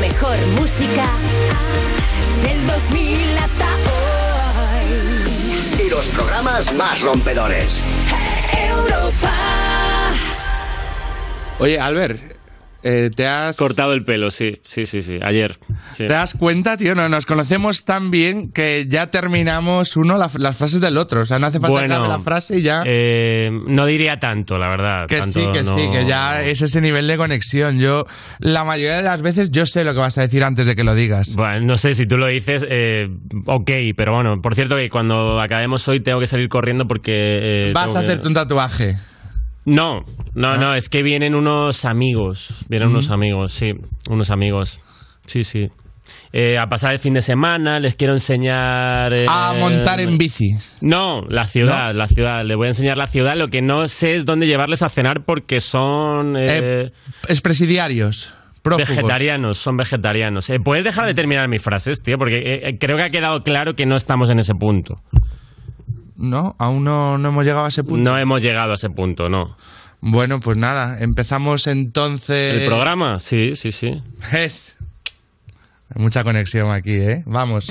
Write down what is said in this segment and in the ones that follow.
mejor música del 2000 hasta hoy. Y los programas más rompedores. Europa. Oye, Albert, eh, ¿te has Cortado el pelo, sí, sí, sí, sí. Ayer. sí. ¿Te das cuenta, tío? No, nos conocemos tan bien que ya terminamos uno la- las frases del otro. O sea, no hace falta que acabe la frase y ya. eh, no diría tanto, la verdad. que tanto sí, que sí, no- que ya es ese nivel de conexión. Yo, la mayoría de las veces, yo sé lo que vas a decir antes de que lo digas. Bueno, no sé si tú lo dices, eh, ok, pero bueno, por cierto que cuando acabemos hoy tengo que salir corriendo porque... eh, Vas tengo a que- hacerte un Ah. tatuaje. No, no, no, es que vienen unos amigos, vienen unos amigos, sí, unos amigos, sí, sí. Eh, a pasar el fin de semana, les quiero enseñar... eh, A montar en bici. No, la ciudad, la ciudad, les voy a enseñar la ciudad, lo que no sé es dónde llevarles a cenar porque son... eh, Eh, expresidiarios. Prófugos. Vegetarianos, son vegetarianos. Eh, ¿Puedes dejar de terminar mis frases, tío? Porque eh, eh, creo que ha quedado claro que no estamos en ese punto. No, aún no, no hemos llegado a ese punto. No hemos llegado a ese punto, no. Bueno, pues nada, empezamos entonces. ¿El programa? Sí, sí, sí. Es. Hay mucha conexión aquí, ¿eh? Vamos.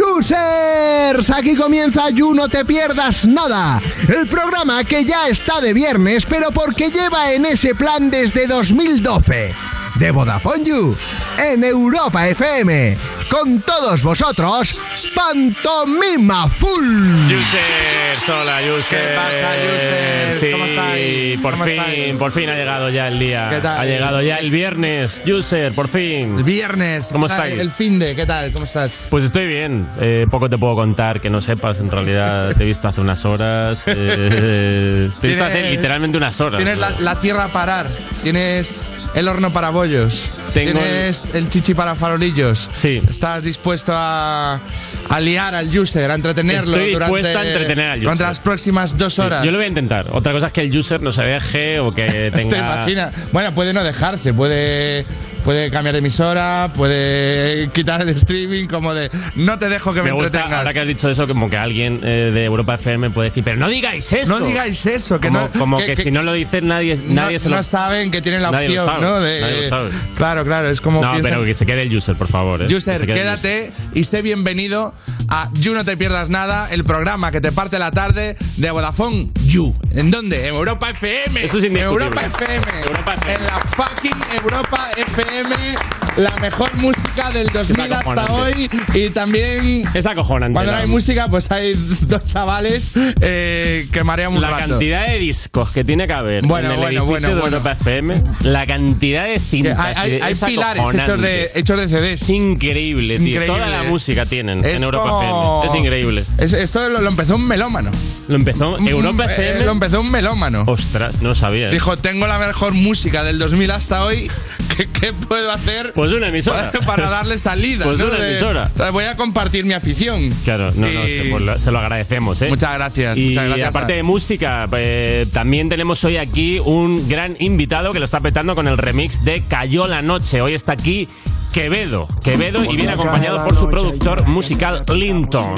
Users, aquí comienza You No Te Pierdas Nada, el programa que ya está de viernes, pero porque lleva en ese plan desde 2012. De Vodafone You, en Europa FM, con todos vosotros, Pantomima Full. Users, hola, Users. ¿Qué pasa, users? Sí, ¿Cómo estáis? Por ¿Cómo fin, estáis? por fin ha llegado ya el día. ¿Qué tal? Ha llegado ya el viernes. User, por El fin. viernes. ¿Cómo ¿qué tal? estáis? El fin de, ¿qué tal? ¿Cómo estás? Pues estoy bien. Eh, poco te puedo contar que no sepas. En realidad te he visto hace unas horas. eh, te he visto hace Tienes- literalmente unas horas. Tienes la, ¿no? la tierra a parar. Tienes el horno para bollos. Tengo Tienes el chichi para farolillos. Sí. Estás dispuesto a, a liar al user, a entretenerlo Estoy durante, dispuesto a entretener al durante user. las próximas dos horas. Yo lo voy a intentar. Otra cosa es que el user no se deje o que tenga. ¿Te imaginas? Bueno, puede no dejarse, puede, puede cambiar de emisora, puede quitar el streaming, como de no te dejo que me, Me gusta, entretengas. ahora que has dicho eso, como que alguien eh, de Europa FM puede decir, pero no digáis eso. No digáis eso, que como, no. como que, si no lo dice nadie, nadie no- se lo. no saben que tienen la Nadie lo opción, sabe, ¿no? De- nadie lo sabe. Claro, claro, es como. No, piensan- pero que se quede el user, por favor. eh, que User, se quede el quédate y sé bienvenido a You No Te Pierdas Nada, el programa que te parte la tarde de Vodafone You. ¿En dónde? En Europa FM. Eso es en indiscutible. Europa FM. Europa FM. En la fucking Europa FM, la mejor música del 2000 hasta hoy. acojonante. Y también, user. Es acojonante. cuando no la- hay música, pues hay dos chavales eh, que marean un La rato. cantidad de discos que tiene que haber Bueno, en el bueno, edificio bueno, de bueno. Europa FM, la cantidad de Que cintas. Hay, y hay- de- hay es pilares hechos acojonante. de, hechos de CDs. Es increíble, tío. Increíble. Toda la música tienen Es en Europa como- FM. Es increíble. Es- esto lo, lo empezó un melómano. Lo empezó Europa Mm, eh, FM. lo empezó un melómano. Ostras, no sabía. ¿eh? Dijo, tengo la mejor música del 2000 hasta hoy. ¿Qué, qué puedo hacer Pues una emisora. para, para darle salida? Pues ¿no? una De- emisora. voy a compartir mi afición. Claro, no, no, Y- se, pues lo- se lo agradecemos, ¿eh? Muchas gracias. Y muchas gracias aparte a- de música, eh, también tenemos hoy aquí un gran invitado que lo está petando con el remix de Cayó la noche. Hoy está aquí Quevedo, Quevedo y viene acompañado por su productor musical Linton.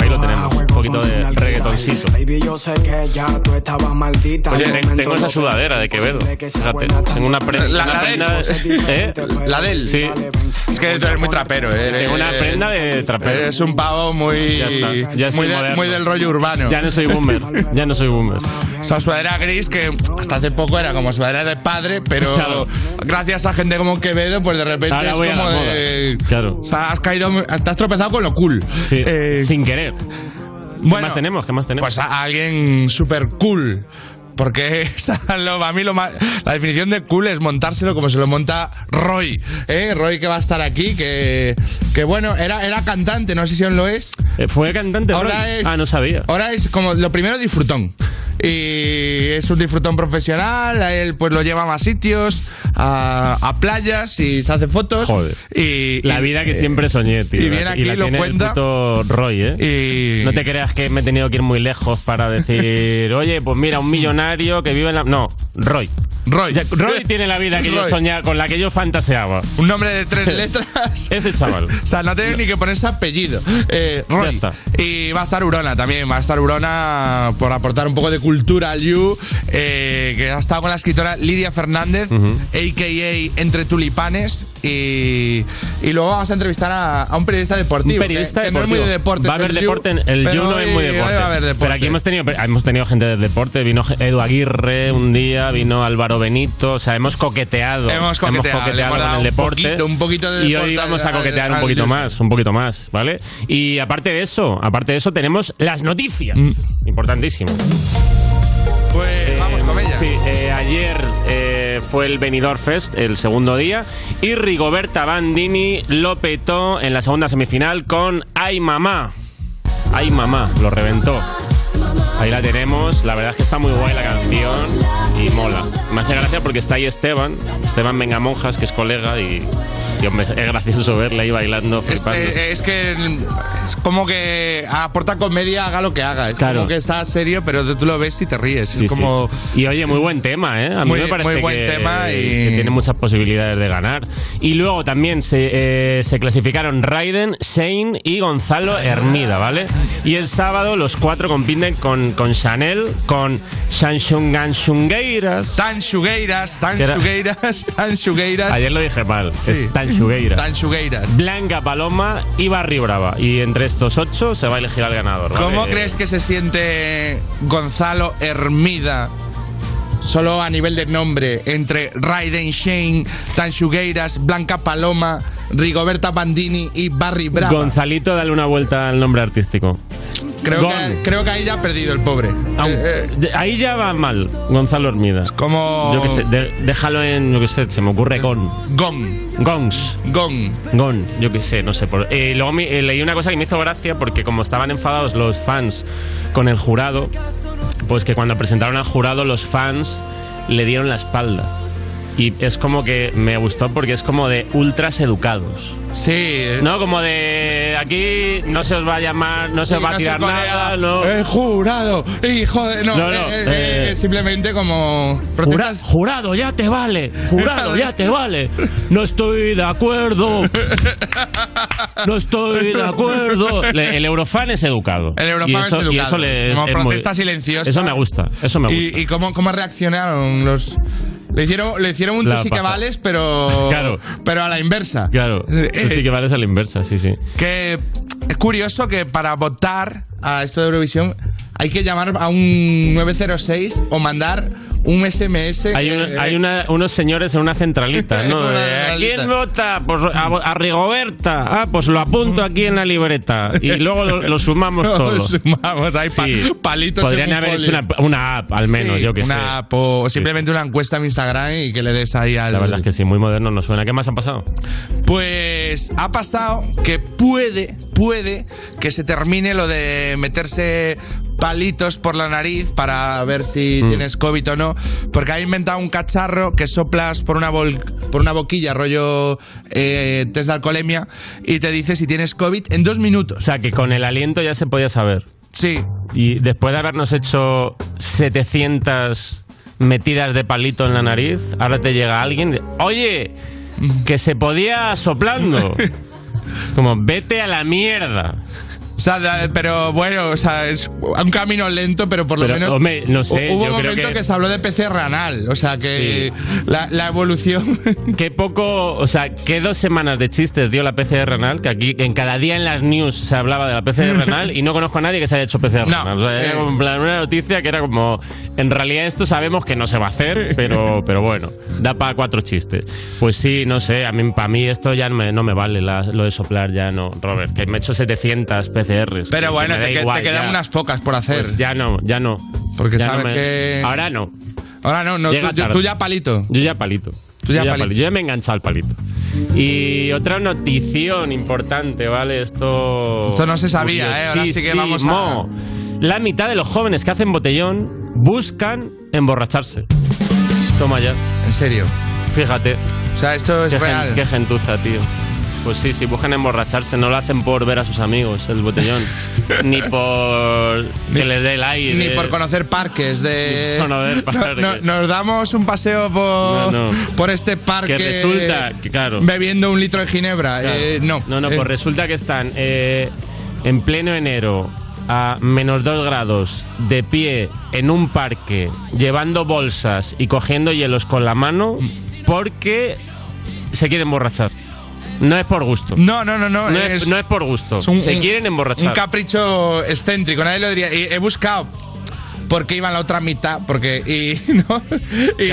Ahí lo tenemos, un poquito de reggaetoncito. Baby, yo sé que ya tú estabas maldita. Oye, Al te- momento tengo esa ¿eh? lo sudadera de pensé, Quevedo. posible que sea Fíjate, buena tengo una también. prenda. La- la una de él. prenda de- ¿eh? La de él. Sí. Es que tú eres muy trapero. eh. Tengo una Eres- prenda de trapero. Eres un pavo muy. Ya está, ya soy muy, de- moderno. muy del rollo urbano. Ya no soy boomer, ya no soy boomer. O sea, sudadera gris que hasta hace poco era como sudadera de padre, pero Claro. gracias a gente como Quevedo, pues de repente Ahora es voy a la como moda. de- Claro. O sea, has caído, te has tropezado con lo cool. Sí, Eh, sin querer. ¿Qué bueno, más tenemos? ¿Qué más tenemos? Pues a alguien super cool. Porque esa lo- a mí lo más- la definición de cool es montárselo como se lo monta Roy. ¿eh? Roy que va a estar aquí, que, que bueno, era, era cantante, no sé si aún lo es. Eh, ¿Fue cantante? Ahora Roy? es, Ah, no sabía. Ahora es como lo primero disfrutón. Y es un disfrutón profesional, a él pues lo lleva a más sitios, a, a playas y se hace fotos. Joder. Y, eh, La vida que siempre soñé, tío. y viene aquí, la lo tiene el cuenta. puto Roy, ¿eh? y- No te creas que me he tenido que ir muy lejos para decir, oye, pues mira, un millonario que vive en la. No, Roy. Roy. Ya- Roy tiene la vida que yo Roy. soñaba, con la que yo fantaseaba. Un nombre de tres letras. Ese chaval. O sea, no tiene ni que ponerse apellido. Eh, Ya Roy. está. Y va a estar Urona también. Va a estar Urona por aportar un poco de cultura al You. eh, que ha estado con la escritora Lidia Fernández, a.k.a. Entre Tulipanes. Y, y luego vamos a entrevistar a, a un periodista deportivo. Un periodista que- que deportivo. no es muy de deporte. Va a haber pero deporte. en- El pero You no es hoy- muy hoy deporte. va a haber deporte. Pero aquí hemos tenido, hemos tenido gente del deporte. Vino Edu Aguirre un día, vino Álvaro Benito. O sea, hemos coqueteado. Hemos coqueteado, le hemos con dado el un deporte. poquito- un poquito de y hoy deporte vamos a al- coquetear al- un poquito al- más, un poquito más, ¿vale? Y aparte de eso, aparte de eso, tenemos las noticias. Importantísimo. Pues vamos con ella. Sí, eh, ayer eh, fue el Benidorm Fest, el segundo día, y Rigoberta Bandini lo petó en la segunda semifinal con Ay Mamá. Ay Mamá, lo reventó. Ahí la tenemos, la verdad es que está muy guay la canción y mola. Me hace gracia porque está ahí Esteban, Esteban Vengamonjas, que es colega y, y hombre, es gracioso verla ahí bailando, Es, flipando. eh, es que es como que aporta comedia, haga lo que haga. Es Claro. como que está serio, pero tú lo ves y te ríes. Sí, es sí. como. Y oye, muy buen tema, ¿eh? A mí Muy- me parece muy buen que, tema y- que tiene muchas posibilidades de ganar. Y luego también se, eh, se clasificaron Raiden, Shane y Gonzalo Hernida, ¿vale? Y el sábado los cuatro compiten con, con Chanel, con Shungueiras. Tan Sugueiras, tan Que era- Sugueiras, tan Sugueiras, Ayer lo dije mal, Sí. es Tanchugueiras. tan Sugueiras. Blanca Paloma y Barry Brava. Y entre estos ocho se va a elegir al ganador. ¿vale? ¿Cómo crees que se siente Gonzalo Hermida? Solo a nivel de nombre, entre Raiden Shane, Tan Sugueiras, Blanca Paloma, Rigoberta Bandini y Barry Brava. Gonzalito, dale una vuelta al nombre artístico. creo, Gon. que, creo que ahí ya ha perdido el pobre. Au. Eh, eh, De- Ahí ya va mal, Gonzalo Hermida. como. Yo qué sé, de- déjalo en, yo qué sé, se me ocurre con Gon. Gongs. Gon. Gon, yo qué sé, no sé. Por, eh, luego me- eh, leí una cosa que me hizo gracia porque como estaban enfadados los fans con el jurado, pues que cuando presentaron al jurado los fans le dieron la espalda. Y es como que me gustó porque es como de ultras educados. Sí. eh, No, como de aquí no se os va a llamar, no se os sí, va a no tirar se colega. nada, no. Eh, jurado. Hijo de. No, No, no, eh, eh, eh, eh, simplemente como. Jura- Protestas. jurado, ya te vale. Jurado, ya te vale. No estoy de acuerdo. No estoy de acuerdo. Le- el eurofan es educado. El eurofan Y eso- es Y educado. eso le, Como es muy- protesta silenciosa. Eso me gusta. Eso me gusta. ¿Y, y cómo, cómo reaccionaron los.? Le hicieron, le hicieron un La tú sí que pasa. vales, pero. Claro. Pero a la inversa. claro. Eh, Eso sí que vale a la inversa, sí, sí. Que es curioso que para votar a esto de Eurovisión hay que llamar a un 906 o mandar un SMS. Hay, que- un- hay una- unos señores en una centralita, ¿no? eh, Una De, ¿A centralita. quién vota? Pues a, a Rigoberta. Ah, pues lo apunto aquí en la libreta. Y luego lo, lo sumamos todo. Vamos, hay pa- Sí. palitos. en Podrían un haber folio. hecho una, una app, al menos, Sí, yo que una sé. app o simplemente una encuesta en Instagram y que le des ahí al. La verdad es que sí, muy moderno nos suena. ¿Qué más han pasado? Pues ha pasado que puede, puede que se termine lo de meterse palitos por la nariz para ver si Mm. tienes COVID o no, porque ha inventado un cacharro que soplas por una, bol- por una boquilla, rollo eh, test de alcoholemia, y te dice si tienes COVID en dos O minutos. sea, que con el aliento ya se podía saber. Sí, Y después de habernos hecho 700 metidas de palito en la nariz, ahora te llega alguien. y- Oye, que se podía soplando. Es como, vete a la mierda. O sea, da- pero bueno, o sea, es un camino lento, pero por Pero, lo menos. hombre, no sé, hu- hubo yo un creo momento que- que... se habló de PC ranal, o sea, que la, la evolución. Qué poco, o sea, qué dos semanas de chistes dio la PCR renal, que aquí en cada día en las news se hablaba de la PCR renal y no conozco a nadie que se haya hecho PCR No, renal. O sea, era eh. como en plan una noticia que era como, en realidad esto sabemos que no se va a hacer, pero, pero bueno, da para cuatro chistes. Pues sí, no sé, a mí, para mí esto ya no me, no me vale la- lo de soplar, ya no, Robert, que me he hecho 700 PCRs. que- que pero bueno, me te, da que- te igual, quedan ya. unas pocas por hacer. Pues ya no, ya no. Porque Ya no sabes me- que- Ahora no. Ahora no, no tú, Llega yo- tarde. tú ya palito. Yo ya palito. Tú ya yo, palito. Yo ya me he enganchado al palito. Y otra notición importante, ¿vale? Esto. Esto no se sabía, ¿eh? Ahora sí que vamos a- curiosísimo. La mitad de los jóvenes que hacen botellón buscan emborracharse. Toma ya. En serio. Fíjate. O sea, esto es Qué, gen- real. qué gentuza, tío. Pues sí, si buscan emborracharse, no lo hacen por ver a sus amigos, el botellón. ni por que les dé el aire. Ni por conocer parques de. Ni por conocer parques. No- no- nos damos un paseo por, No, no. por este parque. Que resulta que, claro. Bebiendo un litro de ginebra. Claro. Eh, no. No, no, Eh, pues resulta que están eh, en pleno enero a menos dos grados de pie en un parque llevando bolsas y cogiendo hielos con la mano Mm. porque se quieren emborrachar. No es por gusto. No, no, no, no. No es, no es por gusto. es un- se un- quieren Un emborrachar. capricho excéntrico. Nadie lo diría. Y he buscado. por qué iba a la otra mitad, porque. Y, ¿no? y,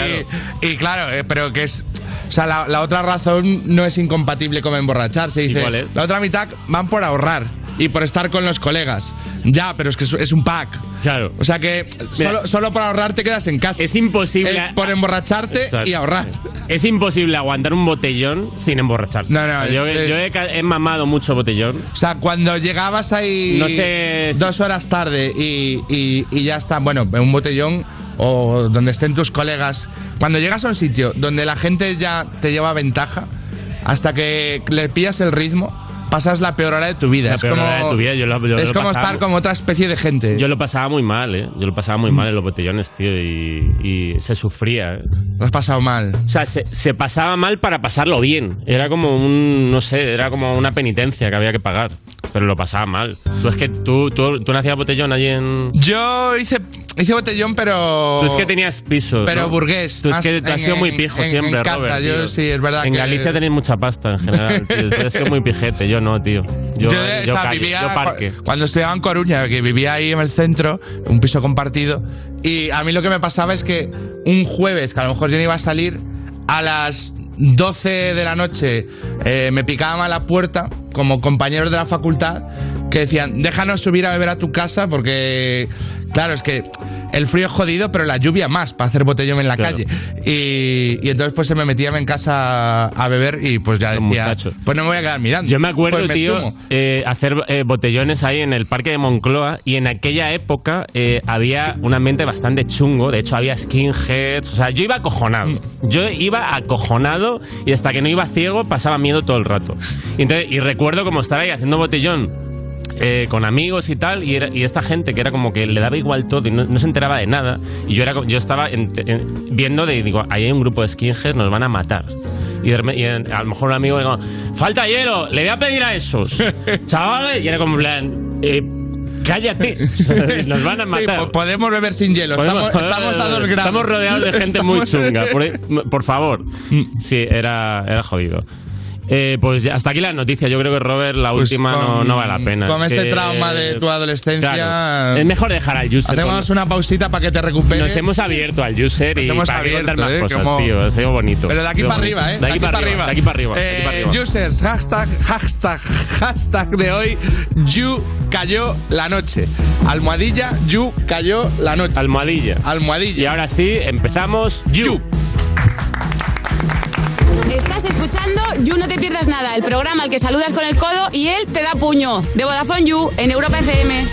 Claro. y claro. eh, pero que es. O sea, la, la otra razón no es incompatible con emborracharse. Dice, cuál es? La otra mitad van por ahorrar y por estar con los colegas. Ya, pero es que es, es un pack. Claro. O sea que Mira. solo, solo por ahorrar te quedas en casa. es imposible. Es por emborracharte Exacto. y ahorrar. Es imposible aguantar un botellón sin emborracharse. No, no, yo, es- yo he, ca- he mamado mucho botellón. O sea, cuando llegabas ahí No sé si- dos horas tarde y, y- y ya está, bueno, en un botellón o donde estén tus colegas, cuando llegas a un sitio donde la gente ya te lleva ventaja, hasta que le pillas el ritmo, pasas la peor hora de tu vida. La peor hora de tu vida, yo lo- yo es lo como pasaba. estar con otra especie de gente. Mm. Yo lo pasaba muy mal, ¿eh? Yo lo pasaba muy mal en los botellones, tío, y, y se sufría, ¿eh? Lo has pasado mal. O sea, se, se pasaba mal para pasarlo bien. Era como un, no sé, era como una penitencia que había que pagar. Pero lo pasaba mal. Tú es que tú, tú, tú no hacías botellón allí en... Yo hice, hice botellón, pero... Tú es que tenías pisos. Pero ¿no? burgués, Tú es más que tú has en- sido muy en- pijo en- siempre, en casa, Robert. yo tío. sí, es verdad En que- Galicia tenéis mucha pasta en general, tío. Tú eres que muy pijete, yo no, tío. Yo, yo, eh, o sea, calle, vivía yo parque. cu- Cuando estudiaba en Coruña, que vivía ahí en el centro, un piso compartido, y a mí lo que me pasaba es que un jueves, que a lo mejor yo no iba a salir, a las 12 de la noche eh, me picaban a la puerta como compañeros de la facultad que decían, déjanos subir a beber a tu casa porque, claro, es que el frío es jodido, pero la lluvia más para hacer botellón en la Claro. calle. Y, y entonces pues se me metían en casa a beber y pues ya Los decía, muchachos. pues no me voy a quedar mirando. Yo me acuerdo, Pues tío, sumo. eh, hacer eh, botellones ahí en el parque de Moncloa y en aquella época eh, había un ambiente bastante chungo. De hecho, había skinheads. O sea, yo iba acojonado. Mm. Yo iba acojonado y hasta que no iba ciego pasaba miedo todo el rato. Y, entonces- y recuerdo como estar ahí haciendo botellón. eh, con amigos y tal, y, era- y esta gente que era como que le daba igual todo y no, no se enteraba de nada. Y yo era co- yo estaba en- en- viendo de, y digo, ahí hay un grupo de skinheads, nos van a matar. Y, de repe- y en- a lo mejor un amigo digo, falta hielo, le voy a pedir a esos. Chavales, y era como en plan, eh, cállate, nos van a Sí, matar. po- podemos beber sin hielo. Podemos- estamos, estamos a dos grados. Estamos rodeados de gente muy Estamos- Mm. chunga. Por, ahí- por favor. Sí, era, era jodido. Eh, pues ya, hasta aquí la noticia. Yo creo que Robert, la Pues última, no- no, con- vale la pena. con Es este que- trauma de tu adolescencia- Claro. Es mejor dejar al user. Hacemos con- una pausita para que te recuperes. Nos hemos abierto al user Nos y hemos para qué abierto, contar más eh, cosas, como- tío. Ha sido bonito. Pero de aquí Ha sido para bonito. arriba, ¿eh? De aquí para arriba. De aquí para arriba. de aquí para Eh, arriba. Users, hashtag, hashtag, hashtag de hoy. You cayó la noche. Almohadilla, you cayó la noche. Almohadilla. Almohadilla. Y ahora sí, empezamos. You. You. Estás escuchando You No Te Pierdas Nada, el programa al que saludas con el codo y él te da puño. De Vodafone You, en Europa FM.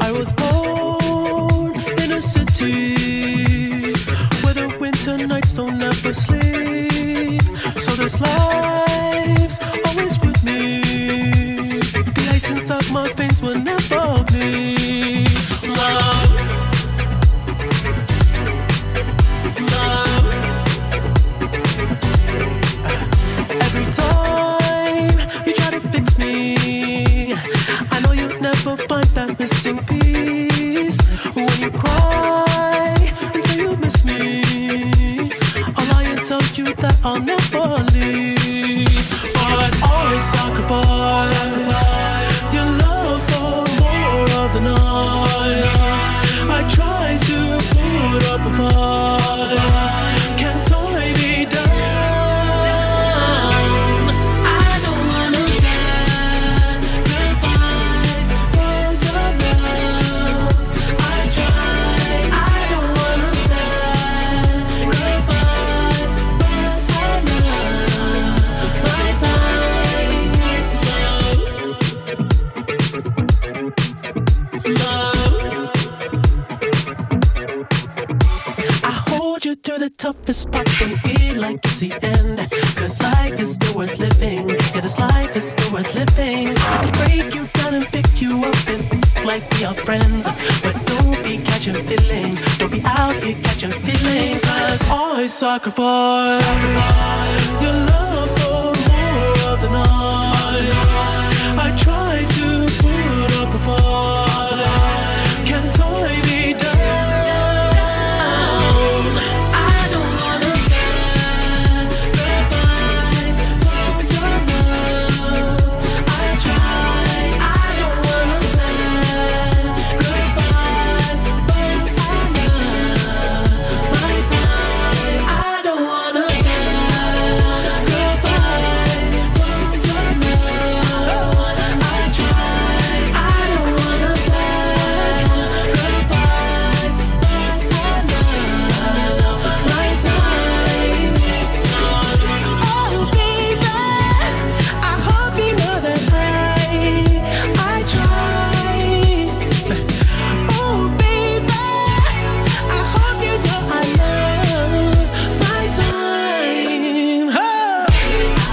I was born in a city where the winter nights don't ever sleep. So this life's always with me. The ice inside my veins will never bleed. Love. Love. Every time you try to fix me, I know you never find that missing piece. When you cry and say you miss me, I'll lie and tell you that I'll never leave. But always sacrifice your love for more of the night. I try to put up a fight, can't I be down? I don't wanna sacrifice for your love. I try. I don't wanna sacrifice for your love. My time. toughest parts don't be like it's the end. Cause life is still worth living. Yeah, this life is still worth living. I can break you down and pick you up and act like we are friends. But don't be catching feelings. Don't be out here catching feelings. Cause always sacrifice, your love for more of the night. I try to put up a fight. Can't I be down? I don't wanna sacrifice for your love. I try. I don't wanna sacrifice for your love. My time, I don't wanna sacrifice for your love. I try, I don't wanna sacrifice for your love. My time. Oh baby, I hope you know that I I try. Oh baby, I hope you know I love my time. I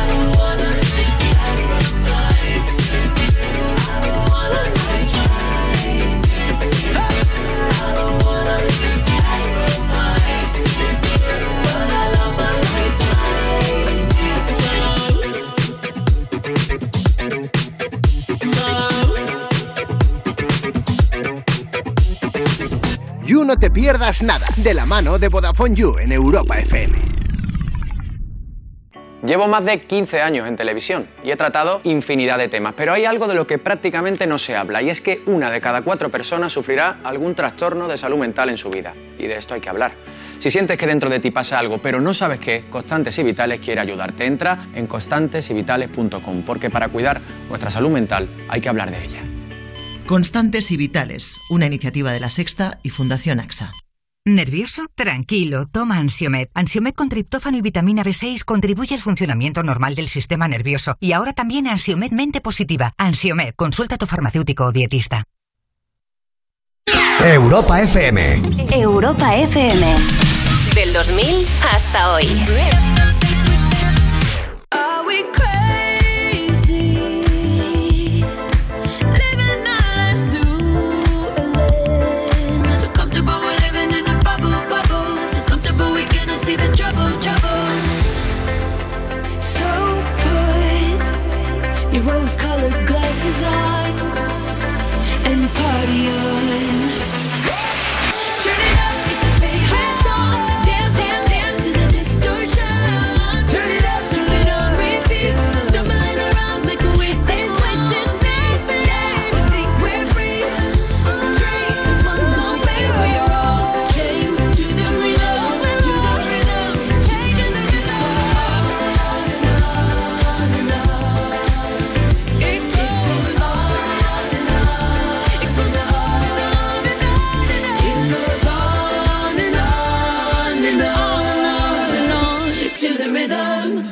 don't wanna sacrifice. I don't wanna try. I don't wanna sacrifice. But I love my You No Te Pierdas Nada, de la mano de Vodafone You en Europa FM. Llevo más de 15 años en televisión y he tratado infinidad de temas, pero hay algo de lo que prácticamente no se habla y es que una de cada cuatro personas sufrirá algún trastorno de salud mental en su vida. Y de esto hay que hablar. Si sientes que dentro de ti pasa algo, pero no sabes qué, Constantes y Vitales quiere ayudarte. Entra en constantesyvitales.com porque para cuidar nuestra salud mental hay que hablar de ella. Constantes y Vitales, una iniciativa de La Sexta y Fundación AXA. ¿Nervioso? Tranquilo, toma Ansiomed. Ansiomed con triptófano y vitamina B6 contribuye al funcionamiento normal del sistema nervioso. Y ahora también Ansiomed Mente Positiva. Ansiomed, consulta a tu farmacéutico o dietista. Europa FM. Europa FM. Del 2000 hasta hoy. Are we crazy? Living our lives through a lens. So comfortable we're living in a bubble, bubble. So comfortable we cannot see the trouble, trouble. So put your rose-colored glasses on and party on. Turn it up, it's a favorite song. Dance, dance, dance to the distortion. Turn it up, do it on repeat. Stumbling around like a wasted, wasted symphony. We think we're free. Drink this one song, babe, we're all chained to the rhythm, to the rhythm, chained to the rhythm. On and on and on. It goes on and on. It goes on and on and on and on. It goes on and on and on and on and on to the rhythm.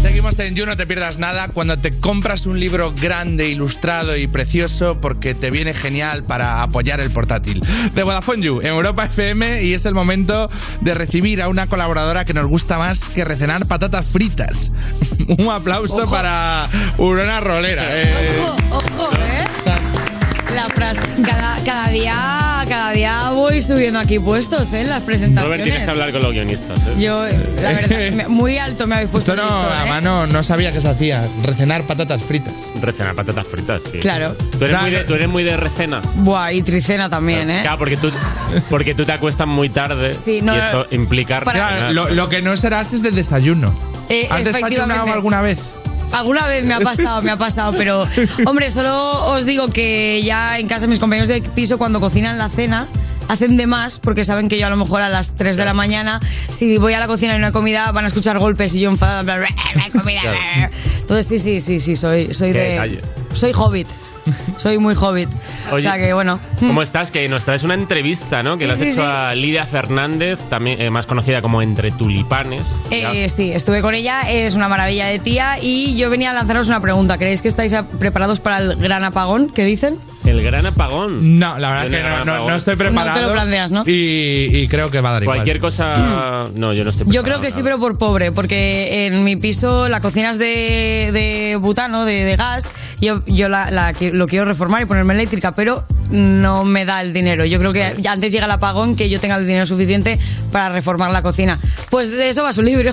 Seguimos en You, no te pierdas nada. Cuando te compras un libro grande, ilustrado y precioso, porque te viene genial para apoyar el portátil. De Vodafone You, en Europa FM, y es el momento de recibir a una colaboradora que nos gusta más que recenar patatas fritas. un aplauso para Urona Rolera. eh. Ojo, ¿eh? La frase. Cada, cada día, cada día voy subiendo aquí puestos, ¿eh? Las Robert, tienes presentaciones. que hablar con los guionistas. ¿eh? Yo, la verdad, me- muy alto me habéis puesto. Esto no, esto, ¿eh? además no, no sabía que se hacía. Recenar patatas fritas. Recenar patatas fritas, sí. Claro. Tú eres, muy de, tú eres muy de recena. Buah, y tricena también, ¿eh? Claro, porque tú, porque tú te acuestas muy tarde Sí, no, y eso implica para- cenar. Lo, lo que no serás es de desayuno. Eh, ¿Has desayunado efectivamente. alguna vez? Alguna vez me ha pasado, me ha pasado, pero hombre, solo os digo que ya en casa mis compañeros de piso cuando cocinan la cena hacen de más porque saben que yo a lo mejor a las 3 de la mañana si voy a la cocina y no hay comida van a escuchar golpes y yo enfadada en plan, "Rah, no hay comida. Claro. Entonces sí, sí, sí, sí, soy soy Qué de detalle. soy hobbit. soy muy hobbit. o Oye, sea que bueno. mm. ¿Cómo estás? Que nos traes una entrevista, ¿no? Que Sí, la has sí, hecho sí. a Lidia Fernández, también eh, más conocida como Entre Tulipanes. Ya. Eh, sí, estuve con ella, es una maravilla de tía y yo venía a lanzaros una pregunta. ¿Creéis que estáis a- preparados para el gran apagón? ¿Qué dicen? El gran apagón. No, la verdad Viene que el gran no, no- apagón. no estoy preparado. No te lo planteas, ¿no? Mm. Y, y creo que va a dar igual. Cualquier cosa. No, yo no estoy Yo creo que sí, preparado, pero por pobre, porque en mi piso la cocina es de, de butano, de, de gas. Yo, yo la, la qui- lo quiero reformar y ponerme eléctrica, pero no me da el dinero. Yo creo que ya antes llega el apagón que yo tenga el dinero suficiente para reformar la cocina. Pues de eso va su libro.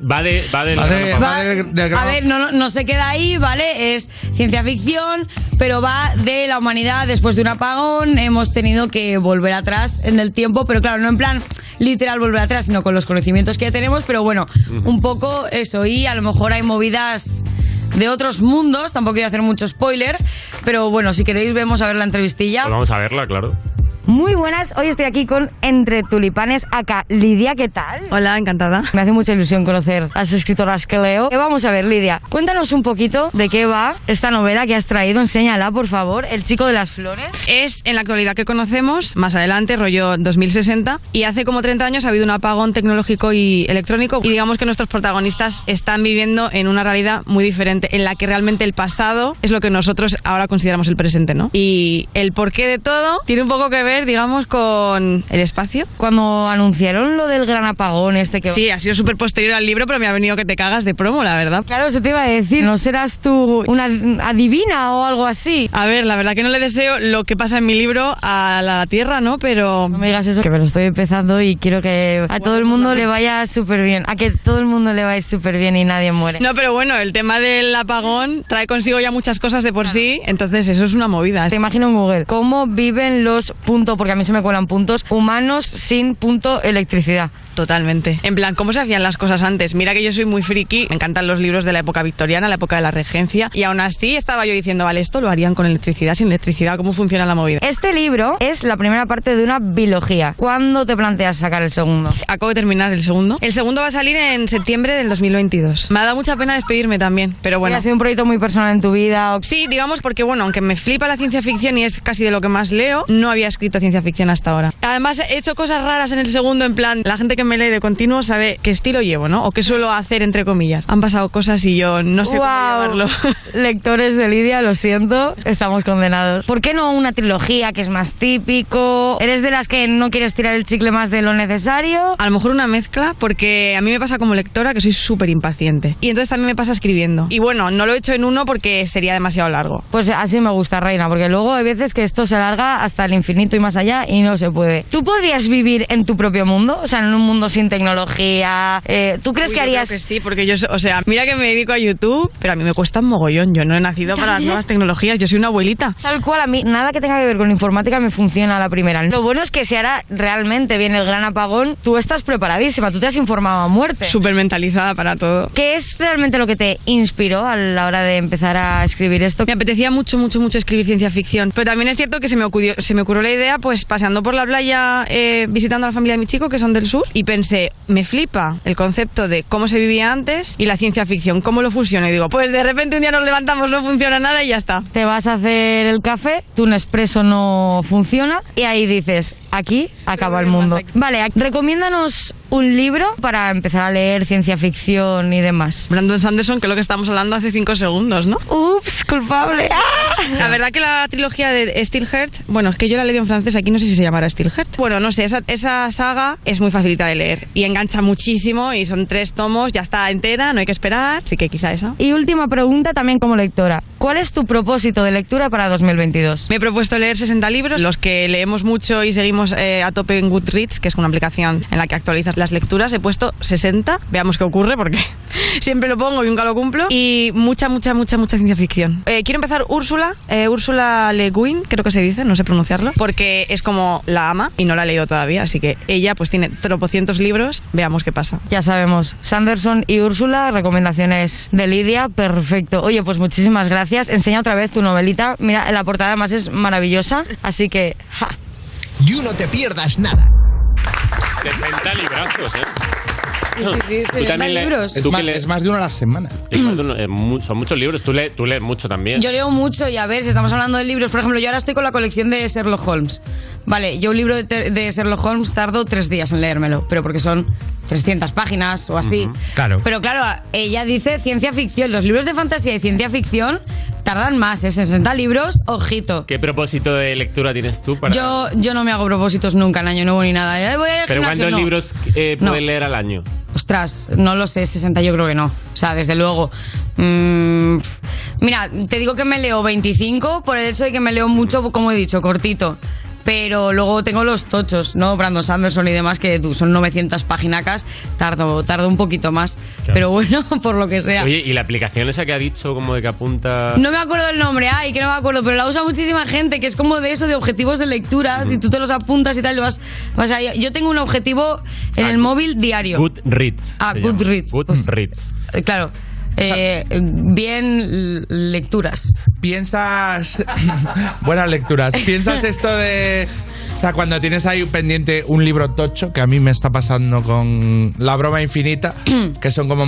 Va de- va del Va de- gran apagón. va del- del gran- A ver, no, no- no se queda ahí, ¿vale? Es ciencia ficción, pero va de la humanidad después de un apagón. Hemos tenido que volver atrás en el tiempo, pero claro, no en plan literal volver atrás, sino con los conocimientos que ya tenemos. Pero bueno, Ujú. un poco eso. Y a lo mejor hay movidas de otros mundos, tampoco quiero hacer mucho spoiler, pero bueno, si queréis, vemos a ver la entrevistilla. Pues vamos a verla, claro. Muy buenas, hoy estoy aquí con Entre Tulipanes, acá. Lidia, ¿qué tal? Hola, encantada. Me hace mucha ilusión conocer a las escritoras que leo. Eh, Vamos a ver, Lidia, cuéntanos un poquito de qué va esta novela que has traído. Enséñala, por favor, El chico de las flores. Es en la actualidad que conocemos, más adelante, rollo 2060, y hace como 30 años ha habido un apagón tecnológico y electrónico, y digamos que nuestros protagonistas están viviendo en una realidad muy diferente, en la que realmente el pasado es lo que nosotros ahora consideramos el presente, ¿no? Y el porqué de todo tiene un poco que ver, digamos, con el espacio. Cuando anunciaron lo del gran apagón este que... Sí, ha sido súper posterior al libro, pero me ha venido que te cagas de promo, la verdad. Claro, eso te iba a decir. ¿No serás tú una adivina o algo así? A ver, la verdad que no le deseo lo que pasa en mi libro a la Tierra, ¿no? Pero... No me digas eso, que me lo estoy empezando y quiero que a todo el pues mundo le vaya súper bien. A que todo el mundo le vaya súper bien y nadie muere. No, pero bueno, el tema del apagón trae consigo ya muchas cosas de por sí, entonces eso es una movida. Te imagino en Google, ¿cómo viven los puntos, porque a mí se me cuelan puntos, humanos sin punto electricidad? Totalmente. En plan, ¿cómo se hacían las cosas antes? Mira que yo soy muy friki, me encantan los libros de la época victoriana, la época de la regencia, y aún así estaba yo diciendo, vale, esto lo harían con electricidad, sin electricidad, ¿cómo funciona la movida? Este libro es la primera parte de una biología. ¿Cuándo te planteas sacar el segundo? Acabo de terminar el segundo. El segundo va a salir en septiembre del 2022. Me ha dado mucha pena despedirme también, pero bueno. ha sido un proyecto muy personal en tu vida. o- Sí, digamos porque bueno, aunque me flipa la ciencia ficción y es casi de lo que más leo, no había escrito ciencia ficción hasta ahora. Además he hecho cosas raras en el segundo en plan, la gente que me lee de continuo sabe qué estilo llevo, ¿no? O qué suelo hacer entre comillas. Han pasado cosas y yo no sé Guau. cómo llevarlo. Lectores de Lidia, lo siento, estamos condenados. ¿Por qué no una trilogía que es más típico? ¿Eres de las que no quieres tirar el chicle más de lo necesario? A lo mejor una mezcla, porque a mí me pasa como lectora que soy súper impaciente. Y entonces también me pasa escribiendo. Y bueno, no lo he hecho en uno porque sería demasiado largo. Pues así me gusta, Reina, porque luego hay veces que esto se alarga hasta el infinito y más allá y no se puede. ¿Tú podrías vivir en tu propio mundo? O sea, en un mundo sin tecnología. eh, ¿Tú crees Uy, que yo creo harías...? que sí, porque yo, so- o sea, mira que me dedico a YouTube, pero a mí me cuesta un mogollón. Yo no he nacido para las También. nuevas tecnologías, yo soy una abuelita. Tal cual, a mí nada que tenga que ver con informática me funciona a la primera. Lo bueno es que se hará realmente bien el gran apagón. Tú estás preparadísima, tú te has informado a muerte. Súper mentalizada para todo. ¿Qué es realmente lo que te inspiró a la hora de empezar a escribir esto? Me apetecía mucho, mucho, mucho escribir ciencia ficción. Pero también es cierto que se me ocurrió, se me ocurrió la idea, pues paseando por la playa, eh, visitando a la familia de mi chico, que son del sur, y pensé, me flipa el concepto de cómo se vivía antes y la ciencia ficción, cómo lo fusiono. Y digo, pues de repente un día nos levantamos, no funciona nada y ya está. Te vas a hacer el café, tu Nespresso no funciona y ahí dices, aquí acaba el mundo. Vale, ac- recomiéndanos un libro para empezar a leer ciencia ficción y demás. Brandon Sanderson, que es lo que estamos hablando hace cinco segundos, ¿no? Ups, culpable. ¡Ah! La verdad que la trilogía de Steelheart, bueno, es que yo la leí en francés, aquí no sé si se llamará Steelheart. Bueno, no sé, esa, esa saga es muy facilita de leer y engancha muchísimo y son tres tomos, ya está entera, no hay que esperar, así que quizá esa. Y última pregunta también como lectora. ¿Cuál es tu propósito de lectura para 2022? Me he propuesto leer 60 libros, los que leemos mucho y seguimos eh, a tope en Goodreads, que es una aplicación en la que actualizas las lecturas. He puesto 60, veamos qué ocurre, porque siempre lo pongo y nunca lo cumplo. Y mucha, mucha, mucha, mucha ciencia ficción. Eh, quiero empezar Úrsula, eh, Úrsula Le Guin, creo que se dice, no sé pronunciarlo, porque es como la ama y no la he leído todavía, así que ella pues tiene tropocientos libros, veamos qué pasa. Ya sabemos, Sanderson y Úrsula, recomendaciones de Lidia, perfecto. Oye, pues muchísimas gracias. Enseña otra vez tu novelita. Mira, la portada además es maravillosa, así que... ¡ja! You no te pierdas nada. 60 librazos, ¿eh? sí, sí, se Tú le también dan le- libros. tú que le- Es más de uno a la semana. Sí, más de uno, eh, mu- son muchos libros, tú, le- tú lees mucho también. Yo leo mucho y a ver, si estamos hablando de libros, por ejemplo, yo ahora estoy con la colección de Sherlock Holmes. Vale, yo un libro de, ter- de Sherlock Holmes tardo tres días en leérmelo, pero porque son 300 páginas o así. Claro. Pero claro, ella dice ciencia ficción. Los libros de fantasía y ciencia ficción tardan más, ¿eh? 60 libros, ojito. ¿Qué propósito de lectura tienes tú para...? Yo, yo no me hago propósitos nunca en año nuevo ni nada. Eh, voy a ir al ¿Pero gimnasio, cuántos no. libros eh, No. puedes leer al año? Ostras, no lo sé, 60 yo creo que no. O sea, desde luego. Mm, mira, te digo que me leo 25 por el hecho de que me leo mucho, como he dicho, cortito. Pero luego tengo los tochos, ¿no? Brandon Sanderson y demás, que tú, son 900 paginacas, tardo, tardo un poquito más. Pero bueno, por lo que sea. Oye, ¿y la aplicación esa que ha dicho como de que apunta...? No me acuerdo el nombre, ay, que no me acuerdo, pero la usa muchísima gente, que es como de eso, de objetivos de lectura, y tú te los apuntas y tal, y vas, vas ahí. Yo tengo un objetivo en el móvil diario. Goodreads. Ah, se llama. Goodreads. Goodreads. Eh, Claro. Eh, bien l- lecturas. Piensas. Buenas lecturas. ¿Piensas esto de.? O sea, cuando tienes ahí pendiente un libro tocho, que a mí me está pasando con La broma infinita, que son como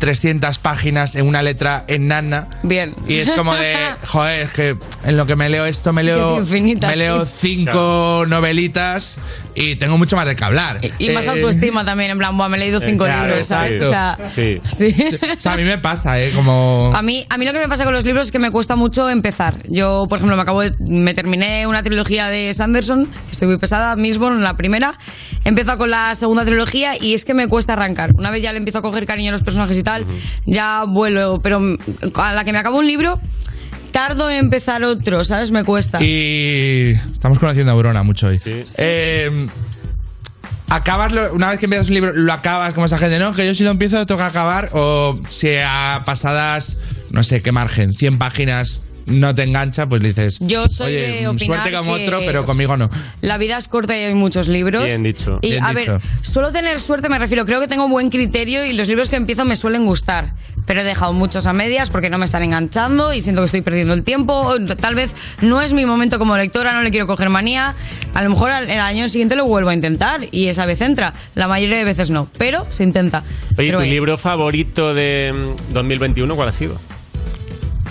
1300 páginas en una letra enana. Bien. Y es como de, joder, es que en lo que me leo esto, me Sí, que leo, es infinita, me sí. leo cinco novelitas y tengo mucho más de que hablar. Y más Eh, autoestima también, en plan, buah, me he leído eh, cinco claro, libros, ¿sabes? exacto. O sea, Sí. O sea, a mí me pasa, ¿eh? Como... A mí, a mí lo que me pasa con los libros es que me cuesta mucho empezar. Yo, por ejemplo, me acabo de, me terminé una trilogía de Sanderson, que estoy muy pesada, mismo en la primera. He empezado con la segunda trilogía y es que me cuesta arrancar. Una vez ya le empiezo a coger cariño a los personajes y tal, ya vuelo, pero mm, a la que me acabo un libro, tardo en empezar otro, ¿sabes? Me cuesta. Y estamos conociendo a Aurora mucho hoy. Eh, acabas lo- una vez que empiezas un libro, lo acabas como esa gente, no, que yo si lo empiezo tengo que acabar o si a pasadas, no sé qué margen, 100 páginas no te engancha, pues dices, Yo soy oye, mm, de opinar suerte como que- otro, pero conmigo no. La vida es corta y hay muchos libros. Bien dicho. Y Bien a dicho. ver, suelo tener suerte, me refiero, creo que tengo buen criterio y los libros que empiezo me suelen gustar. Pero he dejado muchos a medias porque no me están enganchando y siento que estoy perdiendo el tiempo. o Tal vez no es mi momento como lectora, no le quiero coger manía. A lo mejor al, el año siguiente lo vuelvo a intentar y esa vez entra. La mayoría de veces no, pero se intenta. Oye, Pero, ¿tu eh, libro favorito de mm, 2021 cuál ha sido?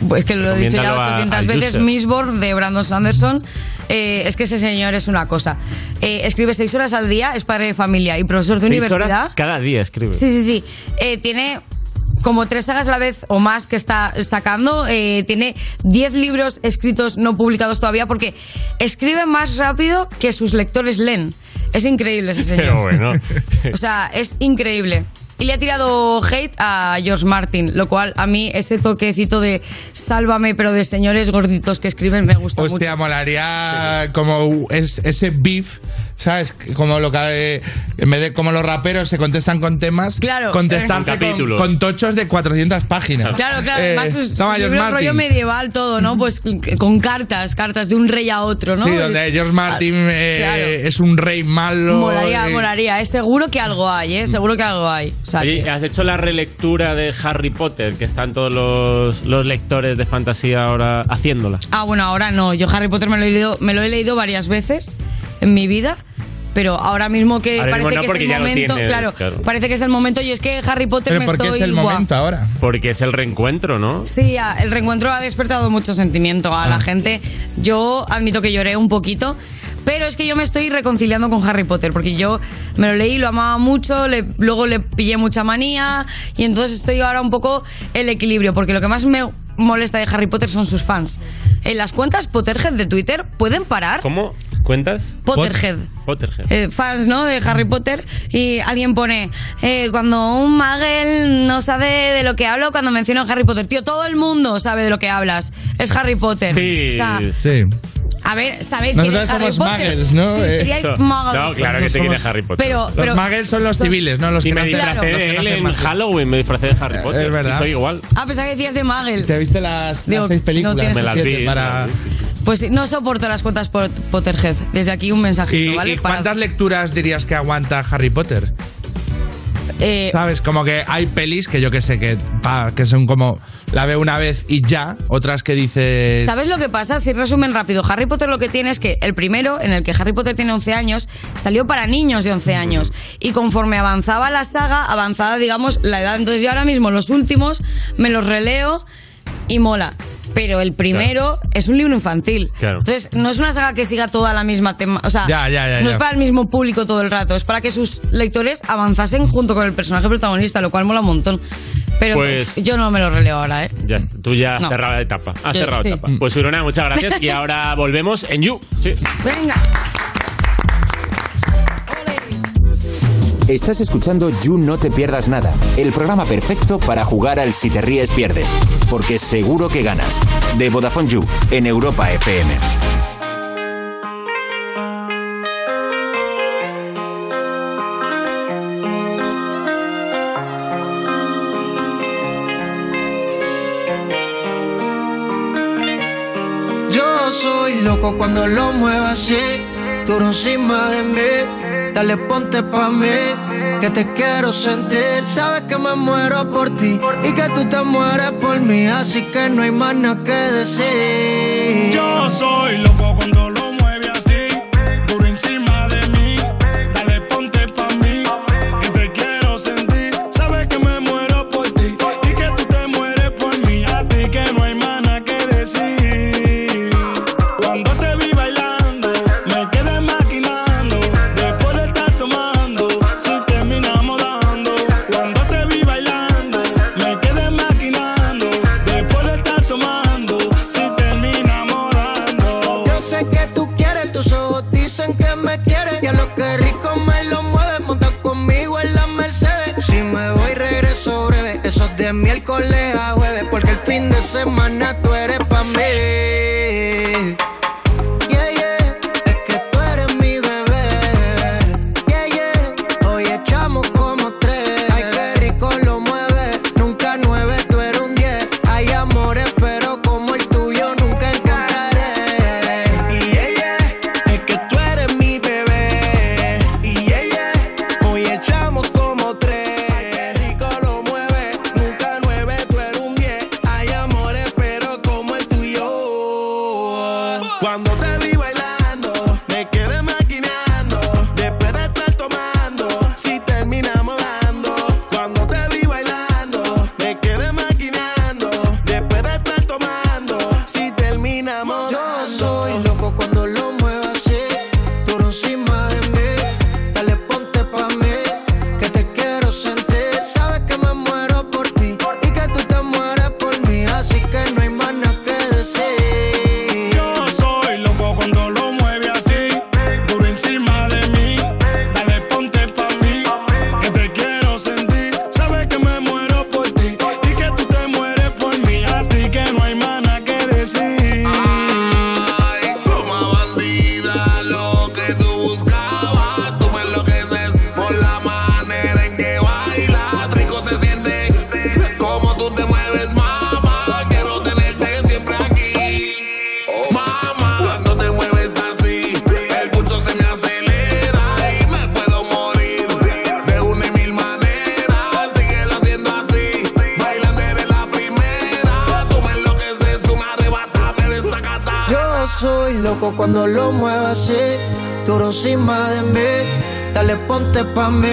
Pues que lo he dicho ya Recomiéndalo a- 800 al veces, user. Missborn de Brandon Sanderson. Eh, es que ese señor es una cosa. Eh, escribe seis horas al día, es padre de familia y profesor de Seis universidad. horas cada día escribe. Sí, sí, sí. Eh, tiene como tres sagas a la vez o más que está sacando. Eh, tiene 10 libros escritos no publicados todavía porque escribe más rápido que sus lectores leen. Es increíble ese señor. Pero bueno. O sea, es increíble. Y le ha tirado hate a George Martin, lo cual a mí ese toquecito de sálvame, pero de señores gorditos que escriben me gusta mucho. Hostia, molaría como es, ese beef, ¿sabes? Como lo que. eh, En vez de como los raperos se contestan con temas, Claro. contestarse Con con, capítulos. con tochos de 400 páginas. Claro, claro, Eh, además sus toma, George libros Martin. rollo medieval todo, ¿no? Pues con cartas, cartas de un rey a otro, ¿no? Sí, donde Es- George Martin Ah, eh, claro. es un rey malo. Molaría, eh, molaría. Es seguro que algo hay, ¿eh? Seguro que algo hay. O sea, Oye, ¿has hecho la relectura de Harry Potter que están todos los, los lectores de fantasía ahora haciéndola? Ah, bueno, ahora no. Yo Harry Potter me lo he leído, me lo he leído varias veces en mi vida. Pero ahora mismo que Ahora parece mismo no, que porque es el ya lo momento, tienes, claro, claro. parece que es el momento y es que Harry Potter me estoy guau. ahora? Porque es el reencuentro, ¿no? Sí, a- el reencuentro ha despertado mucho sentimiento a la gente. Yo admito que lloré un poquito, pero es que yo me estoy reconciliando con Harry Potter, porque yo me lo leí, lo amaba mucho, le- luego le pillé mucha manía, y entonces estoy ahora un poco el equilibrio, porque lo que más me molesta de Harry Potter son sus fans. En las cuentas Potterhead de Twitter pueden parar ¿Cómo? ¿Cuentas? Potterhead. Potterhead. eh, fans, ¿no? De Harry Potter y alguien pone eh, cuando un magel no sabe de lo que hablo cuando menciono a Harry Potter, tío, todo el mundo sabe de lo que hablas. Es Harry Potter. O sea, sí. a ver, sabéis quién Nosotros es Harry somos Potter. muggles, ¿no? Sí, Eh, seríais so- muggles. No, claro que se quiere Somos- Harry Potter. Pero- Los pero- muggles son los civiles, ¿no? Los y que me nacen- disfracé los que de él nacen en más- Halloween, me disfracé de Harry Potter. verdad. Y soy igual. Ah, pensaba que decías de magel. ¿Te viste las, Digo, las seis no películas? tienes- Me las siete, vi, para... Pues sí, no soporto las cuentas por Potterhead. Desde aquí un mensajito, ¿Y, ¿vale? y cuántas lecturas dirías que aguanta Harry Potter? eh, ¿Sabes? Como que hay pelis que yo que sé que, pa, que son como la veo una vez y ya, otras que dices. ¿Sabes lo que pasa? Si resumen rápido, Harry Potter lo que tiene es que el primero, en el que Harry Potter tiene 11 años, salió para niños de 11 años. Y conforme avanzaba la saga, avanzaba, digamos, la edad. Entonces yo ahora mismo los últimos me los releo y mola. Pero el primero es un libro infantil. Claro. Entonces no es una saga que siga toda la misma tema. O sea, Ya, ya, ya, no ya. es para el mismo público todo el rato. Es para que sus lectores avanzasen junto con el personaje protagonista, lo cual mola un montón. Pero Pues- yo no me lo releo ahora, ¿eh? Ya está, tú ya has No. cerrado la etapa. Has Sí, cerrado sí. etapa. Pues Urona, muchas gracias. Y ahora volvemos en You. Sí. Venga. Estás escuchando You No Te Pierdas Nada, el programa perfecto para jugar al Si Te Ríes Pierdes, porque seguro que ganas. De Vodafone You, en Europa FM. Yo soy loco cuando lo muevo así, duro encima de mí. Dale ponte pa' mí, que te quiero sentir. Sabes que me muero por ti y que tú te mueres por mí, así que no hay más nada que decir. Yo soy loco cuando lo mueve así, duro encima de mí. Dale ponte pa mí, que te quiero sentir. Sabes que me muero por ti y que tú te mueres por mí, así que no hay más nada que decir. Cuando te vi bailando, me quedé maquinando. Después de estar tomando, si terminamos dando. Cuando te vi bailando, me quedé maquinando. Después de estar tomando, si terminamos dando. Yo sé que tú quieres, tus ojos dicen que me quieres. Y a lo que rico me lo mueves, monta conmigo en la Mercedes. Si me voy, regreso breve. Eso es de miércoles a jueves, porque el fin de semana tú eres pa' mí. Yeah, yeah, es que tú eres mi bebé. Yeah, yeah, hoy echamos como tres. Ay, qué rico lo mueves, nunca nueve, tú eres un diez. Hay amores, pero como el tuyo nunca encontraré. Y ella es que tú eres mi bebé. Y ella, hoy echamos como tres. Ay, qué rico lo mueve, nunca nueve, tú eres un diez. Hay amores, pero como el tuyo. Cuando te vi bailando, me quedé maquinando. Después de estar tomando, si terminamos dando. Cuando te vi bailando, me quedé maquinando. Después de estar tomando, si terminamos Yo soy loco cuando lo muevo así, duro encima de mí. Dale ponte pa' mí, que te quiero sentir. Sabes que me muero por ti y que tú te mueres por mí, así que no hay más nada que decir. Yo soy loco cuando lo mueve así, duro encima de mí. Dale ponte pa mí, que te quiero sentir. Sabes que me muero por ti y que tú te mueres por mí, así que no hay más nada que decir. Ay, pluma bandida, lo que tú buscabas. Tú me enloqueces por la manera en que bailas. Rico se siente como tú te mueves, mamá. Quiero tenerte siempre aquí. Mamá, cuando te mueves así, el pulso se me acelera y me puedo morir de una y mil maneras. Síguelo haciendo así, bailando eres la primera. Tú me enloqueces, tú me arrebatas, me desacatas. Yo soy loco cuando lo muevo así, duro encima de mí. Dale ponte pa' mí,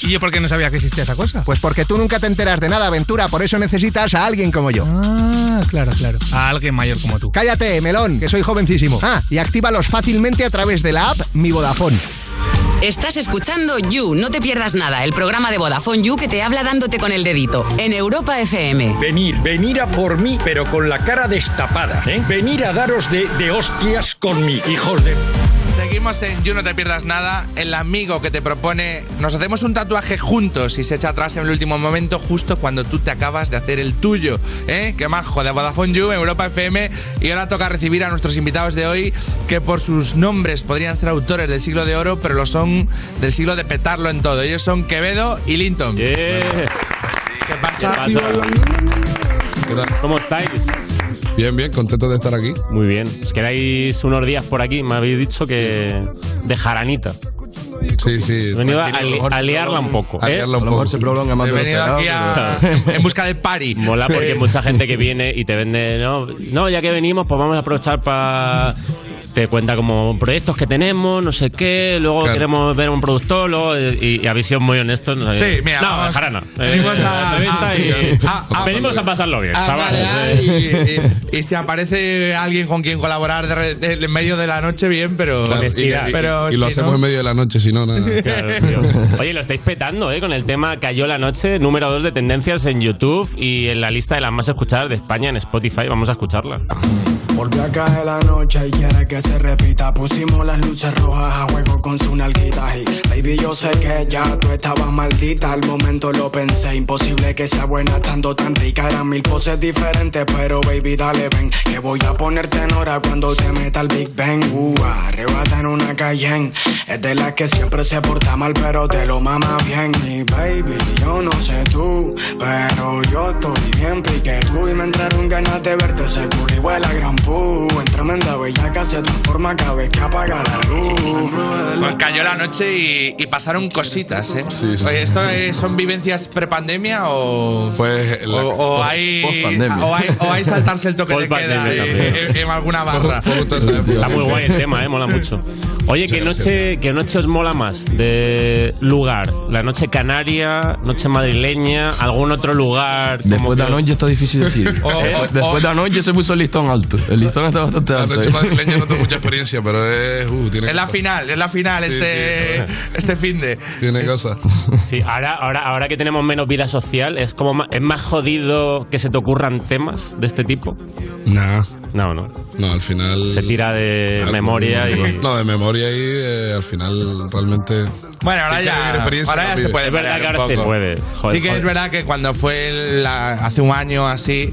¿Y yo por qué no sabía que existía esa cosa? Pues porque tú nunca te enteras de nada, aventura, por eso necesitas a alguien como yo. Ah, claro, claro. A alguien mayor como tú. Cállate, melón, que soy jovencísimo. Ah, y actívalos fácilmente a través de la app Mi Vodafone. Estás escuchando You, no te pierdas nada, el programa de Vodafone You que te habla dándote con el dedito en Europa FM. Venir, venir a por mí, pero con la cara destapada. ¿eh? Venir a daros de, de hostias con mí, hijos de... Seguimos en You, no te pierdas nada. El amigo que te propone, nos hacemos un tatuaje juntos y se echa atrás en el último momento, justo cuando tú te acabas de hacer el tuyo. ¿Eh? Qué majo, de Vodafone You, Europa FM. Y ahora toca recibir a nuestros invitados de hoy, que por sus nombres podrían ser autores del siglo de oro, pero lo son del siglo de petarlo en todo. Ellos son Quevedo y Linton. ¿Qué pasa? ¿Qué pasa? ¿Cómo estáis? Bien, bien, contento de estar aquí. Muy bien. Os quedáis unos días por aquí. Me habéis dicho que de jaranita. Sí, sí. He venido a, a liarla Ah, un poco. A ¿eh? liarla un poco. He venido aquí a- en busca del party. Mola porque Sí. mucha gente que viene y te vende, no, no ya que venimos, pues vamos a aprovechar para... Te cuenta como proyectos que tenemos, no sé qué, luego queremos ver un productor, luego, eh, y, y habéis sido muy honestos. No, Sí, mira, No, vamos- jarana. Eh, venimos a- entrevista a- y- a- a- venimos a pasarlo bien, Ah, chavales. vale, eh. ah, y, y- y si aparece alguien con quien colaborar de re- de- en medio de la noche, bien, pero. Claro, y, y- pero y lo si hacemos no- en medio de la noche, si no, nada. Claro, tío. Oye, lo estáis petando, ¿eh? Con el tema Cayó la noche, número 2 de tendencias en YouTube y en la lista de las más escuchadas de España en Spotify. Vamos a escucharla. Volví a caer la noche y quiere que se repita. Pusimos las luces rojas a juego con su nalguita. Y baby, yo sé que ya tú estabas maldita. Al momento lo pensé, imposible que sea buena estando tan rica. Eran mil poses diferentes, pero baby, dale, ven. Que voy a ponerte en hora cuando te meta el Big Bang. Uh, arrebata en una Cayenne. Es de las que siempre se porta mal, pero te lo mama bien. Y baby, yo no sé tú, pero yo estoy bien pique tú. Y me entraron ganas de verte, ese y huele a gran pu. En tremenda bellaca se transforma cada vez que apaga la luz. Pues cayó la noche y, y pasaron cositas, ¿eh? Oye, ¿esto es- son vivencias prepandemia o.? Pues la- o, o hay, post-pandemia. o, hay, o hay saltarse el toque de queda Post-pandemia en, también. en- en alguna barra. Está muy guay el tema, ¿eh? Mola mucho. Oye, ¿qué noche, ¿qué noche os mola más de lugar? ¿La noche canaria, noche madrileña, algún otro lugar? como Después de que- la noche está difícil decir. Después- Después de la noche se puso el listón alto. El listón está bastante La alto. noche ¿eh? madrileña no tengo mucha experiencia, pero es. uh, tiene Es la cosas. final, es la final Sí, este, sí. este fin de. Tiene cosas. Sí, ahora, ahora, ahora que tenemos menos vida social, ¿es, como ma- ¿es más jodido que se te ocurran temas de este tipo? Nah. No, no. No, al final. Se tira de Al- memoria y... No, de memoria y eh, al final realmente. Bueno, ahora Quien quiere ya, vivir experiencia, ahora lo ya se vive. puede. Es verdad variar que un ahora se poco. puede. Joder, sí que joder. es verdad que cuando fue la- hace un año así,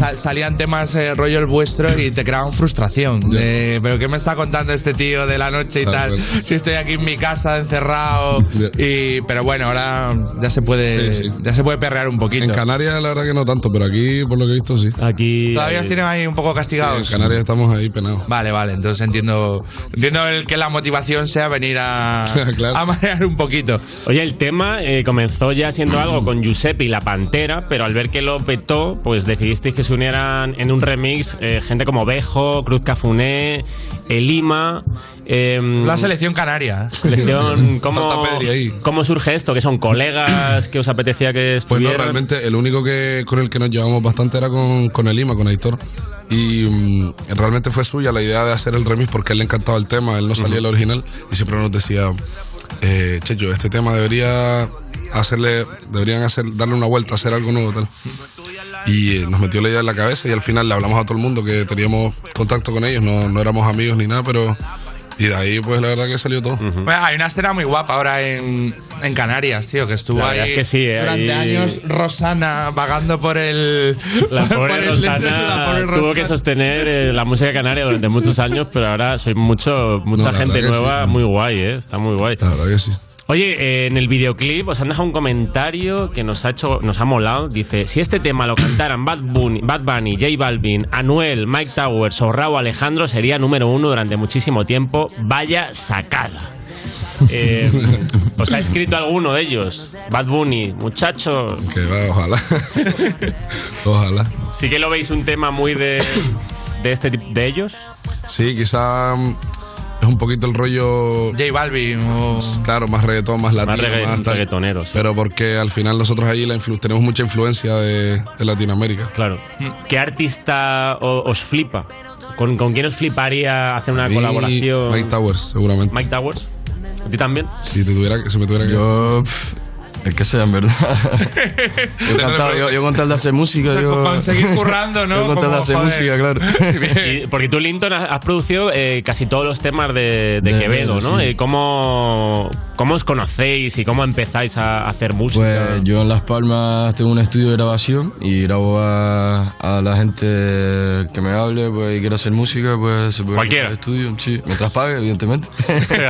sal- salían temas eh, rollo el vuestro y te creaban frustración. de, Pero ¿qué me está contando este tío de la noche y Tal tal? Si estoy aquí en mi casa encerrado. Y, pero bueno, ahora ya se puede Sí, sí. ya se puede perrear un poquito. En Canarias, la verdad que no tanto, pero aquí, por lo que he visto, sí. Aquí. Todavía os tienen ahí un poco castigados. en Canarias estamos ahí penados. Vale, vale, entonces entiendo entiendo el que la motivación sea venir a, a marear un poquito. Oye, el tema eh, comenzó ya siendo algo con Giuseppe y la Pantera, pero al ver que lo petó, pues decidisteis que se unieran en un remix eh, gente como Bejo, Cruz Cafuné, Elima. em, La selección canaria. Selección, ¿cómo, Falta Pedri ahí. ¿Cómo surge esto? ¿Que son colegas? ¿Que os apetecía que Pues no, estuvieran? realmente el único que con el que nos llevamos bastante era con, con el Lima, con Aitor. Y mm, realmente fue suya la idea de hacer el remix porque a él le encantaba el tema, él no salía el original y siempre nos decía, eh, Checho, este tema debería hacerle, deberían hacer, darle una vuelta, hacer algo nuevo tal. Y eh, nos metió la idea en la cabeza y al final le hablamos a todo el mundo que teníamos contacto con ellos, no, no éramos amigos ni nada, pero... Y de ahí pues la verdad que salió todo. Bueno, hay una escena muy guapa ahora en, en Canarias, tío, que estuvo La ahí verdad es que sí, eh, durante ahí- años Rosana vagando por el... La por pobre el- la Rosana pobre tuvo que Rosana. sostener eh, la música canaria durante muchos años, pero ahora soy mucho, mucha No, la gente verdad que nueva, sí. muy guay, ¿eh? Está muy guay. La verdad que sí. Oye, eh, en el videoclip os han dejado un comentario que nos ha hecho, nos ha molado. Dice, si este tema lo cantaran Bad Bunny, Bad Bunny J Balvin, Anuel, Mike Towers o Raúl Alejandro, sería número uno durante muchísimo tiempo. Vaya sacada. Eh, os ha escrito alguno de ellos. Bad Bunny, muchacho. Que va, ojalá. ojalá. Sí que lo veis un tema muy de, de este tip- de ellos. Sí, quizá mm, es un poquito el rollo. J Balvin. Claro, más reggaetón, más latino. regga- tal. Pero porque al final nosotros ahí la influ- tenemos mucha influencia de, de Latinoamérica. Claro. Mm. ¿Qué artista o- os flipa? ¿Con, con quién os fliparía hacer una A mí, colaboración? Mike Towers, seguramente. Mike Towers. ¿A ti también? Si, te tuviera, que- si me tuviera que. Yo. pf, El que sea, en verdad. yo, cantaba, yo, yo con tal de hacer música. Yo, Con seguir currando, ¿no? Yo con tal de Como, hacer joder. música, claro. Y- porque tú, Linton, has, has producido eh, casi todos los temas de, de De Quevedo, Quevedo, ¿no? sí. Eh, ¿cómo, ¿Cómo os conocéis y cómo empezáis a hacer música? Pues yo en Las Palmas tengo un estudio de grabación y grabo a, a la gente que me hable pues, y quiera hacer música, pues se puede Cualquiera. al estudio, sí, mientras pague, evidentemente.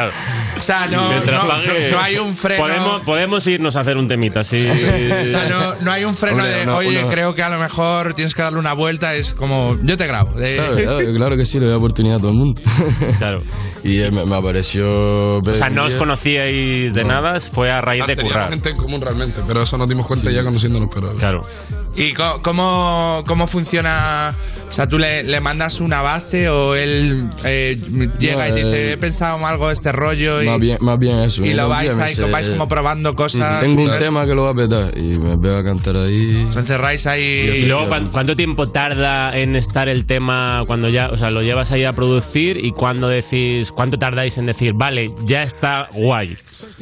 O sea, no, Mientras no- pague- no hay un freno. eh, Podemos, podemos irnos a hacer un temita, sí. O sea, no, no hay un freno Hombre, de, una- oye, una- creo que a lo mejor tienes que darle una vuelta. Es como, yo te grabo. De- Claro, claro, claro que sí, le doy oportunidad a todo el mundo. Claro. Y eh, me, me apareció. O sea, no os conocíais de nada, fue a raíz de Teníamos currar. Ah, gente en común realmente, pero eso nos dimos cuenta ya conociéndonos. Pero... Claro. ¿Y co- cómo, cómo funciona? O sea, tú le, le mandas una base o él eh, llega y te dice, eh, he pensado en algo de este rollo y, Más bien, más bien eso. y eh, lo los vais días me ahí, dice, vais eh, como probando cosas. Tengo un Claro. tema que lo va a petar y me voy a cantar ahí. Os encerráis ahí. Y luego, ¿cuán- ¿cuánto tiempo tarda en estar el tema cuando ya, o sea, lo llevas ahí a producir y cuando decís, cuánto tardáis en decir, vale, ya está guay?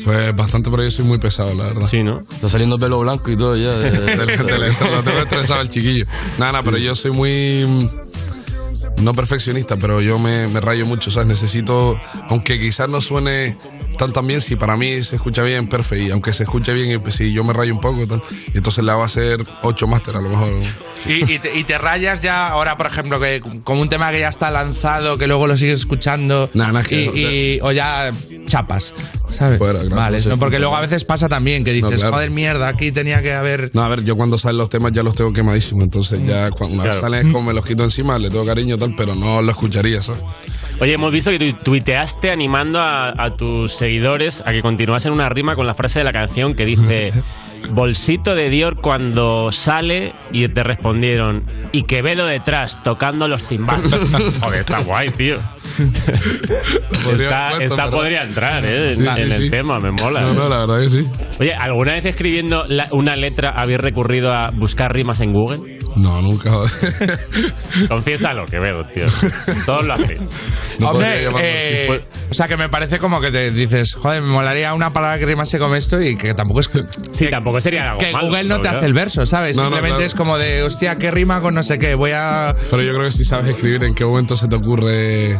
Pues bastante, pero yo soy muy pesado, la verdad. Sí, ¿no? Está saliendo pelo blanco y todo ya. de- de- Del- del- del- Lo tengo estresado el chiquillo. Nada, nada, pero yo soy muy. mm, No perfeccionista, pero yo me, me rayo mucho, ¿sabes? Necesito, aunque quizás no suene tan tan bien, si para mí se escucha bien, perfecto. Y aunque se escuche bien, y, pues, si yo me rayo un poco, tal, y entonces le hago hacer ocho máster a lo mejor. Y, y te, y te rayas ya ahora, por ejemplo, que como un tema que ya está lanzado, que luego lo sigues escuchando. no, es que y- eso, y- o ya chapas. ¿Sabes? vale, no sé, no, porque no, luego a claro. veces pasa también que dices, No, claro. joder, mierda, aquí tenía que haber. No, a ver, yo cuando salen los temas ya los tengo quemadísimos, entonces ya cuando una vez Claro. salen es como me los quito encima, le tengo cariño tal, pero no lo escucharía, ¿sabes? Oye, hemos visto que tu- tuiteaste animando a, a tus seguidores a que continuasen una rima con la frase de la canción que dice bolsito de Dior cuando sale y te respondieron y Quevedo detrás tocando los timbales. Joder, está guay, tío. Esta, haber puesto, esta ¿verdad? podría entrar ¿eh? en, Sí, sí, en el sí. tema, me mola. No, no, la verdad que sí. Oye, ¿alguna vez escribiendo la- una letra habéis recurrido a buscar rimas en Google? No, nunca. Confiésalo, Quevedo, tío. Todos lo hacéis. Hombre, eh, o sea que me parece como que te dices, joder, me molaría una palabra que rimase con esto y que tampoco es. Sí, tampoco sería algo Que malo, Google la no te verdad. hace el verso, ¿sabes? No, no, Simplemente claro. es como de, hostia, ¿qué rima con no sé qué? Voy a. Pero yo creo que si sabes escribir, ¿en qué momento se te ocurre?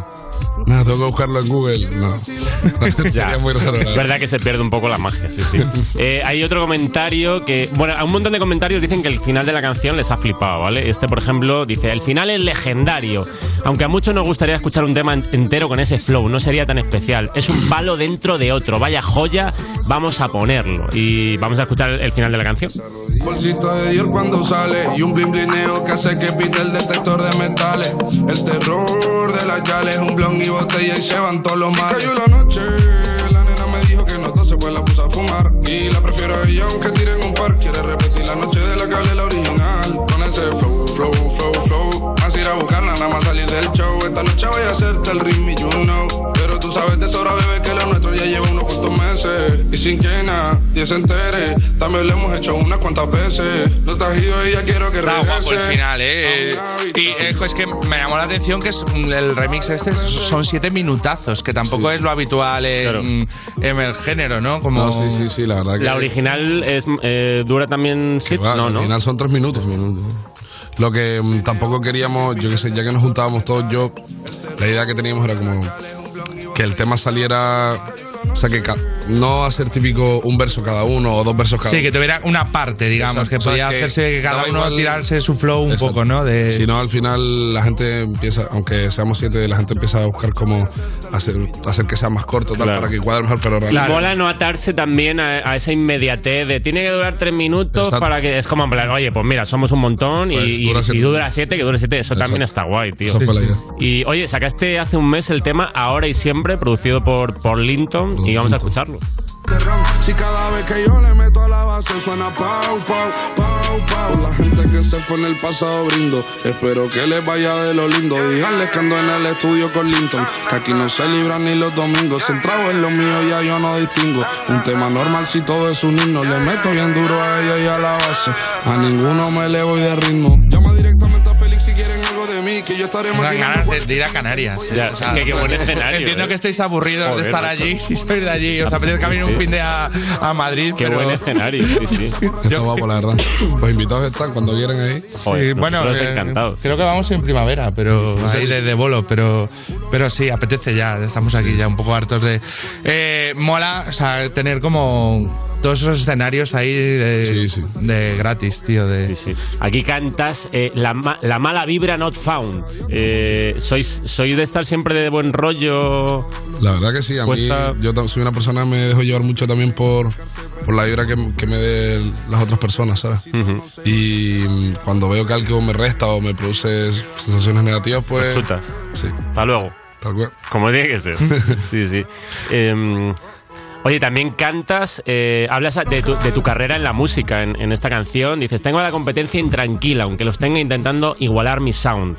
Nada, tengo que buscarlo en Google. No. Sería muy raro. la Es verdad que se pierde un poco la magia, sí, sí. Eh, hay otro comentario que. Bueno, a un montón de comentarios dicen que el final de la canción les ha flipado, ¿vale? Este, por ejemplo, dice: El final es legendario. Aunque a muchos nos gustaría escuchar un tema en- entero con ese flow, no sería tan especial. Es un palo dentro de otro. Vaya joya, vamos a ponerlo. Y vamos a escuchar el final de la canción. Bolsito de Dior cuando sale y un blin blineo que hace que pite el detector de metales. El terror de las yales, un blon y botella y llevan todos los males. Cayó la noche, la nena me dijo que no se pues la puse a fumar. Y la prefiero a ella aunque tire en un par. Quiere repetir la noche de la cable la original. Con ese flow, flow, flow, flow. Más ir a buscarla, nada más salir del show. Esta noche voy a hacerte el ritmo y you know. Pero tú sabes de sobra, bebé, que lo nuestro ya lleva unos cuantos meses. Y sin que nadie se entere, también lo hemos hecho unas cuantas veces. No te has ido y ya quiero que Está guapo el regrese. final, ¿eh? Y eh, es que me llamó la atención que es, mm, el remix este son siete minutazos, que tampoco es lo habitual en, en el género, ¿no? Como... No, sí, sí, sí, la verdad que- La original es, eh, dura también. Sí, Va, no, al no. final son tres minutos. Lo que mm, tampoco queríamos, yo qué sé, ya que nos juntábamos todos, yo, la idea que teníamos era como que el tema saliera, o sea, que ca- no hacer típico un verso cada uno o dos versos cada Sí, uno. que tuviera una parte, digamos, Exacto. que O sea, podía que hacerse que cada daba uno igual- tirarse su flow un poco, ¿no? De... Si no, al final la gente empieza, aunque seamos siete, la gente empieza a buscar cómo hacer, hacer que sea más corto, tal, Claro. para que cuadre mejor, pero Y realmente- mola no atarse también a, a esa inmediatez de tiene que durar tres minutos Exacto. para que. Es como en plan, oye, pues mira, somos un montón y- Pues y, dura si siete dura siete, que dure siete. Eso también está guay, tío. Esa fue la idea. Y oye, sacaste hace un mes el tema Ahora y Siempre, producido por, por Linton, y vamos a escucharlo. Si cada vez que yo le meto a la base suena pau, pau, pau, pau. La gente que se fue en el pasado brindo. Espero que les vaya de lo lindo. Díganles que ando en el estudio con Linton. Que aquí no se libran ni los domingos. Centrado en lo mío ya yo no distingo. Un tema normal si todo es un himno. Le meto bien duro a ella y a la base. A ninguno me le voy de ritmo. Llama directamente a Félix si quieren algo de mí. Que yo estaré Me dan maquinando ganas de, de ir a Canarias. Ya, eh, es que qué buen escenario, Entiendo eh. que estáis aburridos Joder, de estar macho. allí. Si sois de allí, os apetece caminar un Sí. fin de a, a Madrid. Qué pero... buen escenario, sí, sí. Está guapo, la verdad. Los invitados están cuando quieran ahí. Sí, bueno, eh, creo que vamos en primavera, pero pues Sí, sí, ahí sí. de, de bolo, pero pero sí, apetece ya, estamos aquí ya un poco hartos de eh, mola, o sea, tener como todos esos escenarios ahí de, Eh, de gratis, tío, de Aquí cantas eh, la, ma- la mala vibra not found. Eh, ¿sois, ¿Sois de estar siempre de buen rollo? La verdad que sí, a Cuesta- mí yo tam- soy una persona que me dejo llevar mucho también por, por la vibra que, que me den las otras personas, ¿sabes? Y mm, cuando veo que algo me resta o me produce sensaciones negativas, pues... Lo chutas. Sí. Hasta luego. Tal cual. Como tiene que ser. sí, sí. Em, oye, también cantas, eh, hablas de tu, de tu carrera en la música en, en esta canción. Dices, tengo la competencia intranquila, aunque los tenga intentando igualar mi sound.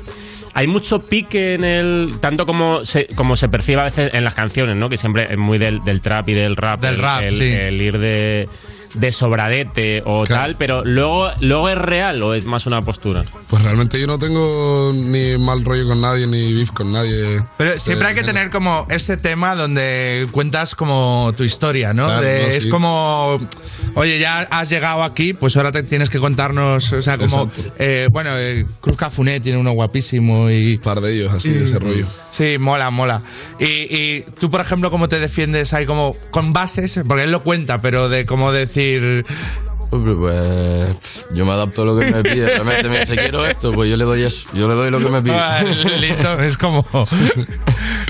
Hay mucho pique en el. tanto como se, como se percibe a veces en las canciones, ¿no? Que siempre es muy del, del trap y del rap. Del el- rap, el- sí. el ir de, de sobradete o tal, pero luego, luego es real o es más una postura. Pues realmente yo no tengo ni mal rollo con nadie, ni beef con nadie. Pero siempre Eh, hay que eh, tener como ese tema donde cuentas como tu historia, ¿no? Claro, De- no, es sí. como, oye, ya has llegado aquí, pues ahora te tienes que contarnos, o sea, como, Exacto. eh, bueno, eh, Cruz Cafuné tiene uno guapísimo y... par de ellos, así, de ese rollo. Sí, mola, mola. Y, y tú, por ejemplo, ¿cómo te defiendes ahí como con bases? Porque él lo cuenta, pero de cómo decir... Hombre, pues yo me adapto a lo que me pide. Realmente me dice, quiero esto, pues yo le doy eso. Yo le doy lo que me Ah, pide. Lindo, es como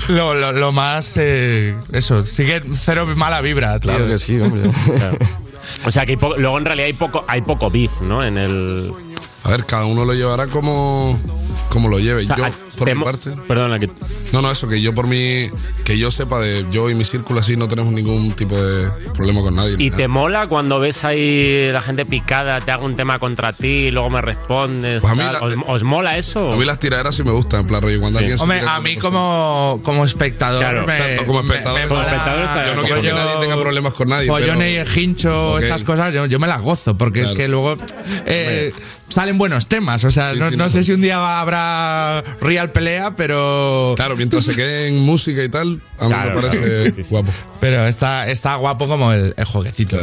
lo, lo- lo más eh, eso, sigue cero mala vibra, tío. Claro que sí, hombre. O sea que hay po- luego en realidad hay poco, hay poco beef, ¿no? En el. A ver, cada uno lo llevará como, como lo lleve. O sea, yo, a- por te mi mo- parte. Perdona que. No, no, eso, que yo por mí. Que yo sepa de. Yo y mi círculo así no tenemos ningún tipo de problema con nadie. ni ¿Y nada. te mola cuando ves ahí la gente picada, te hago un tema contra ti, luego me respondes? Pues a mí tal? la- ¿Os, os mola eso? A mí las tiraderas sí me gustan, en plan rollo. Cuando Sí. alguien se Hombre, tira a mí como, como espectador. Claro, me- exacto, como me- espectador, me como mola espectador está Yo no quiero que rollo nadie tenga problemas con nadie, Follone pero- y el hincho, Ok. esas cosas, yo, yo me las gozo, porque es Claro. que luego eh, salen buenos temas. O sea, no, sí, no no, sé si un día va- habrá real pelea, pero. Claro, mientras se quede en música y tal, a mí Claro, me parece claro. guapo. Pero está, está guapo como el, el jueguecito.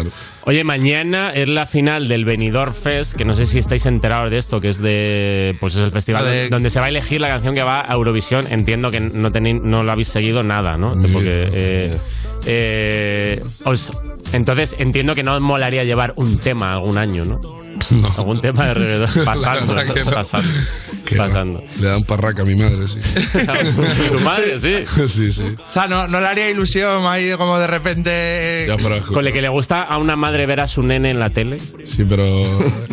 Oye, mañana es la final del Benidorm Fest, que no sé si estáis enterados de esto, que es de pues es el festival Lo de- donde se va a elegir la canción que va a Eurovisión. Entiendo que no tenéis, no lo habéis seguido nada, ¿no? Porque eh, eh, os- entonces entiendo que no os molaría llevar un tema algún año, ¿no? Algún tema de reggaetón pasando, La verdad que no. pasando, pasando. Le dan parraca a mi madre, sí. Tu madre, sí. Sí, sí. O sea, Ah, no, no le haría ilusión ahí como de repente. eh, Con el que le gusta a una madre ver a su nene en la tele. Sí, pero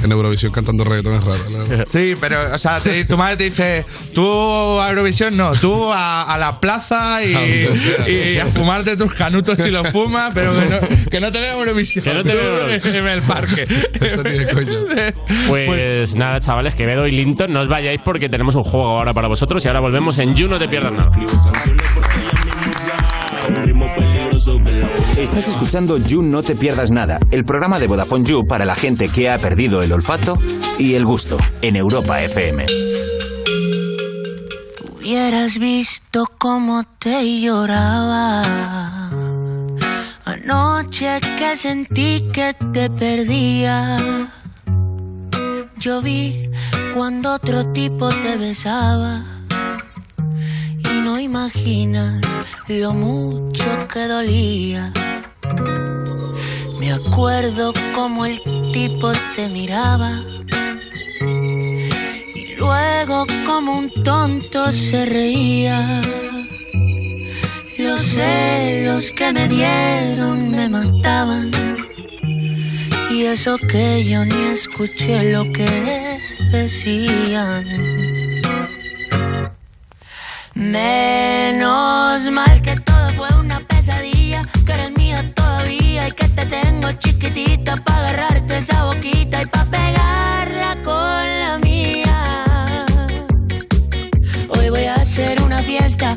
en Eurovisión cantando reggaetón es raro. la verdad. Sí, pero, o sea, te- tu madre te dice, tú a Eurovisión no, tú a, a la plaza Ah, y, A donde sea. y a fumarte tus canutos si los fumas, pero que no, que no te vea Eurovisión. Que no te vea Eurovisión. En el parque. Pues, nada, chavales, Quevedo y Linton, no os vayáis porque tenemos un juego ahora para vosotros y ahora volvemos en You, no te pierdas nada. Estás escuchando You No Te Pierdas Nada, el programa de Vodafone You para la gente que ha perdido el olfato y el gusto en Europa FM. Hubieras visto cómo te lloraba. Anoche que sentí que te perdía. Yo vi cuando otro tipo te besaba. Y no imaginas lo mucho que dolía. Me acuerdo como el tipo te miraba. Y luego como un tonto se reía. Los celos que me dieron me mataban. Y eso que yo ni escuché lo que decían. Menos mal que todo fue una pesadilla, que eres mía todavía y que te tengo chiquitita para agarrarte esa boquita y para pegarla con la mía. Hoy voy a hacer una fiesta,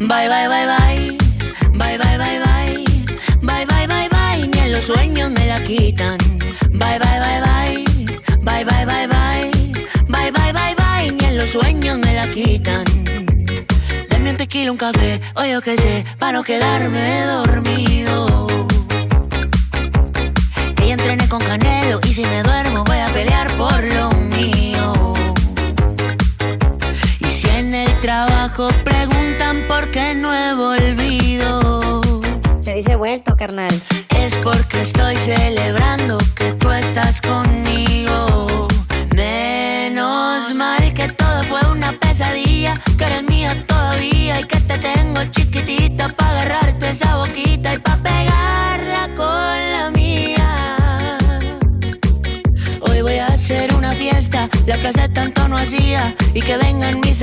Bye, bye, bye, bye. Bye, bye, bye, bye. Bye, bye, bye, bye. Ni en los sueños me la quitan. Bye, bye, bye, bye. Bye, bye, bye, bye. Bye, bye, bye, bye. Ni en los sueños me la quitan. Dame un tequila, un café, o yo qué sé, para no quedarme dormido. Que ya entrené con Canelo y si me duermo voy a pelear por lo mío. Y si en el trabajo preguntan por qué no he volvido. Se dice vuelto, carnal. Es porque estoy celebrando que tú estás conmigo. Menos mal que todo fue una pesadilla, que eres mía todavía y que te tengo chiquitita para agarrarte esa boquita y para pegarla con la mía. Hoy voy a hacer una fiesta, la que hace tanto no hacía. Y que vengan mis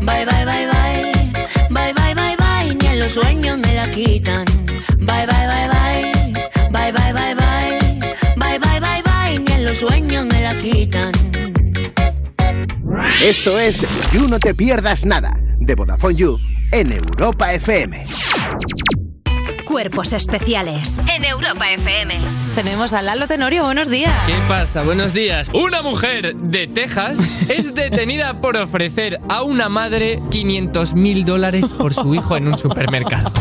Bye, bye, bye, bye. Bye, bye, bye, bye. Ni en los sueños me la quitan. Bye, bye, bye, bye. Bye, bye, bye, bye. Bye, bye, bye, bye. Ni en los sueños me la quitan. Esto es You No Te Pierdas Nada de Vodafone You en Europa FM. Cuerpos especiales en Europa FM. Tenemos a Lalo Tenorio, buenos días. ¿Qué pasa? Buenos días. Una mujer de Texas es detenida por ofrecer a una madre 500 mil dólares por su hijo en un supermercado.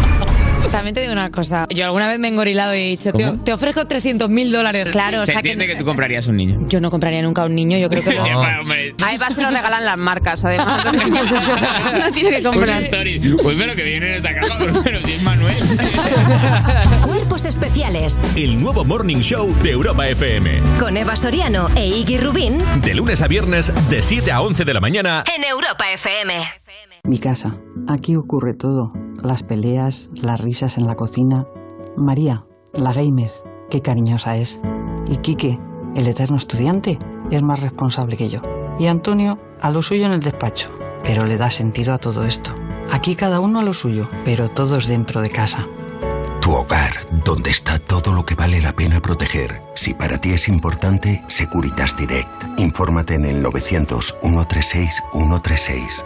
También te digo una cosa. Yo alguna vez me he engorilado y he dicho, ¿Cómo? "Tío, te ofrezco 300 mil dólares. Pues Claro, o Se sea entiende que, que, tú comprarías un niño. yo no compraría nunca a un niño, yo creo que no. Bueno, hombre, Además se lo regalan las marcas, además. no tiene que una comprar. story. Pues bueno, que viene en esta caja, pues bueno, si es Manuel. Cuerpos especiales El nuevo Morning Show de Europa FM. con Eva Soriano e Iggy Rubín De lunes a viernes, de 7 a 11 de la mañana. en Europa FM. Mi casa. Aquí ocurre todo. Las peleas, las risas en la cocina. María, la gamer, qué cariñosa es. Y Quique, el eterno estudiante, es más responsable que yo. Y Antonio, a lo suyo en el despacho. Pero le da sentido a todo esto. Aquí cada uno a lo suyo, pero todos dentro de casa. Tu hogar, donde está todo lo que vale la pena proteger. Si para ti es importante, Securitas Direct. Infórmate en el 900 136 136.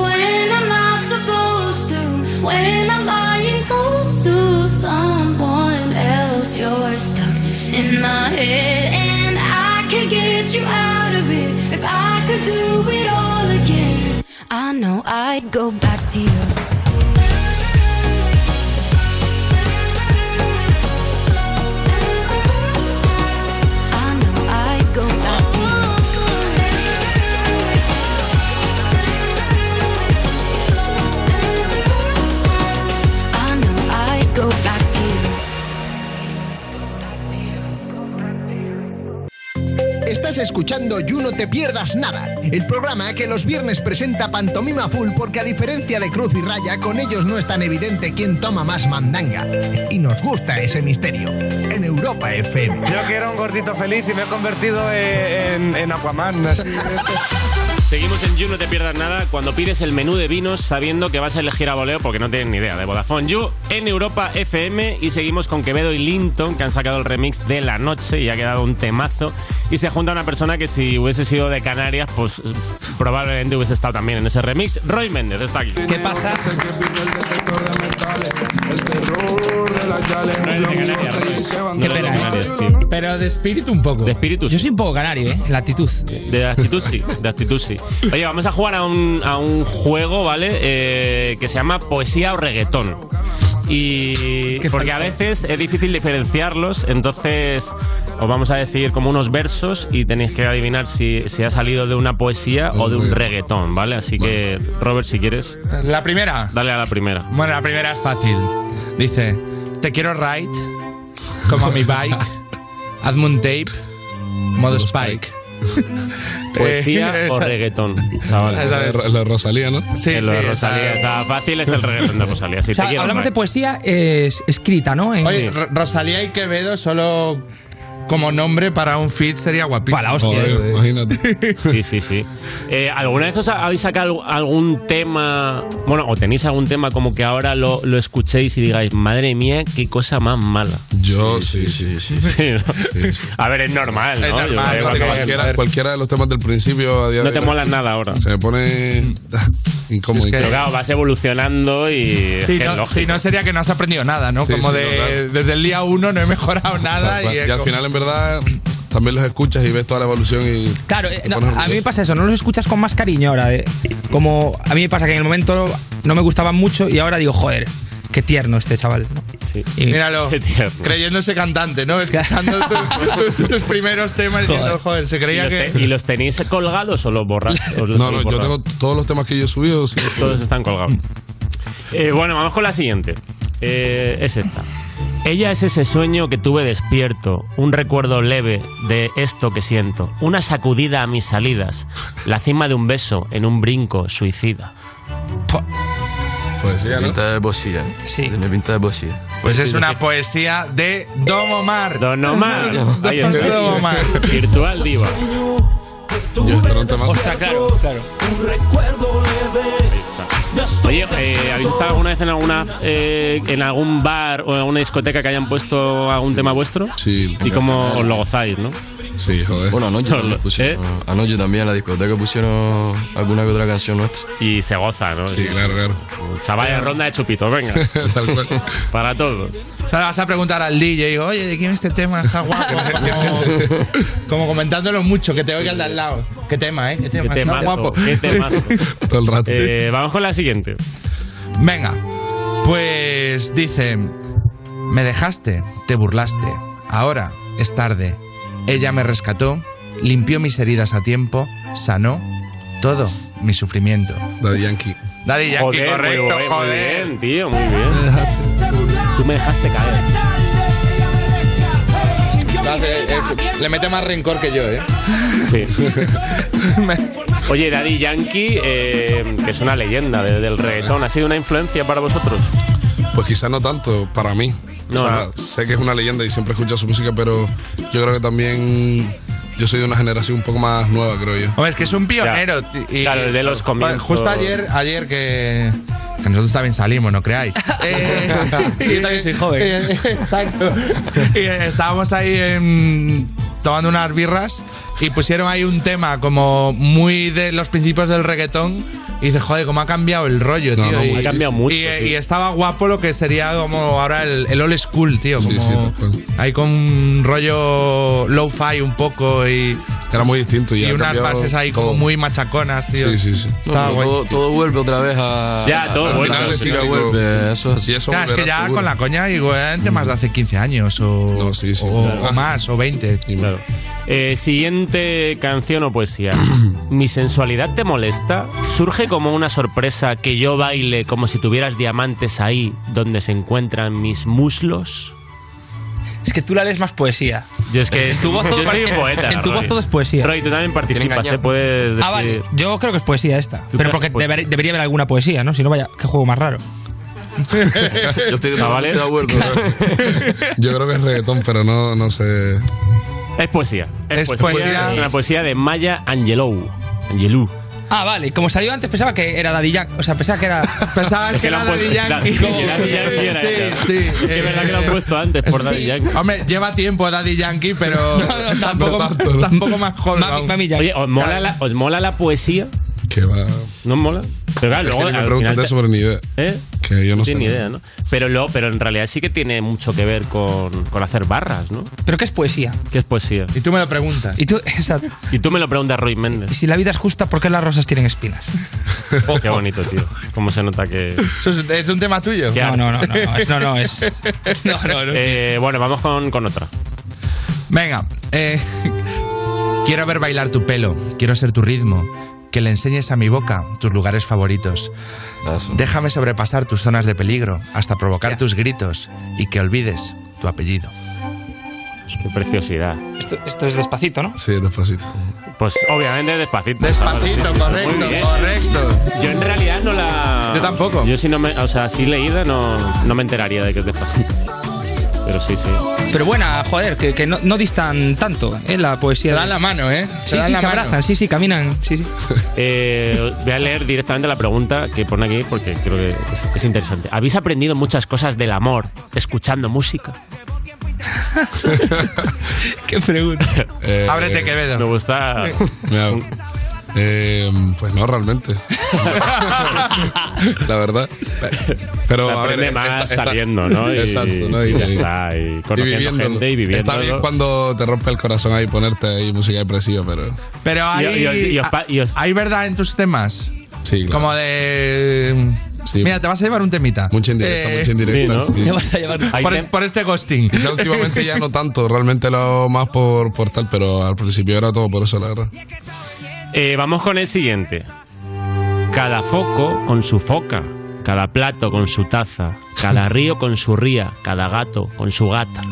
when I'm not supposed to. When I'm lying close to someone else, you're stuck in my head. And I could get you out of it if I could do it all again. I know I'd go back to you. I know I'd go back Estás escuchando You No Te Pierdas Nada, el programa que los viernes presenta Pantomima Full porque a diferencia de Cruz y Raya, con ellos no es tan evidente quién toma más mandanga. Y nos gusta ese misterio. En Europa FM. Yo que era un gordito feliz y me he convertido en, en- en Aquaman. así. este Seguimos en You, no te pierdas nada cuando pides el menú de vinos sabiendo que vas a elegir a voleo porque no tienes ni idea de Vodafone You en Europa FM y seguimos con Quevedo y Linton que han sacado el remix de La Noche y ha quedado un temazo y se junta una persona que si hubiese sido de Canarias pues eh, probablemente hubiese estado también en ese remix. Roy Méndez está aquí. ¿Qué pasa? Qué pena, ¿eh? Pero de espíritu un poco. De espíritu. Yo soy un poco canario, ¿eh? En la actitud. De actitud sí, de actitud sí. Oye, vamos a jugar a un, a un juego, ¿vale? Eh, que se llama poesía o reggaetón. Y porque a veces es difícil diferenciarlos, entonces os vamos a decir como unos versos y tenéis que adivinar si, si ha salido de una poesía o de un reggaetón, ¿vale? Así que, Robert, si quieres, La primera. dale a la primera. Bueno, la primera es fácil. Dice, te quiero ride, como a mi bike, hazme un tape, modo spike. Poesía Eh, o esa- reggaetón, chaval. Es la de- de Rosalía, ¿no? Sí, lo de sí, Rosalía. esa- Está fácil, es el reggaetón de Rosalía. Si O sea, te quiero, hablamos de Mike. poesía eh, escrita, ¿no? En- Oye, Sí. Ro- Rosalía y Quevedo solo como nombre para un feed sería guapísimo. Para ¿eh? imagínate. eh. Sí, sí, sí. Eh, ¿Alguna vez os ha- habéis sacado algún tema, bueno, o tenéis algún tema como que ahora lo, lo escuchéis y digáis, madre mía, qué cosa más mala? Yo sí, sí, sí. ¿no? A ver, es pues, normal, ¿no? Yo creo que- cualquiera, cualquiera de los temas del principio a día No de te hoy, molan nada ahora. Se me pone incómodo. Pero claro, vas evolucionando y es Si que es no, lógico. si no sería que no has aprendido nada, ¿no? Sí, como sí, de, no, claro. desde el día uno no he mejorado nada. y, y, es al como- final, en verdad, también los escuchas y ves toda la evolución y. Claro, eh, te no, pones a mí me orgulloso. pasa eso, no los escuchas con más cariño ahora. eh. Como a mí me pasa que en el momento no me gustaban mucho y ahora digo, joder, qué tierno este chaval. ¿no? Y- Míralo, creyéndose cantante, ¿no? Escuchando tu- tu- tus primeros temas diciendo, joder, se ¿Y creía los, que... te- y los tenéis colgados o los borráis? ¿Os los No, no, tenéis yo borrados? tengo todos los temas que yo he subido. sí. Todos están colgados. Eh, bueno, vamos con la siguiente. Eh, es esta. Ella es ese sueño que tuve despierto, un recuerdo leve de esto que siento, una sacudida a mis salidas, la cima de un beso en un brinco suicida. Poesía, Pues Tiene pinta de poesía. Sí. Tiene pinta de poesía. Pues es una poesía de Don Omar. Don Omar. Ahí está. Don Omar. Virtual diva. Yo estaré un tema- claro, claro. Oye, eh, ¿habéis estado alguna vez en alguna eh, en algún bar o en alguna discoteca que hayan puesto algún tema vuestro? Sí. Y cómo os lo gozáis, ¿no? ¿Eh? Sí, joder. Bueno, anoche, también pusieron, anoche también en la discoteca pusieron alguna que otra canción nuestra. Y se goza, ¿no? Sí, claro, claro. Chavales, ronda de chupitos, venga. Tal cual. Para todos. O sea, vas a preguntar al DJ, digo, oye, ¿de quién es este tema? Está guapo. Como, como comentándolo mucho, que te oiga el de al lado. Qué tema, ¿eh? Qué tema, Qué está temazo, guapo. qué temazo. Todo el rato. Eh, vamos con la siguiente. Venga, pues dice, me dejaste, te burlaste, ahora es tarde. Ella me rescató, limpió mis heridas a tiempo, sanó todo mi sufrimiento. Daddy Yankee. Daddy Yankee, Joder, muy correcto, buen- muy joder. bien, tío, muy bien. Tú me dejaste caer. Lo hace, eh, le mete más rencor que yo, ¿eh? Sí. Oye, Daddy Yankee, eh, que es una leyenda de- del reggaetón, ¿ha sido una influencia para vosotros? Pues quizá no tanto para mí. No, O sea, Sé que es una leyenda y siempre he escuchado su música, pero yo creo que también yo soy de una generación un poco más nueva, creo yo. Hombre, es que es un pionero. Ya. y- Claro, el de los comienzos. Justo ayer, ayer que, que nosotros también salimos, no creáis. Eh, Yo también soy joven. exacto. Y eh, estábamos ahí em, tomando unas birras y pusieron ahí un tema como muy de los principios del reggaetón. Y dices, joder, cómo ha cambiado el rollo, No, tío. no, y, ha cambiado mucho, Y, sí. y estaba guapo lo que sería como ahora el, el old school, tío. como Ahí con un rollo low-fi un poco y. Era muy distinto y Y ha unas cambiado bases ahí como todo. muy machaconas, tío. Sí, sí, sí. Estaba No, guay. todo, todo vuelve otra vez a. Ya, todo a- a- vuelve, la al música final. vuelve, Eso es así. Claro, es que ya con la coña igualmente más de hace 15 años o, o- claro. o más o 20. Eh, siguiente canción o poesía. Mi sensualidad te molesta. Surge como una sorpresa que yo baile como si tuvieras diamantes ahí donde se encuentran mis muslos. Es que tú la lees más poesía. Yo es que En tu voz yo Eh, todo soy parece- un poeta. en tu voz Roy. todo es poesía. Roy, tú también participas, engañado. ¿eh? Puedes decir... Ah, vale. Yo creo que es poesía esta. Pero crees porque que es poesía? deber- debería haber alguna poesía, ¿no? Si no, vaya, qué juego más raro. Yo estoy Chavales. de acuerdo. Yo creo que es reggaetón, pero no, no sé. Es poesía. Es, Es poesía. poesía. Una poesía de Maya Angelou. Angelou. Ah, vale. Como salió antes, pensaba que era Daddy Yankee. O sea, pensaba que era. pensaba Es que que lo era han puesto- Daddy Yankee. Daddy- Daddy Yankee era ella. Es que es verdad que lo han puesto antes por Daddy Yankee. eh, Hombre, lleva tiempo Daddy Yankee, pero tampoco, tampoco más joven. aún. Oye, ¿os mola, la, ¿os mola la poesía? Que va. ¿No os mola? Pero claro, Es que luego, ni me al preguntas final de te- eso, pero ni idea. ¿Eh? Que yo no sé tiene nada. idea, ¿no? Pero, lo, pero en realidad sí que tiene mucho que ver con, con hacer barras, ¿no? ¿Pero qué es poesía? ¿Qué es poesía? Y tú me lo preguntas. Y tú, exacto. Y tú me lo preguntas, Roy Méndez. Oh, Si la vida es justa, ¿por qué las rosas tienen espinas? Qué bonito, tío. Cómo se nota que... Eso ¿Es es un tema tuyo? que- no, no, no, no, es- no, no, es- Eh, bueno, vamos con, con otra. Venga, eh, quiero ver bailar tu pelo, quiero ser tu ritmo, que le enseñes a mi boca tus lugares favoritos. Déjame sobrepasar tus zonas de peligro hasta provocar tus gritos y que olvides tu apellido. Qué preciosidad. Esto, esto es despacito, ¿no? Sí, despacito. Pues obviamente despacito. Despacito, correcto, correcto. Yo en realidad no la. Yo tampoco. Yo si no me. O sea, si leída no, no me enteraría de que es despacito. Pero sí, sí. Pero buena, joder, que, que no, no distan tanto, ¿eh? La poesía. Se dan la mano, ¿eh? Sí, Se dan sí, la se mano. abrazan, sí, sí, caminan, sí, sí. Eh, voy a leer directamente la pregunta que pone aquí porque creo que es, es interesante. ¿Habéis aprendido muchas cosas del amor escuchando música? Qué pregunta. Eh, Ábrete, Quevedo. Me gusta. Mira, eh, pues no, realmente. la verdad. Pero Se a ver, aprende más saliendo, ¿no? Y- exacto, ¿no? Y, ya está, y conociendo viviéndolo. gente y viviéndolo. Está bien cuando te rompe el corazón ahí ponerte ahí música depresiva, pero. Pero Ah. hay, Y- y- y os pa- hay verdad en tus temas. Sí, claro. Como de... Mira, te vas a llevar un temita. Mucha indirecta, mucha indirecta, Sí, ¿no? sí. Te vas a llevar- Por, por este ghosting. Quizá últimamente ya no tanto, realmente lo hago más por, por tal, pero al principio era todo por eso, la verdad. Eh, vamos con el siguiente. Cada foco con su foca. Cada plato con su taza. Cada río con su ría. Cada gato con su gata.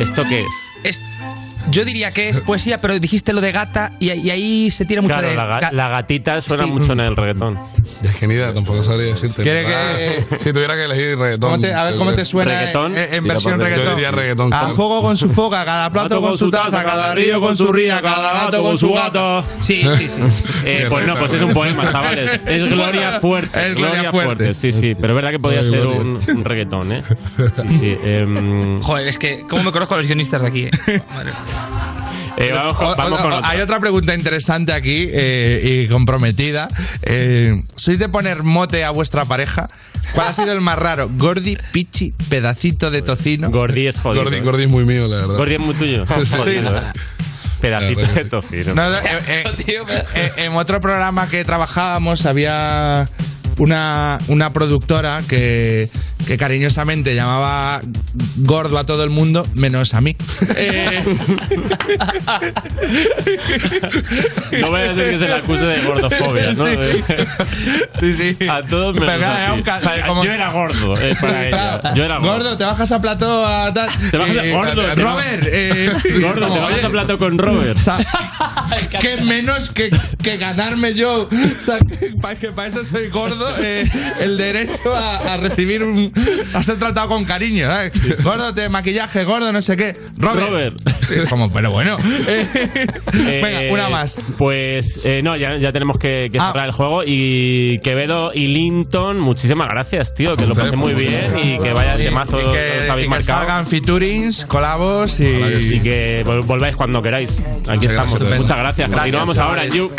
¿Esto qué es? Es- yo diría que es poesía, pero dijiste lo de gata y, y ahí se tira mucho Claro, de. la, ga- ga- la gatita suena Sí. mucho en el reggaetón. Es que ni idea, tampoco sabría decirte. ¿Quiere Ah, Si tuviera que elegir reggaetón. ¿Cómo te- a ver, yo ¿cómo creo. te suena Reggaetón. en- en versión Yo reggaetón? diría reggaetón. Al claro. fuego con su foca, cada plato con su taza, cada río con su ría, cada gato con su gato. Sí, sí, sí. Eh, pues no, pues es un poema, chavales. Es Gloria Fuerte. Es Gloria Fuerte. Sí, sí, pero es verdad que podía Ay, ser Gloria. un, un reggaetón, ¿eh? Sí, sí. em, Joder, es que, ¿cómo me conozco a los guionistas de aquí? eh? Madre. eh, vamos con, O- vamos o- con o- otra. Hay otra pregunta interesante aquí eh, y comprometida. Eh, ¿Sois de poner mote a vuestra pareja? ¿Cuál ha sido el más raro? ¿Gordi, pichi, pedacito de tocino? Gordi es jodido. ¿eh? Gordi, Gordi es muy mío, la verdad. Gordi es muy tuyo. Sí. Jodido, ¿eh? Pedacito de tocino. No, no, eh, eh, eh, en otro programa que trabajábamos había una, una productora que, que cariñosamente llamaba gordo a todo el mundo, menos a mí. Eh. No voy a decir que se le acuse eh. de gordofobia, ¿no? Sí, sí. A todos menos Pero claro, a era ti. un ca- O sea, como- Yo era gordo eh, para ella. Yo era gordo. Gordo, te bajas a plató a tal. Te bajas a- Eh, gordo, te bajas- Robert, eh, Gordo, te como, vamos oye, a plato con Robert. que menos que, que ganarme yo. O sea, que para eso soy gordo, eh, el derecho a, a recibir un. a ser tratado con cariño. ¿sabes? Gordo de maquillaje, gordo, no sé qué. Robert. Sí, Como, pero bueno. Eh, Eh, venga, una más. Ah. Pues eh, no, ya, ya tenemos que, que cerrar el juego. Y Quevedo y Linton, muchísimas gracias, tío. Que lo pasé muy bien y que vaya el temazo pues, eh, que Y os que, habéis y que marcado. salgan featurings, colabos y. Y que vol- volváis cuando queráis. Aquí Muchas estamos. gracias, Muchas gracias. Gracias, Continuamos ahora en chavales. You.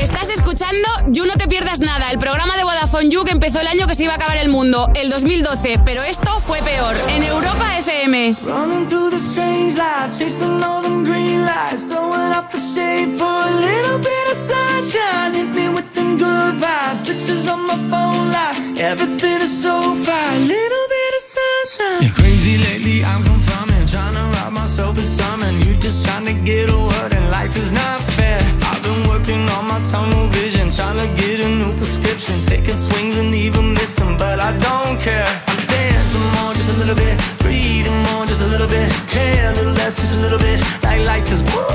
Estás escuchando You No Te Pierdas Nada, el programa de Vodafone You que empezó el año que se iba a acabar el mundo, el 2012, pero esto fue peor, en Europa FM. Running through the strange life, chasing all them green lights, throwing up the shade for a little bit of sunshine. Hit me with them good vibes, pictures on my phone lights. Everything is so fine, little bit of sunshine. Crazy lately, I'm confirming, trying to rob myself. myself as something. You just trying to get a word, and life is not fair. I've been working on my tunnel vision, trying to get a new prescription. Taking swings and even missing, but I don't care. I'm dancing more, just a little bit. Breathing more, just a little bit. Care a little less, just a little bit. Like life is woo.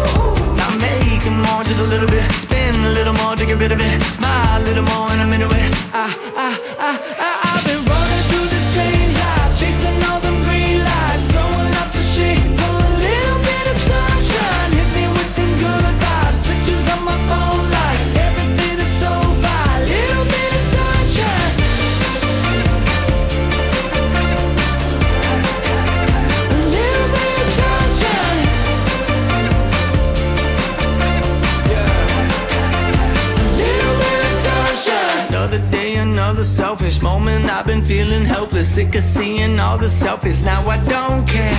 Now making more, just a little bit. Spin a little more to get rid of it. Smile a little more, and I'm into it. ah, I, I, I, I, ah. I've been running through this strange life, chasing all them green lights, throwing up the shade for a little bit of sunshine. Hit me with them good vibes, pictures on my phone, like everything is so fine. Little bit of sunshine. A little bit of sunshine. little bit of sunshine. Another day, another selfish moment. I've been feeling helpless, sick of seeing all the selfies. Now I don't care.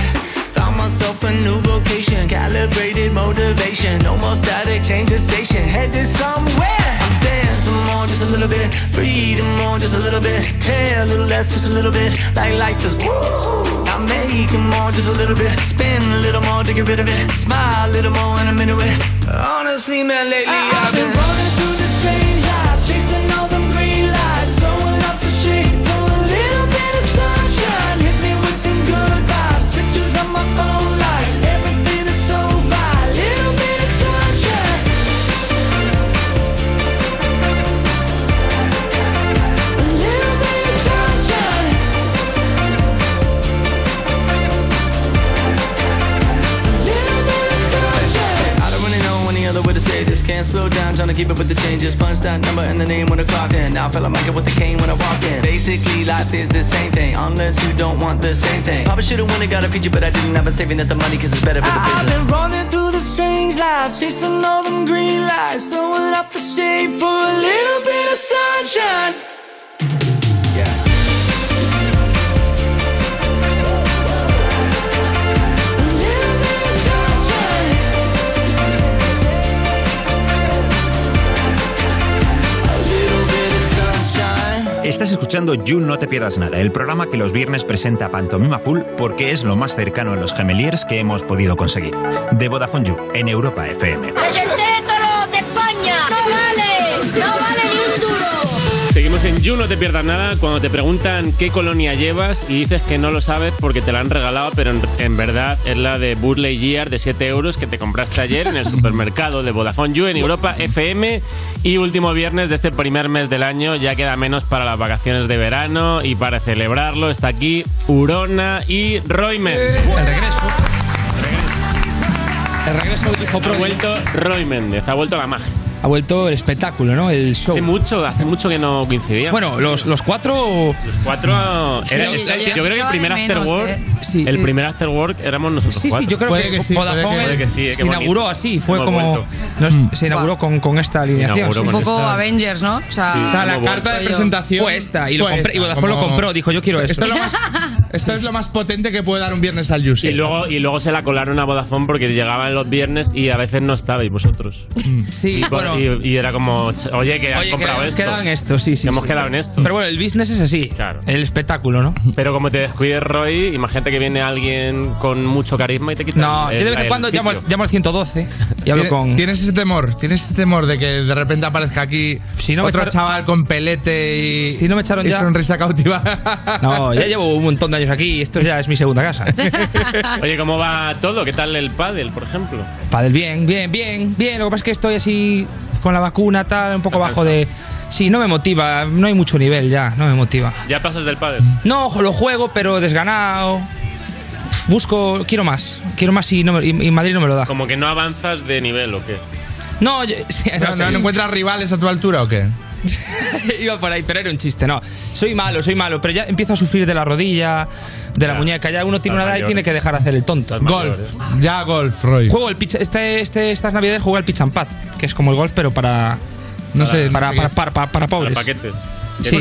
Found myself a new vocation, calibrated motivation. No more static, change the station, headed somewhere. I'm dancing more, just a little bit. Breathing more, just a little bit. Care a little less, just a little bit. Like life is woo. I'm making more, just a little bit. Spin a little more to get rid of it. Smile a little more, and I'm into it. Honestly, man, lately I- I've been running through this strange life, chasing all them green lights, throwing up the shade for a little bit of sunshine. Hit me with them good vibes, pictures on my phone, like everything is so fine. Little bit of sunshine, a little bit of sunshine. I don't really know any other way to say this. Can't slow down, trying to keep up with the changes. Punch that number and the name when I clock in. Now I feel like Michael with the cane when I walk in. Basically, life is the same thing, unless you don't want the same thing. Probably should've won and got a feature, but I didn't. I've been saving up the money cause it's better for the I- I've business. been running through the strange life, chasing all them green lights, throwing up the shade for a little bit of sunshine. Estás escuchando You No Te Pierdas Nada, el programa que los viernes presenta Pantomima Full porque es lo más cercano a los gemeliers que hemos podido conseguir. De Vodafone You, en Europa FM. ¡Que se entere todo lo de España! ¡No vale! ¡No vale ni un duro! Seguimos en You, no te pierdas nada. Cuando te preguntan qué colonia llevas y dices que no lo sabes porque te la han regalado, pero en, en verdad es la de Burley Gear de 7 euros que te compraste ayer en el supermercado de Vodafone You en Europa FM. Y último viernes de este primer mes del año, ya queda menos para las vacaciones de verano y para celebrarlo está aquí Urona y Roymer. El regreso. El regreso dijo Ha vuelto Roy Méndez, ha vuelto la magia. Ha vuelto el espectáculo, ¿no? El show. Hace mucho, hace mucho que no coincidíamos. Bueno, los, los cuatro. Los cuatro. ah, Sí, era- yo- está- yo- yo, creo que yo el primer de menos, after work. eh. Sí. el primer after work éramos nosotros Sí, sí, cuatro. yo creo que, Vodafone Puede que sí, eh, se qué bonito. inauguró así, fue Hemos como. vuelto. no, se inauguró con, con esta alineación. inauguró sí. Un poco Avengers, ¿no? O sea, Sí, O sea, la carta de Pues rollo- presentación fue esta y, lo fue compré- y esta, Vodafone lo como- compró, dijo yo quiero esto. Esto es lo más- Esto es lo más potente que puede dar un viernes al Yusi. Y luego, y luego se la colaron a Vodafone porque llegaban los viernes y a veces no estabais vosotros. Sí, y, co- bueno. y- y era como, "Ch- oye, que han Oye, que comprado hemos esto. quedado en esto, sí, sí. Que hemos sí. quedado en esto. Pero bueno, el business es así. Claro. El espectáculo, ¿no? Pero como te descuides, Roy, imagínate que viene alguien con mucho carisma y te quita. No, el- yo de vez en el cuando sitio. llamo, al- llamo al 112 y hablo Tiene- con. Tienes ese temor, tienes ese temor de que de repente aparezca aquí no me otro echaron- chaval con pelete y, Si no me echaron y ya. sonrisa cautiva. No, ya llevo un montón de años aquí y esto ya es mi segunda casa. Oye, ¿cómo va todo? ¿Qué tal el pádel, por ejemplo? Padel, bien, bien, bien, bien. Lo que pasa es que estoy así con la vacuna, tal, un poco abajo de. Sí, no me motiva, no hay mucho nivel ya, no me motiva. ¿Ya pasas del pádel? No, lo juego, pero desganado. Busco, quiero más, quiero más y, no me- y- y Madrid no me lo da. Como que no avanzas de nivel o qué. No, yo- sí, ¿No, sé. no encuentras rivales a tu altura o qué? Iba por ahí, pero era un chiste, no. Soy malo, soy malo, pero ya empiezo a sufrir de la rodilla, de la muñeca. Ya uno tiene una Estás edad y mayor. tiene que dejar hacer el tonto. Golf, ya golf, Roy. Juego el pitch, este, este- estas navidades jugué al pitch and pad, que es como el golf, pero para. No sé, Para, para, para, para, para pobres. Para paquetes. Sí.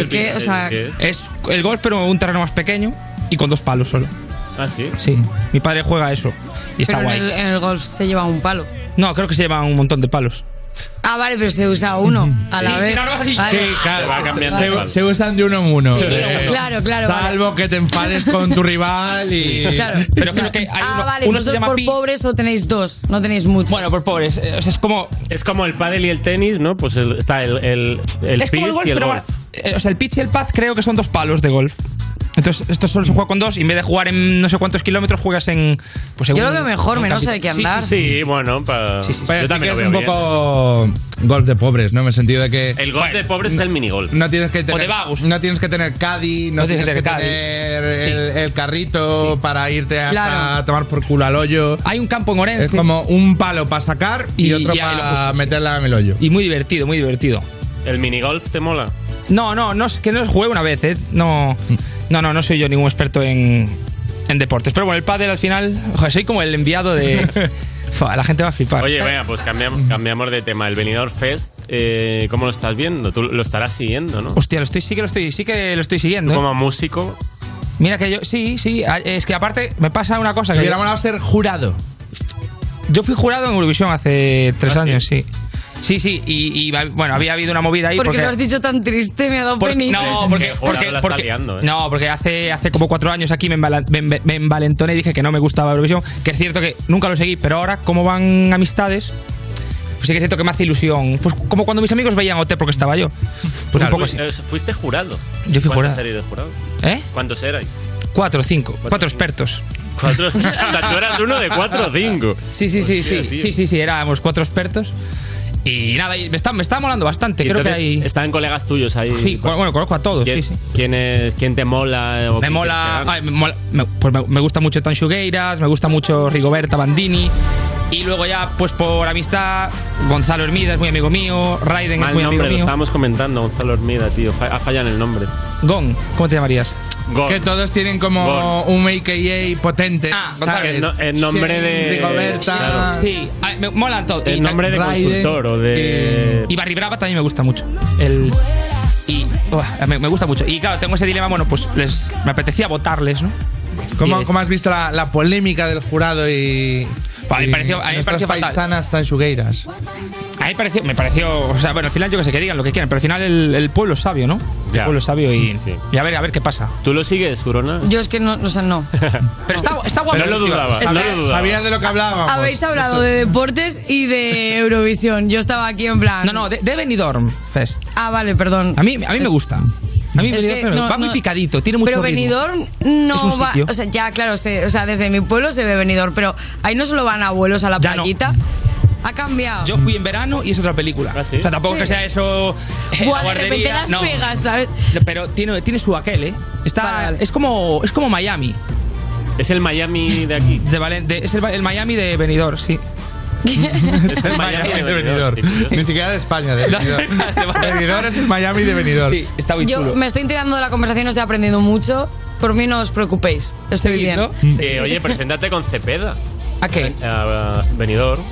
es el golf, pero un terreno más pequeño y con dos palos solo. Ah, sí. Sí, mi padre juega eso y está Pero en guay. el, en el golf se lleva un palo. No, creo que se llevan un montón de palos. Ah, vale, pero se usa uno a la Sí, vez. si no, no, sí. Vale. Sí, claro. Va cambiando se, igual. se usan de uno en uno. Sí, Eh, claro, claro, vale. Salvo que te enfades con tu rival y. Claro. Pero creo que hay ah, uno- vale, uno se vosotros llama por Pix. pobres solo tenéis dos, no tenéis mucho. Bueno, por pobres. eh, O sea, es como. Es como el pádel y el tenis, ¿no? Pues el- está el, el, el es como pitch el golf, y el pero golf. va- eh, o sea, el pitch y el pad creo que son dos palos de golf. Entonces, esto solo se juega con dos y en vez de jugar en no sé cuántos kilómetros juegas en pues en Yo un- lo veo mejor, un menos capítulo. hay que andar. Sí, sí, sí, bueno, para. Pero Yo sí que también es lo un veo poco golf de pobres, ¿no? En el sentido de que. bien. El golf de pobres es el minigolf. No tienes que tener. de vagos. No tienes que tener caddy, no, tienes, que caddy. tener el, el carrito para irte a, Claro. a tomar por culo al hoyo. Hay un campo en Orense. Es como un palo para sacar y, Y otro ya, y lo para justo, sí. meterla en el hoyo. Y muy divertido, muy divertido. ¿El minigolf te mola? No, no, no es que no jugué una vez, ¿eh? No, no, no, no soy yo ningún experto en, en deportes. Pero bueno, el pádel al final, joder, soy como el enviado de. Fua, la gente va a flipar. Oye, venga, pues cambiamos, cambiamos de tema. El Benidorm Fest, eh, ¿cómo lo estás viendo? Tú lo estarás siguiendo, ¿no? Hostia, lo estoy, sí que lo estoy, sí que lo estoy siguiendo. Tú ¿eh? como músico. Mira que yo, sí, sí, a- es que aparte me pasa una cosa que Le yo, hubiera molado ser jurado. yo fui jurado en Eurovisión hace tres ¿Ah, años, sí. Sí, sí, y, y va- bueno, había habido una movida ahí Porque, porque, lo has dicho tan triste, me ha dado Porque- penita. no, porque, porque, la está porque- liando, ¿eh? no, porque hace, hace como cuatro años aquí me, embala- me- me- me envalentoné y dije que no me gustaba Eurovisión, que es cierto que nunca lo seguí, pero ahora como van amistades, pues sí que es cierto que me hace ilusión. Pues como cuando mis amigos veían OT porque estaba yo. Pues un poco Fui- así. eh, Fuiste jurado. Yo fui jurado. ¿Cuántos erais de jurado? ¿Eh? ¿Cuántos erais? Cuatro, cinco, cuatro expertos. Cuatro. o sea, tú eras uno de cuatro o cinco. Sí, sí, sí, Hostia, sí, tío. sí, sí, sí, éramos cuatro expertos. Y nada, y me está, me está molando bastante, Y creo que entonces hay... Están colegas tuyos ahí. Sí, co- bueno, conozco a todos, ¿Quién, sí, sí. ¿quién, es, quién te mola? o Me quién mola, quieres que ay, me, mola- me- pues me, me gusta mucho Tan Shugueiras, me gusta mucho Rigoberta Bandini. Y luego ya, pues por amistad, Gonzalo Hermida es muy amigo mío, Raiden es Mal muy amigo nombre, lo mío. estábamos comentando, Gonzalo Hermida, tío. Fa- Ha fallado en el nombre. Gon, ¿cómo te llamarías? Que todos tienen como un AKA potente. Ah, ¿sabes? El, no- el nombre Sí, de. Rigoberta. Claro. Sí, ah, ay, me molan todos. El Y- nombre de Raiden. eh, consultor o de. Y Barry Brava también me gusta mucho. El, y uah, me, me gusta mucho. Y claro, tengo ese dilema, bueno, pues les, me apetecía votarles, ¿no? ¿Cómo, Y- eh, cómo has visto la, la polémica del jurado y. Pa, me y pareció- a mí me nuestras pareció fatal. paisanas tan shugueiras? A mí pareció, me pareció, o sea, bueno, al final yo que sé, que digan lo que quieran, pero al final el, el pueblo es sabio, ¿no? Ya. El pueblo es sabio y, y a ver, a ver qué pasa. ¿Tú lo sigues, Jurona? Yo es que no, o sea, no. Pero está, está guapo. Pero lo tío. dudaba, Está- no lo dudaba. Sabías de lo que hablábamos. Habéis hablado de deportes y de Eurovisión. Yo estaba aquí en plan. No, no, de, de Benidorm Fest. Ah, vale, perdón. A mí, a mí me gusta. A mí Es Benidorm que Fest me- no, va muy no. picadito, tiene mucho Pero ritmo. Benidorm no Es un va. sitio. O sea, ya, claro, se- o sea, desde mi pueblo se ve Benidorm, pero ahí no solo van abuelos a la Ya no. playita. Ha cambiado. Yo fui en verano y es otra película. Ah, O sea, tampoco Sí. que sea eso. Buah, eh, la de guardería, repente Las no. Vegas, ¿sabes? Pero tiene, tiene su aquel, ¿eh? Está, es, como, es como Miami. Es el Miami de aquí. De Valen- de- es el, el Miami de Benidorm, sí. Es el Miami de Benidorm. tío. Ni siquiera de España, de Benidorm. Benidorm es el Miami de Benidorm. Sí, está muy Yo chulo. me estoy enterando de la conversación, estoy aprendiendo mucho. Por mí no os preocupéis, estoy bien. Eh, oye, preséntate con Cepeda. ¿A qué? A Benidorm.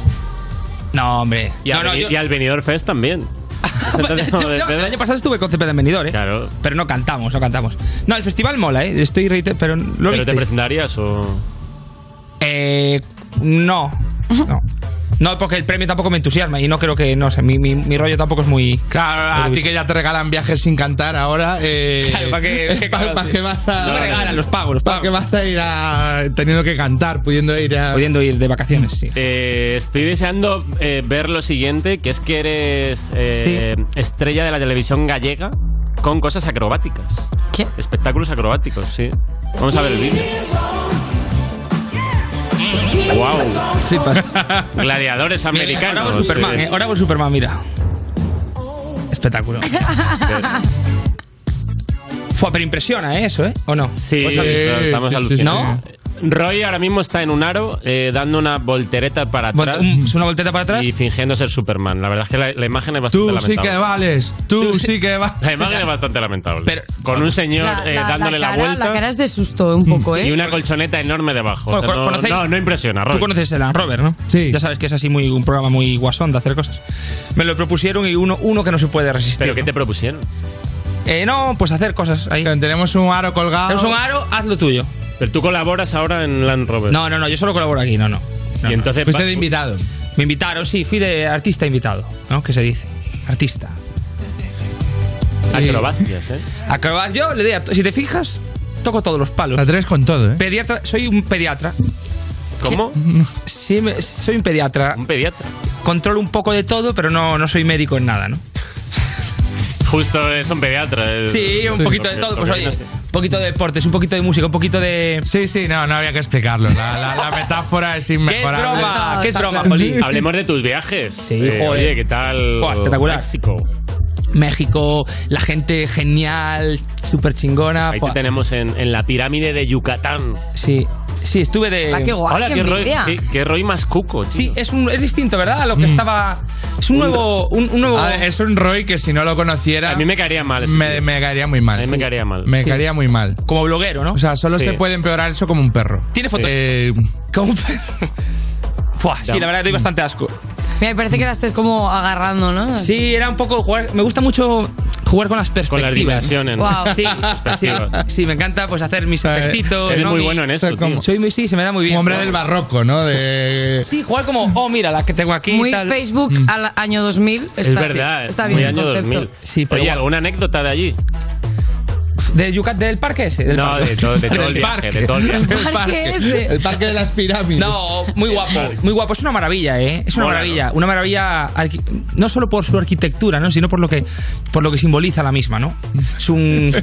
No, hombre. Y, No, al no, Beni- yo- y al Benidorm Fest también. Preséntate Yo- como yo- el Cepeda. año pasado estuve con Cepeda en Benidorm, ¿eh? Claro. Pero no cantamos, no cantamos. No, el festival mola, ¿eh? Estoy reite, pero lo ¿Pero te visteis? presentarías o.? Eh, no. No. No, porque el premio tampoco me entusiasma y no creo que, no sé, mi, mi, mi rollo tampoco es muy... Claro, a ti que ya te regalan viajes sin cantar ahora. Eh, Claro, ¿para qué- qué pa- cabrón, pa' tío? qué vas a.? No me regalan, los pago, los ¿Para pago. qué vas a ir a. teniendo que cantar, pudiendo ir a. Pudiendo ir de vacaciones, sí. Eh, estoy deseando eh, ver lo siguiente, que es que eres eh, estrella de la televisión gallega con cosas acrobáticas. ¿Qué? Espectáculos acrobáticos, sí. Vamos a ver el vídeo. ¡Wow! Sí, Gladiadores Ahora hago americanos. Superman, ¿eh? Ahora hago Superman, mira. Espectáculo. Fue, pero impresiona ¿eh? eso, ¿eh? ¿O no? Sí, ¿Os habéis- estamos sí, sí, alucinando. ¿No? Roy ahora mismo está en un aro eh, dando una voltereta para Bueno, atrás un- una volteta para atrás. y fingiendo ser Superman. La verdad es que la, la imagen es bastante Tú sí lamentable. que vales. Tú sí que vales. La imagen es bastante lamentable. con un señor eh, dándole la, cara, vuelta la cara es de susto un poco, ¿eh? y una colchoneta enorme debajo. O sea, Bueno, ¿cono- no, conocéis? no, no impresiona, Roy. Tú conoces el Robert, ¿no? Sí. Ya sabes que es así muy un programa muy guasón de hacer cosas. Me lo propusieron y uno, uno que no se puede resistir. ¿Pero qué te propusieron? Eh, no, pues hacer cosas ahí. Tenemos un aro colgado. Tenemos un aro, haz lo tuyo. Pero tú colaboras ahora en Land Rover. No, no, no, yo solo colaboro aquí, no, no. y entonces Fuiste vas- de invitado. Me invitaron, sí, fui de artista invitado, ¿no? Que se dice, artista. Acrobacias, ¿eh? Acrobat, yo le di a to- si te fijas, toco todos los palos. La tres con todo, ¿eh? Pediatra, soy un pediatra. ¿Cómo? Sí, me- soy un pediatra. Un pediatra. Controlo un poco de todo, pero no, no soy médico en nada, ¿no? Justo es un pediatra. eh. Sí, un poquito de todo, pues oye, un poquito de deportes, un poquito de música, un poquito de... Sí, sí, no, no había que explicarlo. La, la- la metáfora es inmejorable. Ah, broma? ¿Qué es broma, Jolín? Hablemos de tus viajes. Sí, joder. Oye, ¿qué tal? Joder, espectacular. México. México, la gente genial, súper chingona. Ahí fua. te tenemos en, en la pirámide de Yucatán. Sí, sí, estuve de... Hola, qué, Roy, qué, qué Roy más cuco, tío. Sí, es, un- es distinto, ¿verdad? A lo que estaba... Es un nuevo... Un, un nuevo... Mm. A ver, es un Roy que si no lo conociera. A mí me caería mal. Me, me caería muy mal. A mí me caería mal. Me Sí. caería muy mal. Como bloguero, ¿no? O sea, solo Sí. se puede empeorar eso como un perro. ¿Tiene fotos? Eh, Como un perro. Fua, sí, la verdad doy bastante asco. Mira, me parece que la estés como agarrando, ¿no? Sí, era un poco jugar. Me gusta mucho jugar con las perspectivas. las dimensiones, ¿no? Wow, sí, sí, Perspectivas. Eh, sí, me encanta pues hacer mis efectitos. eres ¿no? muy Mi- bueno en eso, Soy como- tío. Soy muy sí, se me da muy bien. hombre del barroco, ¿no? De. Sí, jugar como, oh, mira, la que tengo aquí. Muy tal. Facebook Mm. al año 2000. Está, es verdad, está muy bien el año concepto. 2000. Sí, pero Oye, bueno. ¿alguna anécdota de allí? ¿De Yucat del parque ese? Del No, parque. de todo- de todo el Del viaje, de todo el viaje. El parque ese. El parque de las pirámides. No, muy guapo, muy guapo. Es una maravilla, ¿eh? Es una Mola, maravilla. Una maravilla arqui- no solo por su arquitectura, ¿no? Sino por lo que por lo que simboliza la misma, ¿no? Es un...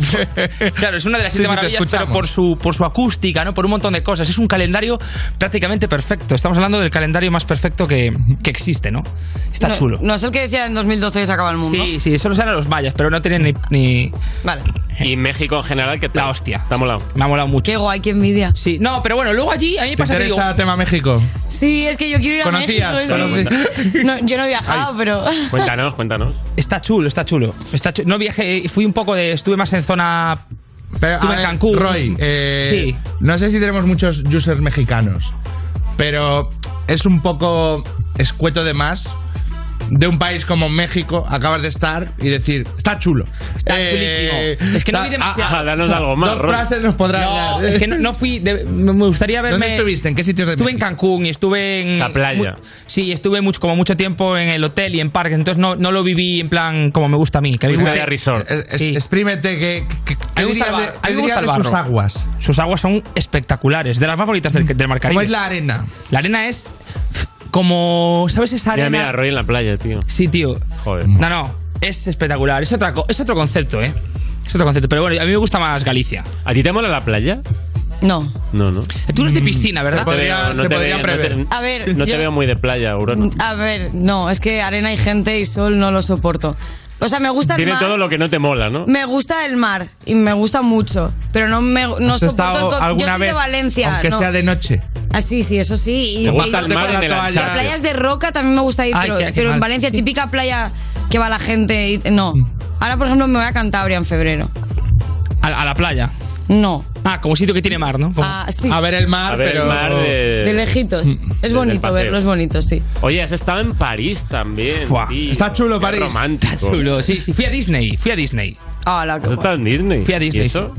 claro, es una de las siete Sí, sí, te maravillas, pero escuchamos. por su, por su acústica, ¿no? Por un montón de cosas. Es un calendario prácticamente perfecto. Estamos hablando del calendario más perfecto que, que existe, ¿no? Está no, chulo. No es el que decía en 2012 que se acaba el mundo. Sí, sí, eso lo saben los mayas, pero no tienen ni... ni- Vale. Y México en general, que La hostia. Está molado. Me ha molado mucho. Qué guay, qué envidia. Sí, no, pero bueno, luego allí a mí me ¿Te pasa que digo... interesa tema México? Sí, es que yo quiero ir a ¿Conocías? México. es que- No, yo no he viajado, pero. Cuéntanos, cuéntanos. Está chulo, está chulo. Está chu- No viajé, fui un poco de. Estuve más en zona. Pero, estuve a en ver, Cancún. Roy, eh, Sí. no sé si tenemos muchos users mexicanos, pero es un poco escueto de más de un país como México, acabas de estar y decir, está chulo. Está chulísimo. Es que no vi demasiado. eh, Ah, Dos frases nos podrás No, dar. Es que no, no fui. de- me gustaría verme. ¿Dónde estuviste? ¿En qué sitios de Estuve en Cancún y estuve en. La playa. mu- sí, estuve mucho, como mucho tiempo en el hotel y en parques. Entonces no, no lo viví en plan como me gusta a mí. Que a mí me gusta- Es- es- Exprímete que. que- que- A mí ¿qué me gusta el dirías de- barro. A mí qué me dirías gusta el de sus barro. aguas? Sus aguas son espectaculares, de las más bonitas del, del Mar Caribe. ¿Cómo es la arena? La arena es como. ¿Sabes esa Mira, arena? mira, Roy en la playa, tío. Sí, tío. Joder. No, no, es espectacular. Es, otra, co- es otro concepto, ¿eh? Es otro concepto. Pero bueno, a mí me gusta más Galicia. ¿A ti te mola la playa? No. No, no. Tú eres de piscina, ¿verdad? No te veo- no te veo- no te- A ver, No te yo- veo muy de playa, Aurora. A ver, no, es que arena y gente y sol no lo soporto. O sea, me gusta el Tiene mar. todo lo que no te mola, ¿no? Me gusta el mar y me gusta mucho, pero no me no ¿Has soporto estado el con- alguna Yo soy de vez, Valencia, aunque no. sea de noche. Ah, sí, sí, eso sí. Y, Te gusta y- el mar en el y a Algarve. playas de roca también me gusta ir, Ay, pero, qué- qué pero en mal. Valencia, típica playa que va la gente. y- no. Ahora, por ejemplo, me voy a Cantabria en febrero. A, a la playa. No. Ah, como sitio que tiene mar, ¿no? Como- Ah, sí. A ver el mar, A ver el pero. mar de- De lejitos. Es el bonito paseo. verlo, es bonito, sí. Oye, has estado en París también. Fua, tío. está chulo Qué París. Romántico. Está chulo, sí, sí. Fui a Disney, fui a Disney. Ah, la Has estado en Disney. Fui a Disney. ¿Y eso?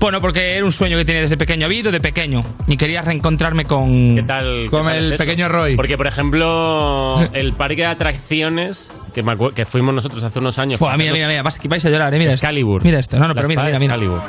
Bueno, porque era un sueño que tenía desde pequeño. Había ido de pequeño y quería reencontrarme con. ¿Qué tal? ¿Qué tal es eso? Porque, por ejemplo, el parque de atracciones que, me acu- que fuimos nosotros hace unos años. Buah, mira, mira, mira, vas- vais a llorar, eh, mira esto. Excalibur. Mira esto, no, no, pero La mira, espada mira, mira.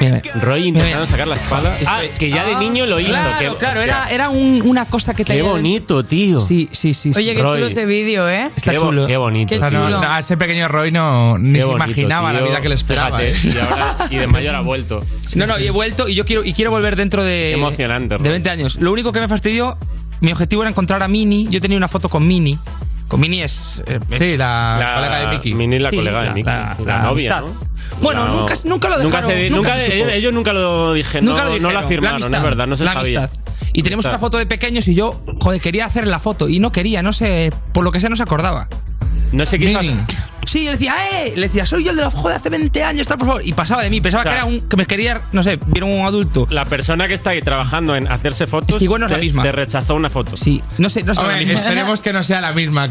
Mira, mira. Roy intentando sacar la espada. Ah, que ya de Ah, niño lo hizo. Claro, que- claro, hostia, era, era un- una cosa que Qué tenía. bonito, tío. Sí, sí, sí. sí. Oye, qué chulo ese vídeo, ¿eh? Está qué, bo- chulo. Qué bonito. Qué O sea, no- chulo. no, a ese pequeño Roy no, ni Qué se bonito, imaginaba la tío. vida que le esperaba. Fíjate, ¿eh? y, ahora- y de mayor ha vuelto. No, no, y he vuelto y yo quiero, y quiero volver dentro de. emocionante, Eh, De 20 años. Lo único que me fastidió, mi objetivo era encontrar a Mini. Yo tenía una foto con Mini. Con Mini es. eh, Sí, la, La- colega de Mickey. Mini es la Sí, colega de la- Mickey. la- la la novia, amistad. ¿no? Bueno, La- nunca, nunca lo dejaron. Nunca se di- nunca se de- supo. ellos nunca lo dijeron. Nunca no, lo no dijeron. lo afirmaron, amistad, es verdad, no se la sabía. amistad. Y tenemos Amistad. una foto de pequeños y yo, joder, quería hacer la foto y no quería, no sé, por lo que sea no se acordaba. No se quiso. Mini. sí, yo le decía, ¡eh! Le decía, soy yo el de la joda hace 20 años, tal, por favor. Y pasaba de mí, pensaba Claro. que era un. que me quería, no sé, vieron un adulto. La persona que está ahí trabajando en hacerse fotos. Es que igual no es la te- misma. Te rechazó una foto. Sí, no sé, no sé. Hombre, esperemos que no sea la misma.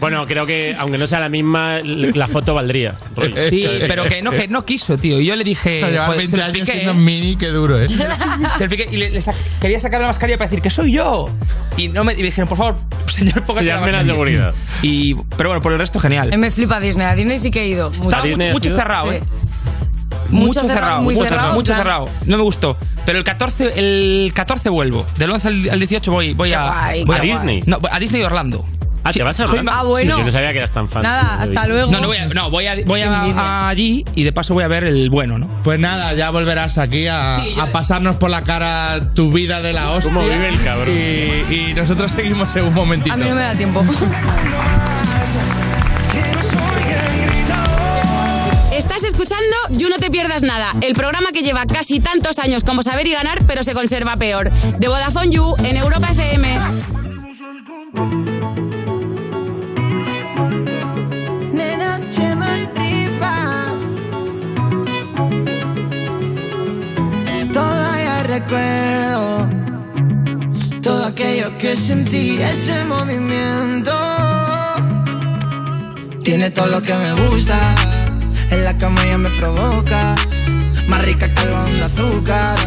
Bueno, creo que aunque no sea la misma, la foto valdría. rollo. Sí, pero que no, que no quiso, tío. Y yo le dije. Pero llevan joder, 20 se lo años expliqué, siendo ¿eh? mini, qué duro, ¿eh? Se lo se lo expliqué y le, le sa- quería sacar la mascarilla para decir que soy yo. Y, no me, y me dijeron, por favor, señor, póngase la Llame la mascarilla. seguridad. Y, pero bueno, por el resto, genial. Eh, Me flipa Disney. A Disney sí que he ido. Mucho, Estaba mucho, mucho cerrado, ¿eh? Sí. Mucho cerrado, cerrado, muy mucho cerrado, cerrado, mucho en plan- cerrado. No me gustó. Pero el 14, el 14 vuelvo. Del 11 al, al 18 voy, voy a. guay, voy qué guay. No, voy a Disney y Orlando. Ah, te vas a Soy hablar. ma- Ah, bueno. Yo no sabía que eras tan fan. Nada, hasta luego. No, no voy a- no, voy a- voy a- a allí y de paso voy a ver el bueno, ¿no? Pues nada, ya volverás aquí a, a pasarnos por la cara tu vida de la hostia. ¿Cómo vive el cabrón? Y, y nosotros seguimos en un momentito. A mí no me da tiempo. Estás escuchando You No Te Pierdas Nada, el programa que lleva casi tantos años como saber y ganar, pero se conserva peor. De Vodafone You en Europa FM. Nena Chema Rivas. Todavía recuerdo todo aquello que sentí, ese movimiento. Tiene todo lo que me gusta, en la cama ya me provoca. Más rica que el algodón de azúcar,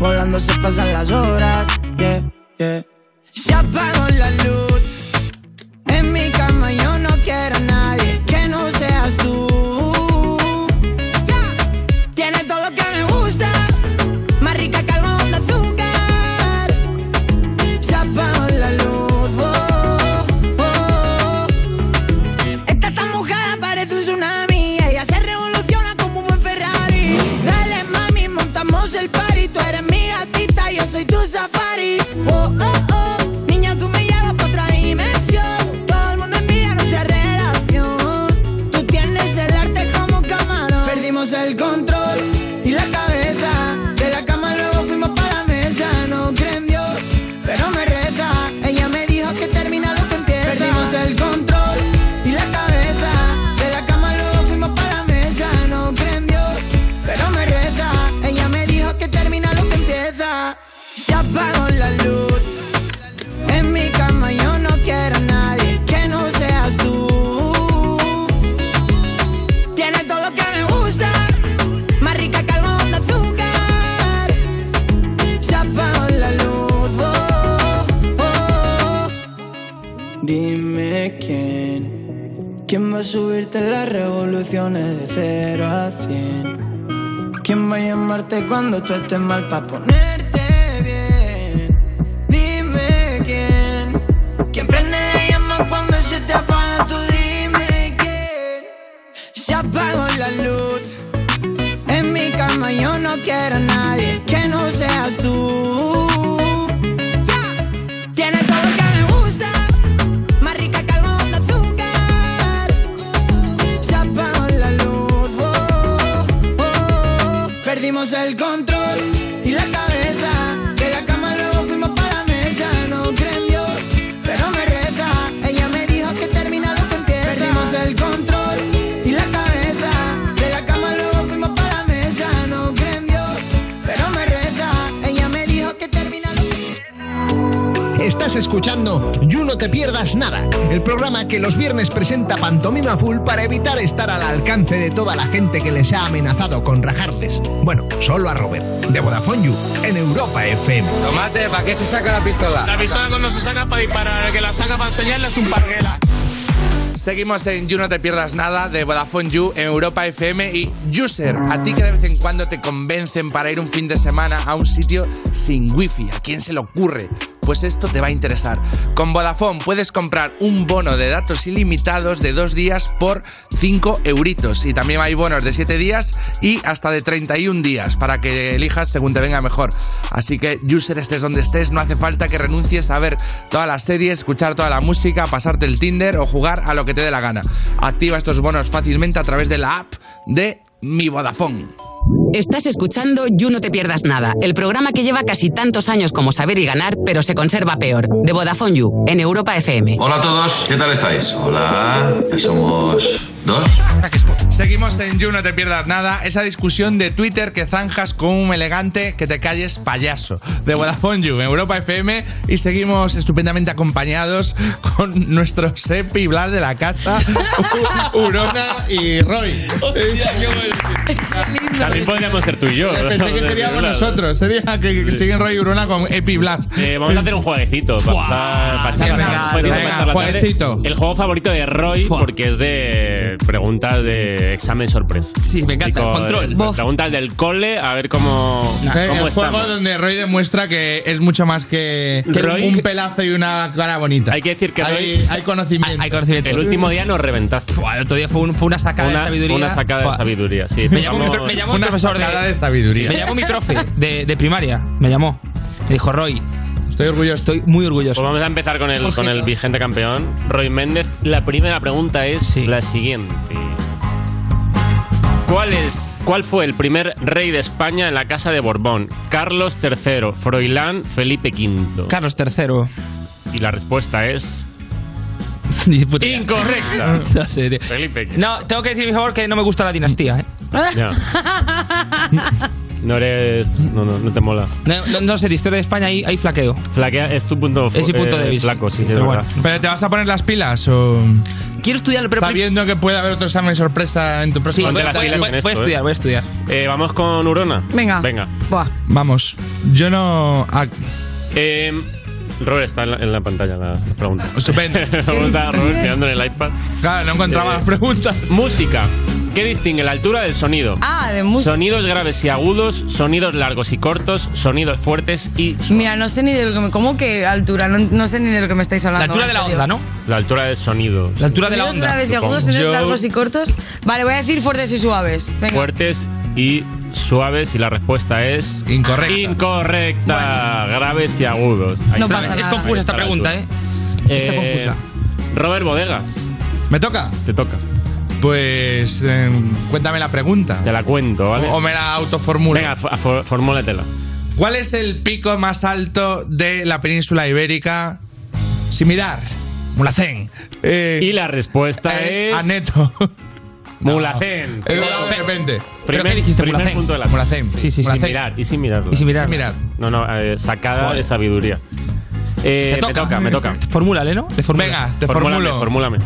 volando se pasan las horas. Yeah, yeah. Se apagó la luz. En mi cama yo no quiero a nadie que no seas tú. Ya. Tiene todo lo que me gusta, más rica que algodón de azúcar. Se apagó la luz. oh, oh, oh. Está tan mojada, parece un tsunami. Ella se revoluciona como un buen Ferrari. Dale, mami, montamos el party. Tú eres mi gatita, yo soy tu safari. Oh, oh, oh, niña, tú me llevas pa' otra dimensión. Todo el mundo envía nuestra relación. Tú tienes el arte como camarón. Perdimos el control y la cabeza. De la cama luego fuimos pa' la mesa. No creo en Dios, pero me reza. Ella me dijo que termina lo que empieza. Perdimos el control y la cabeza. De la cama luego fuimos pa' la mesa. No creo en Dios, pero me reza. Ella me dijo que termina lo que empieza. Se apagó la luz. En mi cama yo no quiero a nadie que no seas tú. Tiene todo lo que me gusta, más rica que algodón de azúcar. Se apagó la luz. oh, oh, oh. Dime quién, quién va a subirte las revoluciones de 0 a 100. ¿Quién va a llamarte cuando tú estés mal pa' ponerte bien? Dime quién, quién prende la llama cuando se te apaga. Tú dime quién, se apagó la luz. En mi cama yo no quiero a nadie que no seas tú. Ya. Tiene todo lo que me gusta, más rica que algodón de azúcar. Se apagó la luz, oh, oh, oh. perdimos el control y la cabeza. De la cama luego fuimos para la mesa, no creo en Dios, pero me reza. Ella me dijo que termina lo que empieza. Perdimos el control y la cabeza. De la cama luego fuimos para la mesa, no creo en Dios, pero me reza. Ella me dijo que termina lo que empieza. Estás escuchando You No Te Pierdas Nada, el programa que los viernes presenta Pantomima Full para evitar estar al alcance de toda la gente que les ha amenazado con rajarles. Bueno, solo a Robert, de Vodafone You, en Europa FM. Tomate, ¿para qué se saca la pistola? La pistola cuando se saca para disparar, el que la saca para enseñarla es un parguela. Seguimos en You No Te Pierdas Nada de Vodafone You en Europa FM y User, a ti que de vez en cuando te convencen para ir un fin de semana a un sitio sin wifi, ¿a quién se le ocurre? Pues esto te va a interesar. Con Vodafone puedes comprar un bono de datos ilimitados de dos días por 5 euritos. Y también hay bonos de 7 días y hasta de 31 días para que elijas según te venga mejor. Así que, user, estés donde estés, no hace falta que renuncies a ver todas las series, escuchar toda la música, pasarte el Tinder o jugar a lo que te dé la gana. Activa estos bonos fácilmente a través de la app de Mi Vodafone. Estás escuchando You No Te Pierdas Nada, el programa que lleva casi tantos años como saber y ganar, pero se conserva peor, de Vodafone You, en Europa FM. Hola a todos, ¿qué tal estáis? Hola, somos dos. Seguimos en You, no te pierdas nada. Esa discusión de Twitter que zanjas con un elegante que te calles payaso. De Vodafone You, en Europa FM. Y seguimos estupendamente acompañados con nuestro Sepi Blas de la casa, U- Urona y Roy. También podríamos ser tú y yo. Pensé que seríamos nosotros. Sería que que siguen Roy y Urona con Epi Blas. Eh, vamos a hacer un jueguecito para pasar para charlar, Venga, un jueguecito venga, para charlar. jueguecito. El juego favorito de Roy porque es de preguntas de examen sorpresa. Sí, me encanta, el control. Preguntas del cole, a ver cómo, Eh, cómo el juego estamos. donde Roy demuestra que es mucho más que, que Roy- un pelazo y una cara bonita. Hay que decir que hay, hay conocimiento. Hay conocimiento. El último día nos reventaste. el otro día Eh, fue, un- fue una sacada Una- de sabiduría. una sacada de Fua. sabiduría, sí. Me llamó, mi Vamos- pro- me llamó el Una profesor sacada de, de sabiduría. Me llamó mi profe de, de primaria. Me llamó. Me dijo, Roy. Estoy orgulloso. Estoy muy orgulloso. Pues vamos a empezar con el, Ojito. con el vigente campeón, Roy Méndez. La primera pregunta es la siguiente. ¿Cuál, es, ¿Cuál fue el primer rey de España en la casa de Borbón? Carlos III, Froilán, Felipe V. Carlos III. Y la respuesta es... Incorrecta. no, sé, tío. Felipe V. No, tengo que decir, por favor, que no me gusta la dinastía. ¿eh? Ya. No eres... No, no, no te mola. No, no- no sé, de historia de España ahí, ahí flaqueo. Flaquea es tu punto Es mi punto eh, débil. flaco, sí, sí, Pero es bueno. verdad. ¿Pero te vas a poner las pilas o...? Quiero estudiar el prepa. Sabiendo que puede haber otro examen sorpresa en tu Sí, próximo ponte las pilas en esto, ¿eh? Eh, vamos con Urona. Venga. Venga. Buah. Vamos. Yo no... ah, Eh, Robert está en la, en la pantalla la la pregunta. Estupendo. La pregunta, Robert mirando en el iPad. Eh, Claro, no encontraba las preguntas. Música. ¿Qué distingue la altura del sonido? Ah, de música. Sonidos graves y agudos, sonidos largos y cortos, sonidos fuertes y Mira, no sé ni de lo que me. ¿Cómo que altura? No, no sé ni de lo que me estáis hablando. Ah, en serio. La altura del sonido. La altura Sonidos graves y agudos, sonidos largos y cortos. Vale, voy a decir fuertes y suaves. Venga. Fuertes y suaves y la respuesta es incorrecta. Incorrecta. Graves y agudos. No pasa Es nada. confusa esta pregunta, ¿eh? Está confusa. Robert Bodegas. ¿Me toca? Te toca. Pues eh, cuéntame la pregunta. Te la cuento, ¿vale? O, o me la autoformulo. Venga, fo- fo- formúlatela. ¿Cuál es el pico más alto de la península ibérica? Similar. Mulacén. y la respuesta Eh, es. Aneto. Mulacén. Eh, de repente. Primer, ¿Pero qué dijiste? primer Mulacén. punto de la Mulacén. Sí, sí, Mulacén. mirar, y sin mirarla. Y sin mirarla. Sin mirar. No, no, eh, sacada Joder. de sabiduría. Eh, Te me toca. toca, me toca. Formúlale, ¿no? Le formulas. Venga, te Formúlame, formulo. formúlame.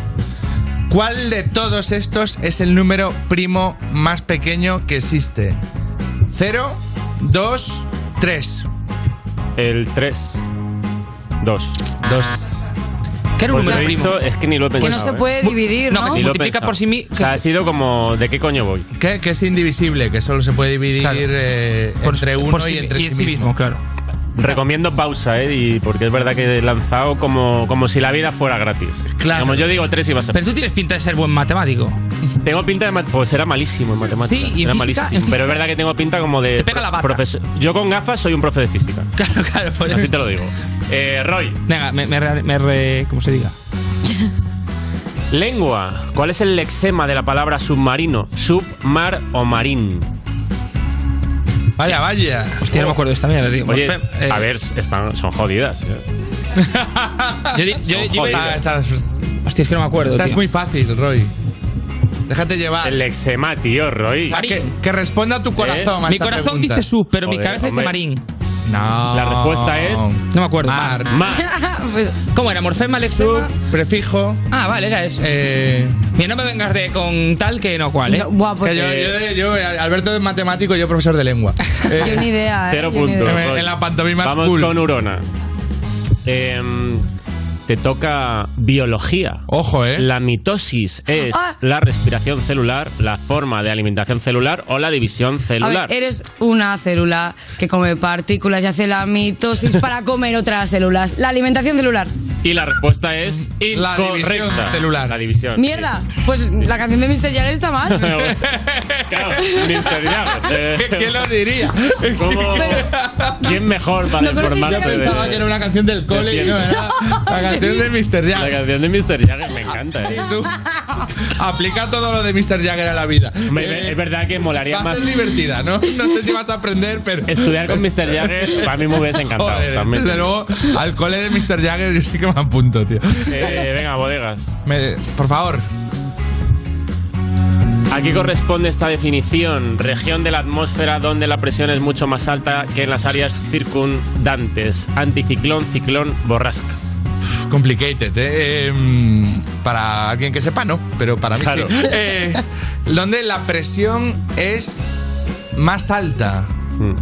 ¿Cuál de todos estos es el número primo más pequeño que existe? 0, 2, 3. El 3. 2. 2. ¿Qué era un número primo? Es que ni lo he Que no pensado. se ¿eh? puede dividir, ¿no? que No, que ni lo he multiplica pensado. por sí mi- O sea, ha sido como, ¿de qué coño voy? Que, que es indivisible, que solo se puede dividir eh, entre uno por sí- y entre y en sí mismo, claro. Recomiendo pausa, ¿eh? Y- porque es verdad que he lanzado como, como si la vida fuera gratis. Claro. Como yo digo, 3 y vas a Pero tú tienes pinta de ser buen matemático. Tengo pinta de mat- pues era malísimo en matemáticas. Sí, y en era física- malísimo. en física- Pero es verdad que tengo pinta como de. Te pega la vaca. Profesor. Yo con gafas soy un profe de física. Claro, claro. por- Así te lo digo. Eh, Roy, Venga, me, me, re- me re- ¿Cómo se diga? lengua. ¿Cuál es el lexema de la palabra submarino? Sub, mar o marín. Vaya, vaya. Hostia, no me acuerdo de esta mierda, tío. Oye, Pues, eh, a ver, están, son jodidas. eh. Yo, di- yo, Son yo- jodidas. Hostia, es que no me acuerdo. Esta es tío. muy fácil, ¿Eh? Roy. Déjate llevar. El lexema, tío, Roy. ¿Eh? O sea, que, que responda tu corazón. a Mi esta corazón pregunta. dice sub, pero mi Joder, cabeza hombre. dice marín. No. Eh, La respuesta es. No me acuerdo. Mar. Pues, ¿Cómo era? ¿Morfema, lexema? Prefijo. Ah, vale, era eso. Eh, Mira, no me vengas de con tal que no eh. cual, ¿eh? No, buah, pues- que yo, yo- yo- Alberto es matemático, yo profesor de lengua. Eh, Yo ni idea. ¿eh? Cero Yo ni puntos. idea. En- en la pantomima Vamos cool. con Urona. Em, te toca biología. Ojo, eh. La mitosis es Ah. la respiración celular, la forma de alimentación celular o la división A ver, celular. eres una célula que come partículas y hace la mitosis para comer otras células. La alimentación celular. Y la respuesta es La incorrecta. división celular. La división. Mierda. Pues la canción de Mr. Jagger está mal. claro, Mr. Jagger, eh, ¿Quién lo diría? ¿cómo- ¿Quién mejor para informarte Yo de- pensaba que era una canción del cole y no, era la canción de Mr. Jack. La canción de Mr. Jagger me encanta. ¿eh? Sí, tú. Aplica todo lo de Mr. Jagger a la vida. Eh, Es verdad que molaría Va a más. ser divertida, ¿no? No sé si vas a aprender, pero. Estudiar con Mr. Jagger, para mí me hubiese encantado, Joder, también. Desde luego, al cole de Mr. Jagger yo sí que me apunto, tío. Eh, venga, bodegas. Me- por favor. ¿A qué corresponde esta definición? Región de la atmósfera donde la presión es mucho más alta que en las áreas circundantes. Anticiclón, ciclón, borrasca. Complicated, ¿eh? Eh, mm, para alguien que sepa, no, pero para mí Claro. sí. Eh, donde la presión es más alta. Hmm.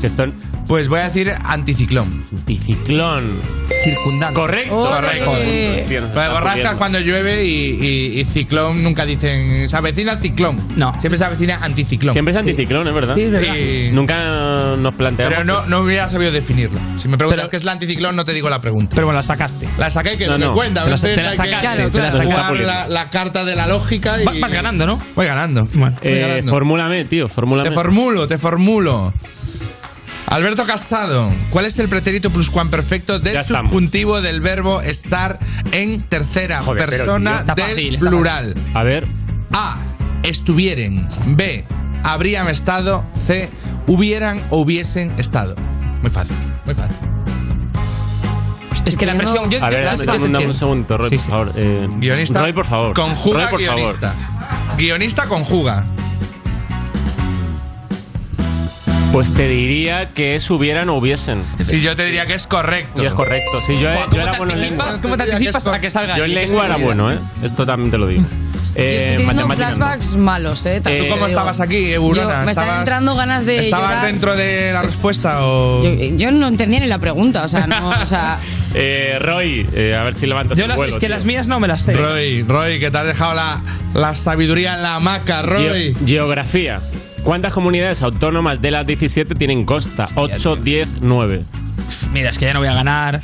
Pues. Pues voy a decir anticiclón. Anticiclón. Circundante. Correcto. Correcto. Joder. Tío, nos Pues está borrasca jodiendo. cuando llueve y, y- y ciclón nunca dicen. Se avecina ciclón. No. Siempre se avecina anticiclón. Siempre es anticiclón, es verdad. Sí, es verdad. Y Nunca nos planteamos. pues. Pero no, no hubiera sabido definirlo. Si me preguntas qué es el anticiclón, no te digo la pregunta. Pero bueno, la sacaste. La saqué, que No, no, no. cuenta. Te la- no sé, te la hay sacaste, que- Claro, te la claro. sacaste. jugar la, la carta de la lógica. Y, Va- vas ganando, ¿no? Voy ganando. Voy Eh, ganando. formúlame, tío, formúlame. Te formulo, te formulo. Alberto Casado, ¿cuál es el pretérito pluscuamperfecto del subjuntivo del verbo estar en tercera Joder, pero, tío, persona está del fácil, está plural? A ver. A. Estuvieren. B. Habrían estado. C. Hubieran o hubiesen estado. Muy fácil, muy fácil. Es que la presión. Yo, A ver, yo- dame- dame un, dame un segundo, Roy, por favor. Eh, Guionista. Roy, por favor. Roy, Conjuga por guionista. favor. Guionista conjuga. Pues te diría que es hubieran o hubiesen. Y yo te diría que es correcto. Y es correcto. Sí, yo, Guau, yo ¿cómo era te bueno en anticipas? lengua. ¿Cómo te anticipas a que salga? Yo en ¿Qué lengua era seguridad? bueno, ¿eh? Esto también te lo digo. Eh, Estoy teniendo matemáticas no. flashbacks malos, ¿eh? También ¿Tú te cómo digo. estabas aquí, Eurona? Yo- me están Estabas- entrando ganas de ¿Estabas llorar. dentro de la respuesta o.? Yo, yo no entendía ni la pregunta, o sea, no, o sea... Eh, Roy, eh, a ver si levantas yo el las- vuelo. es que tío. las mías no me las sé. Roy, Roy, que te has dejado la, la sabiduría en la hamaca, Roy. Geo- geografía. ¿Cuántas comunidades autónomas de las 17 tienen costa? 8, 10, 9. Mira, es que ya no voy a ganar.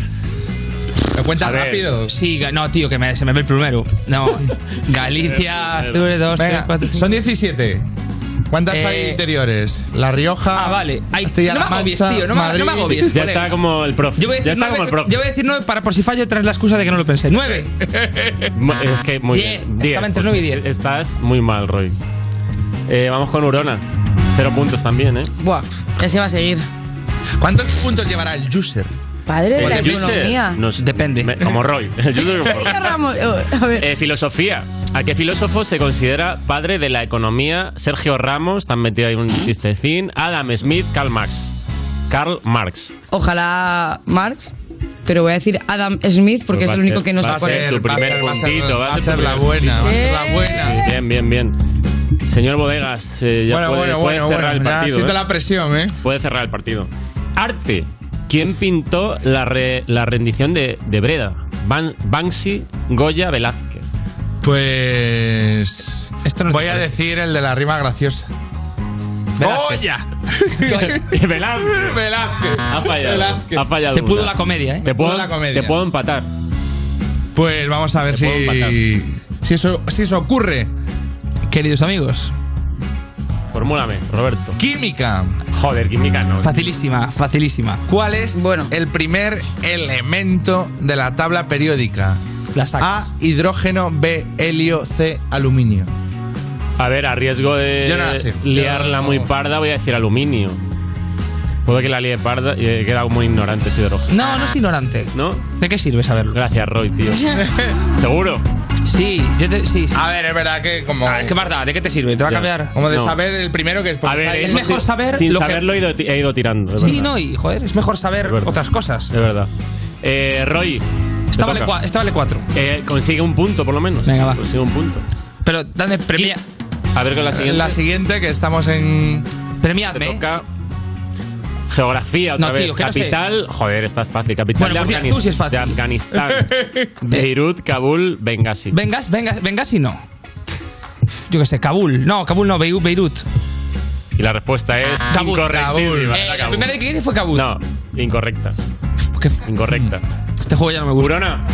¿Me A cuentas ver. rápido? Sí, ga- no, tío, que me- se me ve el primero. No. Galicia, Asturias, dos, Venga, tres, cuatro. Son 17. ¿Cuántas Eh, hay interiores? La Rioja. Ah, vale. no me agobies, tío, no me, no me agobies. Ya colega. está como Oh, el profe. Yo voy a decir ya está nueve- como el profe. yo voy a decir nueve para por si fallo tras la excusa de que no lo pensé. Nueve. Mu- Es que muy Diez. bien. Diez. pues Estaba entre nueve y diez. Estás muy mal, Roy. Eh, vamos con Urona. Cero puntos también, ¿eh? Buah, ya se va a seguir. ¿Cuántos puntos llevará el user? Padre de la El user economía. nos- me- como Roy. El user como Roy. Ramos, eh, a ver. Eh, filosofía. ¿A qué filósofo se considera padre de la economía? Sergio Ramos, tan metido ahí un chistecín. Adam Smith, Karl Marx. Karl Marx. Ojalá Marx, pero voy a decir Adam Smith porque Pues va es el a único ser- que nos va a ser su primer va a ser- puntito. va a tu ser la primer buena, va a ser la puntito. buena. Sí, Bien, bien, bien. Señor Bodegas, eh, ya Bueno, puede, bueno, puede bueno, cerrar bueno. el Ya partido. siento ¿eh? la presión, ¿eh? Puede cerrar el partido. Arte. ¿Quién pintó la, re- la rendición de, de Breda? Ban- Banksy, Goya, Velázquez. Pues. voy a decir el de la rima graciosa. ¡Goya! Velázquez. Velázquez. Ha fallado. Velázquez. Ha fallado Te pudo una. la comedia, ¿eh? Te puedo, Pudo la comedia. Te puedo empatar. Pues vamos a ver Te puedo si. Si eso, si eso ocurre. Queridos amigos. Formúlame, Roberto. Química. Joder, química no. Facilísima, facilísima. ¿Cuál es el primer elemento de la tabla periódica? A, hidrógeno, B, helio, C, aluminio. A ver, a riesgo de Yo no la sé. liarla Yo no- muy parda, voy a decir aluminio. Puedo que la líe parda y he quedado muy ignorante ese hidrógeno. No, no es ignorante. ¿No? ¿De qué sirve saberlo? Gracias, Roy, tío. Eh, ¿Seguro? Sí, yo te, sí, sí. A ver, es verdad que como... ¿Qué más da? ¿De qué te sirve? ¿Te va a Ya. cambiar? Como de No. saber el primero que es... A ver, es hemos mejor ido- saber sin lo que... saberlo he ido, ti- he ido tirando. es Sí, verdad. no, y joder, es mejor saber otras cosas. Es verdad. Eh, Roy. Eh, Esta vale cua- esta vale 4. consigue un punto, por lo menos. Venga, va. Consigue un punto. Pero dame premia. A ver con la siguiente. La siguiente, que estamos en... Premiadme. Geografía, otra No, vez. tío, que no sé. Capital. Joder, esta es fácil. Capital Bueno, de, por cierto, Afgani- tú sí es fácil. de Afganistán. Beirut, Kabul, Benghazi. Vengas, vengas, vengas y no. Yo qué sé, Kabul. No, Kabul no, Beiru- Beirut. Y la respuesta es incorrectísima. Ah, Kabul. Eh, Era la primera que hice fue Kabul. No, incorrecta. Incorrecta. Este juego ya no me gusta. Urona.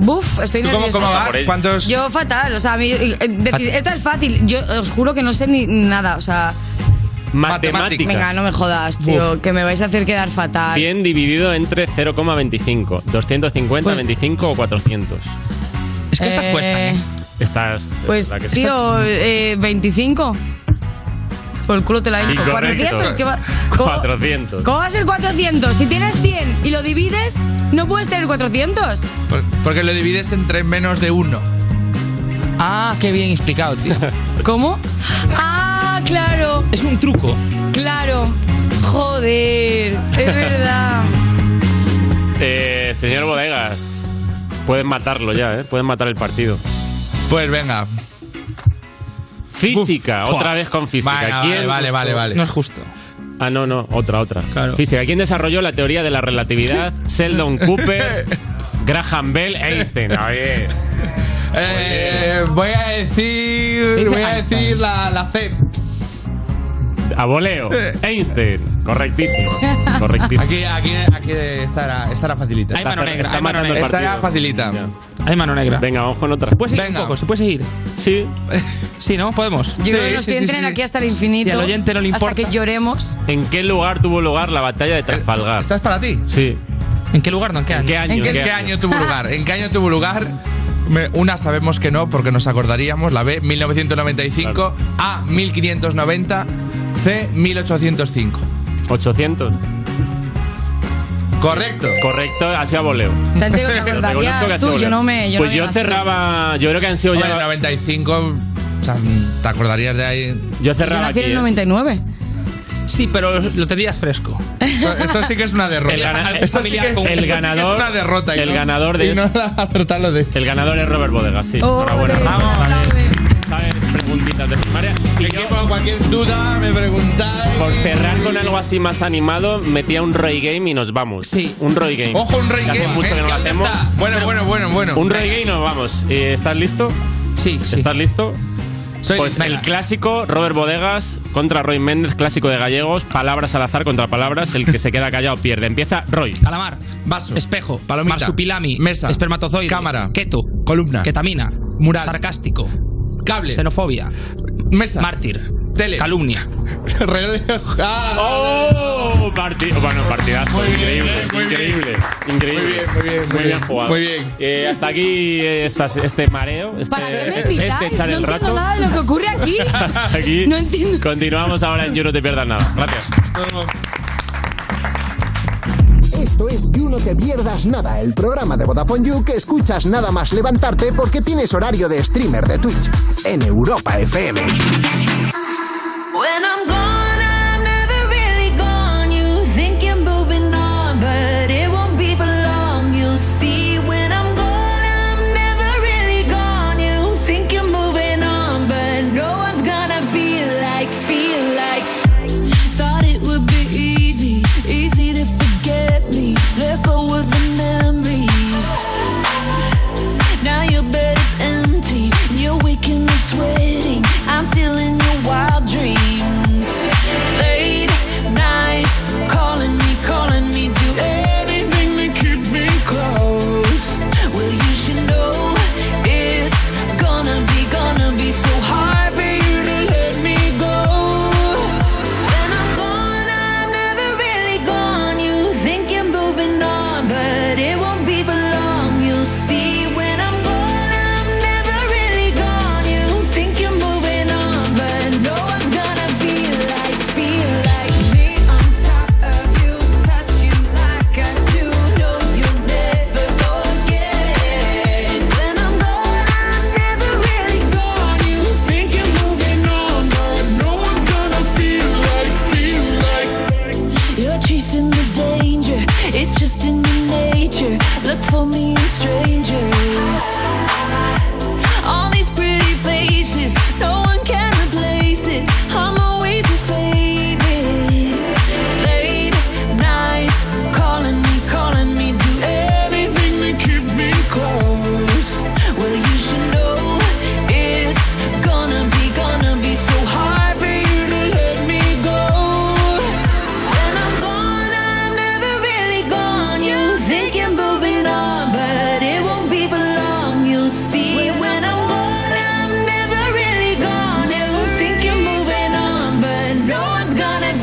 Buf, estoy ¿Tú cómo- nerviosa. cómo vas? ¿Cuántos? Yo fatal, o sea, a mí- eh, decir, Fatal. esta es fácil. Yo os juro que no sé ni nada, o sea, Matemáticas. Venga, no me jodas, tío, que me vais a hacer quedar fatal. Bien dividido entre 0,25. 250, Pues- 25 o 400. Es que estas cuestan, Estás. Eh, Pues, ¿eh? la que- tío, eh, 25. Por el culo te la he dicho. Incorrecto. 400, ¿qué va? ¿Cómo, 400. cómo va a ser 400? Si tienes 100 y lo divides, no puedes tener 400. Por- Porque lo divides entre menos de uno. Ah, qué bien explicado, tío. ¿Cómo? Ah, claro, Es un truco. claro. Joder, es verdad. Eh, señor Bodegas, pueden matarlo ya, ¿eh? Pueden matar el partido. Pues venga. Física, Uf, otra fua. vez con física. Vale, vale, ¿Quién vale, vale, vale. No es justo. Ah, no, no, otra, otra. Física, ¿quién desarrolló la teoría de la relatividad? Sheldon Cooper, Graham Bell, Einstein. Oye. Eh, voy a decir. Voy a decir la, la C. A voleo. Einstein. Correctísimo. Correctísimo. Aquí, aquí, aquí estará, estará facilita. Hay mano negra, Está hay mano matando el negra. partido. Estará facilita. Hay mano negra. Venga, vamos con otra. ¿Puedes seguir un poco? ¿Se puede seguir? Sí. Sí, ¿no? Podemos. Yo creo que los que entren aquí hasta el Si infinito. al oyente no le Hasta importa. que lloremos. ¿En qué lugar tuvo lugar la batalla de Trafalgar? ¿Estás Eh, para ti? Sí. ¿En qué lugar? No, ¿en qué año? ¿En qué año, ¿En qué año? tuvo lugar? ¿En qué año tuvo lugar? Me- Una sabemos que no, porque nos acordaríamos. La B, 1995. A, 1590. C, 1805. 800. Correcto. Correcto, así a voleo. Ya te digo, te Lo acordarías reconozco que así tú, a voleo. yo no me- yo no pues me yo nací. cerraba. Yo creo que han sido Hombre, ya. 95. O sea, te acordarías de ahí. Yo ¿eh? Yo nací en el 99. Sí, pero lo tenías fresco. Esto, esto sí que es una derrota. El, gana- esto sí que- esto sí que el es ganador. una derrota. y el no- ganador de. y no la- acertarlo de. El ganador es Robert Bodegas, sí. Oh, Ole, Enhorabuena, Robert. vamos. Sabes, sabes preguntitas de primaria. Y yo, cualquier duda, me preguntáis. por cerrar con algo así más animado, metía un Roy Game y nos vamos. Sí. Un Roy Game. Ojo, un rey Que game. Hace mucho ¿eh? que no lo ahí hacemos. está. Bueno, bueno, bueno, bueno. Un Roy Game y nos vamos. Eh, ¿Estás listo? Sí, ¿Estás listo? Soy pues listo. el clásico, Robert Bodegas contra Roy Méndez, clásico de gallegos, palabras al azar contra palabras, el que se queda callado pierde. Empieza Roy. Calamar. Vaso. Espejo. Palomita. Marsupilami. Mesa. Espermatozoide. Cámara. Keto. Columna. Ketamina. Mural. Sarcástico. Cable. Xenofobia. Mesa. Mártir. Tele. Calumnia. Reloj. Ah, ¡Oh! Parti- bueno, partidazo. Muy bien, increíble, muy bien. increíble, increíble. Muy bien, muy bien, muy Muy bien bien. jugado. Muy bien. Eh, hasta aquí eh, estas- este mareo. Este, ¿Para qué me invitáis? este echar no el entiendo rato. nada de lo que ocurre aquí. Hasta aquí. No entiendo. Continuamos ahora en You No Te Pierdas Nada. Gracias. Esto es You No Te Pierdas Nada, el programa de Vodafone You que escuchas nada más levantarte porque tienes horario de streamer de Twitch en Europa FM. When I'm gone, I'm never really gone. You think you're moving on, but it won't be for long. You'll see when I'm gone, I'm never really gone. You think you're moving on, but no one's gonna feel like, feel like. Thought it would be easy, easy to forget me. Let go of the memories. Now your bed is empty, and you're waking up sweating. I'm still in your wild dreams.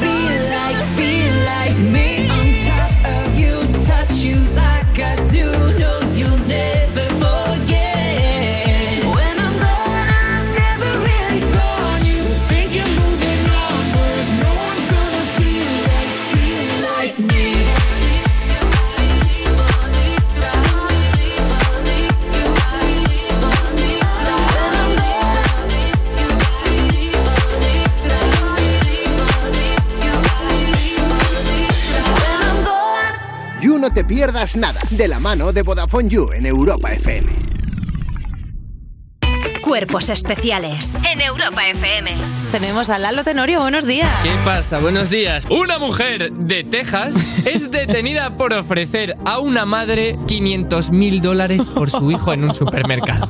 feel like, feel like me. On top of you, touch you like I do. No, you'll never forget. When I'm gone, I'm never really gone. You think you're moving on, but no one's gonna feel like, feel like me. You No Te Pierdas Nada, de la mano de Vodafone You en Europa FM. Cuerpos especiales en Europa FM. Tenemos a Lalo Tenorio, buenos días. ¿Qué pasa? Buenos días. Una mujer de Texas es detenida por ofrecer a una madre 500 mil dólares por su hijo en un supermercado.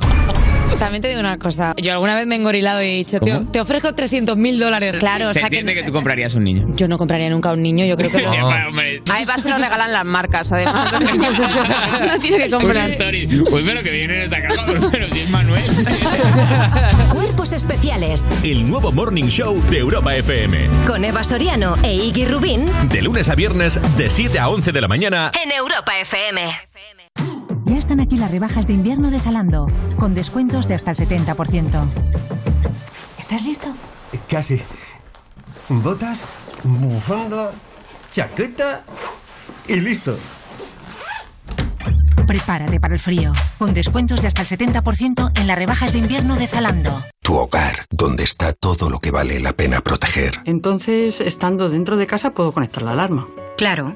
También te digo una cosa. Yo alguna vez me he engorilado y he dicho, tío, ¿Cómo? te ofrezco 300 mil dólares. Claro, o Se sea que entiende que tú comprarías un niño. yo no compraría nunca a un niño, yo creo que no. Hombre, Además se lo regalan las marcas, además. no tiene que una comprar. story. Pues ve lo que viene en esta pues caja, pero si es Manuel. Cuerpos especiales El nuevo Morning Show de Europa FM. con Eva Soriano e Iggy Rubín De lunes a viernes, de 7 a 11 de la mañana. en Europa FM. Ya están aquí las rebajas de invierno de Zalando, con descuentos de hasta el 70%. ¿Estás listo? Casi. Botas, bufanda, chaqueta y listo. Prepárate para el frío, con descuentos de hasta el 70% en las rebajas de invierno de Zalando. Tu hogar, donde está todo lo que vale la pena proteger. Entonces, estando dentro de casa, puedo conectar la alarma. Claro.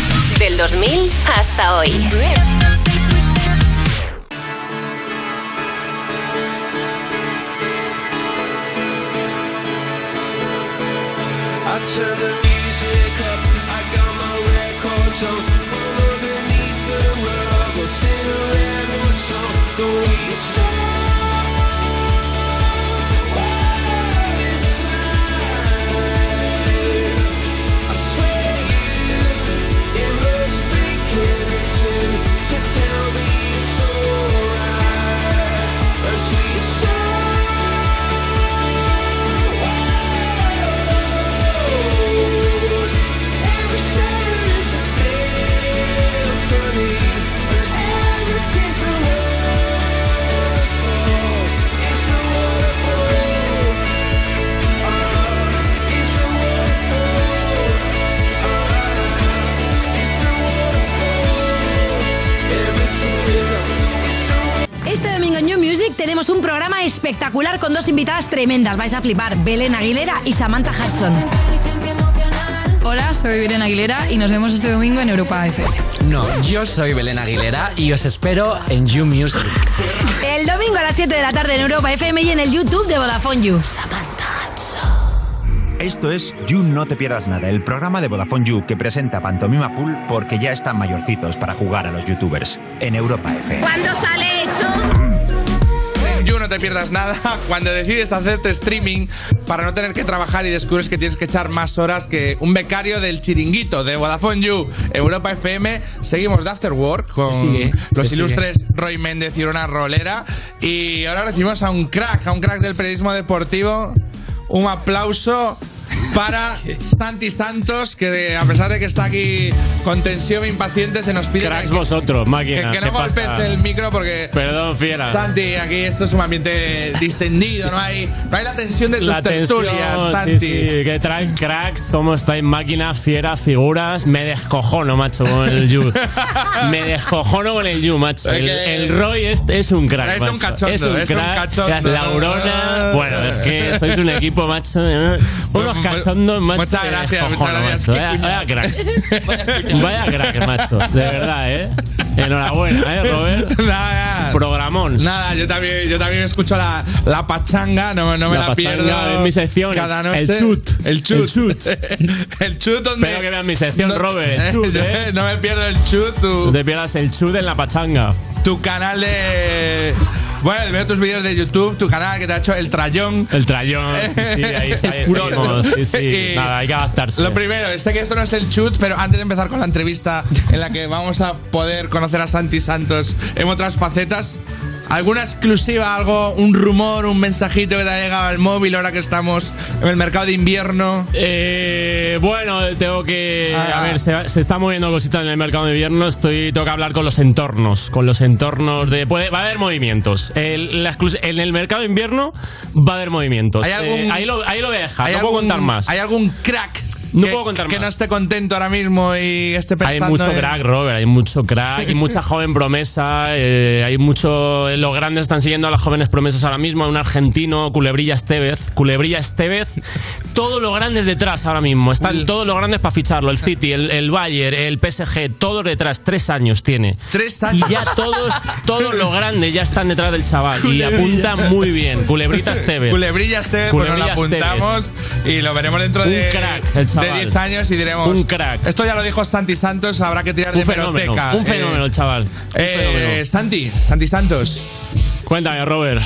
Del 2000 hasta hoy. I turn the music up. I got my records on. From underneath the rug, we'll sing a random song. The way you sound, well, it's mine. I swear you emerge thinking it's you to tell me it's alright. As we sound, Este domingo en New Music tenemos un programa espectacular con dos invitadas tremendas. Vais a flipar, Belén Aguilera y Samantha Hudson. Hola, soy Belén Aguilera y nos vemos este domingo en Europa F. No, yo soy Belén Aguilera y os espero en You Music. El domingo a las 7 de la tarde en Europa FM y en el YouTube de Vodafone You. Esto es You No Te Pierdas Nada, el programa de Vodafone You que presenta Pantomima Full porque ya están mayorcitos para jugar a los youtubers en Europa FM. sale You no te pierdas nada cuando decides hacerte streaming para no tener que trabajar y descubres que tienes que echar más horas que un becario del chiringuito de Vodafone You, Europa FM. Seguimos de After Work con sigue, los se sigue. ilustres Roy Méndez y Una Rolera. Y ahora recibimos a un crack, a un crack del periodismo deportivo. Un aplauso para Santi Santos, que a pesar de que está aquí con tensión e impaciente, se nos pide Cracks que- vosotros, que, máquina. que no golpes el micro porque Perdón, fiera. Santi, aquí esto es un ambiente distendido, no hay, no hay la tensión de tus La tensión, tertulias, sí, Santi. sí, que traen cracks, cómo estáis máquinas, fieras, figuras. Me descojono, macho, con el You. Me descojono con el You, macho. Es El, que- el Roy es, es un crack, Es un macho. cachondo, es un es un crack. cachondo. La Aurora, bueno, es que sois un equipo, macho. ¿eh? Unos cachondos, macho. muchas que gracias, descojono, muchas gracias. macho. Vaya, vaya cracks. Vaya cracks, macho. De verdad, ¿eh? Enhorabuena, ¿eh, Robert? Programón. Nada, yo también, yo también escucho la, la pachanga, no, no me la, La pachanga pierdo. en mi sección. Cada noche. El chut. El chut. El chut. El chut donde. Espero que vean mi sección, Robert. El chut, ¿eh? No me pierdo el chut. Tu, No te pierdas el chud en la pachanga. tu canal de. Bueno, veo tus vídeos de YouTube, tu canal que te ha hecho el trayón. El trayón. Sí, ahí está, ahí estamos. Sí, sí. Y- Nada, hay que adaptarse. Lo primero, sé que esto no es el chut, pero antes de empezar con la entrevista en la que vamos a poder conocer a Santi Santos en otras facetas, ¿alguna exclusiva, algo, un rumor, un mensajito que te ha llegado al móvil ahora que estamos en el mercado de invierno? Eh, bueno, tengo que. Ah. eh, A ver, se, se está moviendo cositas en el mercado de invierno. Estoy, tengo que hablar con los entornos. Con los entornos de. puede- va a haber movimientos. El- la exclus- en el mercado de invierno va a haber movimientos. ¿Hay Eh, algún- ahí, lo, ahí lo voy a dejar. ¿Hay No puedo algún- contar más. ¿Hay algún crack? No que- puedo contar Que más. no esté contento ahora mismo y esté Hay pensando mucho en- crack, Robert, hay mucho crack, hay mucha joven promesa, eh, hay mucho... Los grandes están siguiendo a las jóvenes promesas ahora mismo, hay un argentino, Culebrilla Estevez, Culebrilla Estevez, todos los grandes detrás ahora mismo, están todos los grandes para ficharlo, el City, el, el Bayern, el PSG, todos detrás, tres años tiene. Tres años. Y ya todos, todos los grandes ya están detrás del chaval y apunta muy bien, Culebrita Estevez. Culebrilla Estevez, pues nos la Culebrilla Estevez. apuntamos y lo veremos dentro Un de, crack, el de chaval. 10 años y diremos... Un crack. Esto ya lo dijo Santi Santos, habrá que tirar Un de fenómeno, hemeroteca. un fenómeno, el chaval. Un eh, fenómeno. Santi, Santi Santos. Cuéntame, Robert.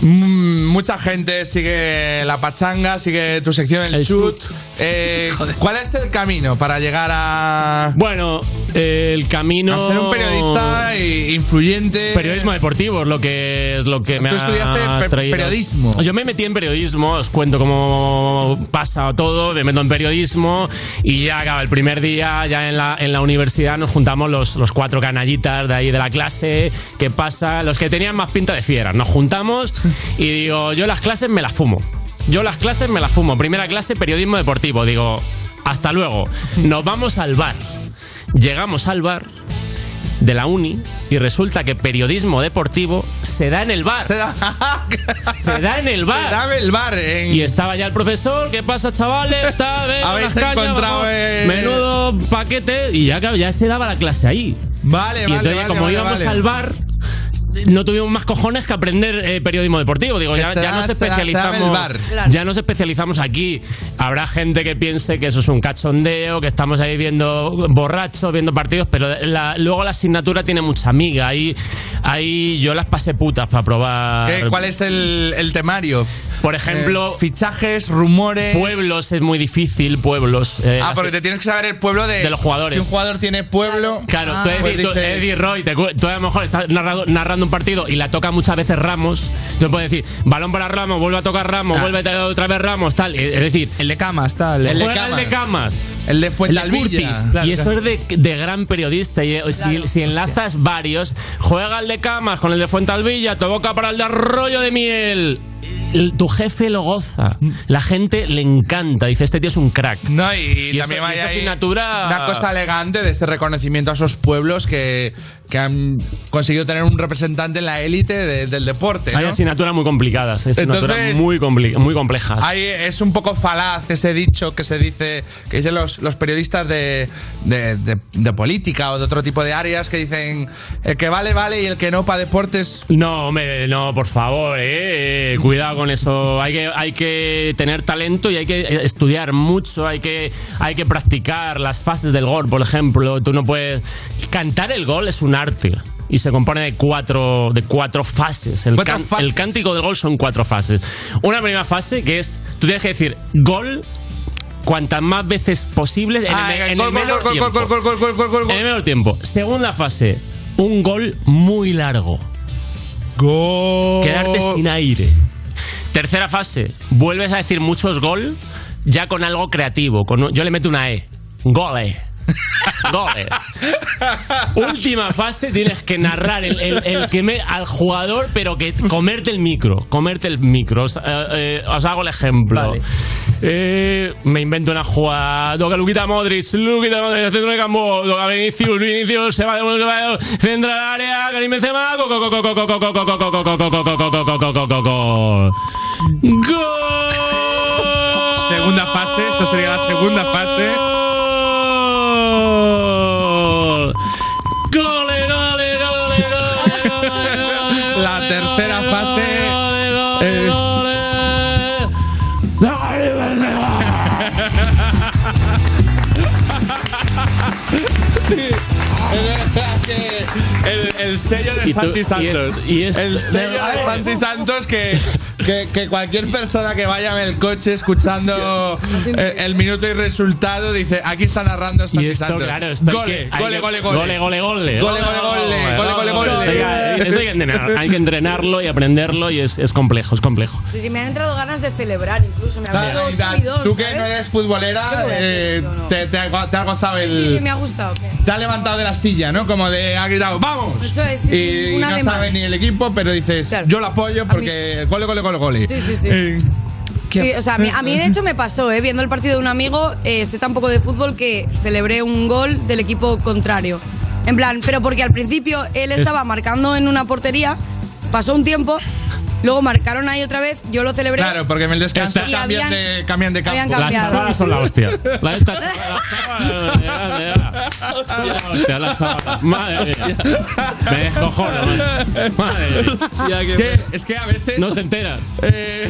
Mm, Mucha gente sigue la pachanga, sigue tu sección, el, chut. Eh, ¿Cuál es el camino para llegar a. Bueno, el camino. A ser un periodista e influyente. Periodismo deportivo es lo que es lo que me Tú ha estudiaste pe- traído. periodismo. Yo me metí en periodismo, os cuento cómo pasa todo, me meto en periodismo y ya claro, el primer día ya en la, en la universidad nos juntamos los, los cuatro canallitas de ahí de la clase, ¿qué pasa? Los que tenían más pinta de fieras, nos juntamos y digo, yo las clases me las fumo. Yo las clases me las fumo. Primera clase, periodismo deportivo. Digo, hasta luego. Nos vamos al bar. Llegamos al bar de la uni y resulta que periodismo deportivo se da en el bar. Se da, en el bar. Se da en el bar, en- Y estaba ya el profesor, ¿qué pasa, chavales? Tal, venga, Habéis unas cañas, encontrado, vamos. eh, Menudo paquete. Y ya, claro, ya se daba la clase ahí. Vale, y vale, entonces, vale, como vale, íbamos vale. al bar, no tuvimos más cojones que aprender eh, periodismo deportivo. Digo, Que ya, se ya da- nos se da- se da en el especializamos. bar. Claro. Ya nos especializamos aquí. Habrá gente que piense que eso es un cachondeo, que estamos ahí viendo borrachos, viendo partidos, pero la- luego la asignatura tiene mucha amiga. Ahí, ahí yo las pasé putas para probar. ¿Qué- Eh, ¿Cuál es el, el temario? Por ejemplo, Eh, fichajes, rumores. Pueblos es muy difícil, pueblos. eh, Ah, así- porque te tienes que saber el pueblo de, De los jugadores. Si un jugador tiene pueblo. Claro, tú, Eddie, pues tú, dices- Eddie Roy, te cu- tú a lo mejor estás narrado- narrando un partido y la toca muchas veces Ramos. Tú puedes decir, balón para Ramos, vuelve a tocar Ah. Ramos, vuelve a tocar otra vez Ramos, tal. Eh, Es decir, El de camas, tal. el de camas. de camas. El de El de Fuentalbilla. Curtis. Claro, y eso claro. es de, de gran periodista. Y, eh, si- si, enlazas varios, juega el de Camas con el de Fuentalvilla, tu boca para el de Arroyo de Miel. El- tu jefe lo goza. La gente le encanta. Dice, este tío es un crack. No, y, y Y también eso- y hay esa ahí asignatura- una cosa elegante de ese reconocimiento a esos pueblos que, que han conseguido tener un representante en la élite de- del deporte. Hay ¿no? asignaturas muy complicadas. Asignaturas Entonces- muy, compli- muy complejas. Hay- es un poco falaz ese dicho que se dice, que dicen los, los periodistas de, de- de- de política o de otro tipo de áreas que dicen el que vale, vale y el que no para deportes. No, hombre, no, por favor, eh, eh, cuidado con eso. Hay que, hay que tener talento y hay que eh, estudiar mucho, hay que, hay que practicar las fases del gol, por ejemplo. Tú no puedes. Cantar el gol es un arte. Y se compone de cuatro, de cuatro fases. El, can- el cántico del gol son cuatro fases. Una primera fase que es, tú tienes que decir gol cuantas más veces posible en, Ah, el, me- el en gol, el gol, menor gol, tiempo. gol, gol, gol, gol, gol, gol, gol. En el menor tiempo. Segunda fase, un gol muy largo. Gol. Quedarte sin aire. Tercera fase, vuelves a decir muchos gol ya con algo creativo. Con un- yo le meto una E. Gole. Gole. Última fase, tienes que narrar el, el- el que me, al jugador, pero que comerte el micro. Comerte el micro. Os, eh, eh, os hago el ejemplo. Eh, me invento una jugada. Toca Luquita Modric, Luquita Modric, centro de campo. Toca Vinicius, Vinicius, se va de vuelta, se va de- centra al área, Karim Benzema. go, go, go, go, go, go, go, go, go, go, go, go, go, go, go, go, go, go, go, go. Segunda fase, esto sería la segunda fase. ¡Gol! eh, ¡Gol! ¡Gol! eh, Es verdad que eh, el, el sello de Y tú- Santi y es- Santos. y es- el sello de Santi Santos que, que, que cualquier persona que vaya en el coche escuchando el, el minuto y resultado dice: aquí está narrando Santi esto, Santos. claro, esto hay gole, que- hay gole, que- gole, gole, gole, gole, gole. Gole, gole, gole, gole, gole, gole. Oiga, Eso hay que entrenar, hay que entrenarlo y aprenderlo y es, es complejo, es complejo. Sí, sí, me han entrado ganas de celebrar incluso. Me ha Claro, dado y tal. subidón, Tú que ¿sabes? no eres futbolera, eh, te, te ha gua- te ha gozado Sí, el. sí, sí, me ha gustado. Te ha levantado de la silla, ¿no? Como de ha gritado, ¡vamos! Eso es, y un y no alemán. sabe ni el equipo, pero dices, yo lo apoyo porque gole, gole, gole, gole. Sí, sí, sí. Eh, Sí, o sea, a mí, a mí, de hecho me pasó, ¿eh? viendo el partido de un amigo, eh, sé tan poco de fútbol que celebré un gol del equipo contrario. En plan, pero porque al principio él Es- estaba marcando en una portería, pasó un tiempo, luego marcaron ahí otra vez, yo lo celebré. claro, porque en el descanso Y cambian, habían- de, cambian de campo. habían cambiado. Ahora son la hostia. La esta- hostia, la chavala. Madre mía. Me descojono. madre. Madre mía. Es que- es que a veces. No se entera. Eh,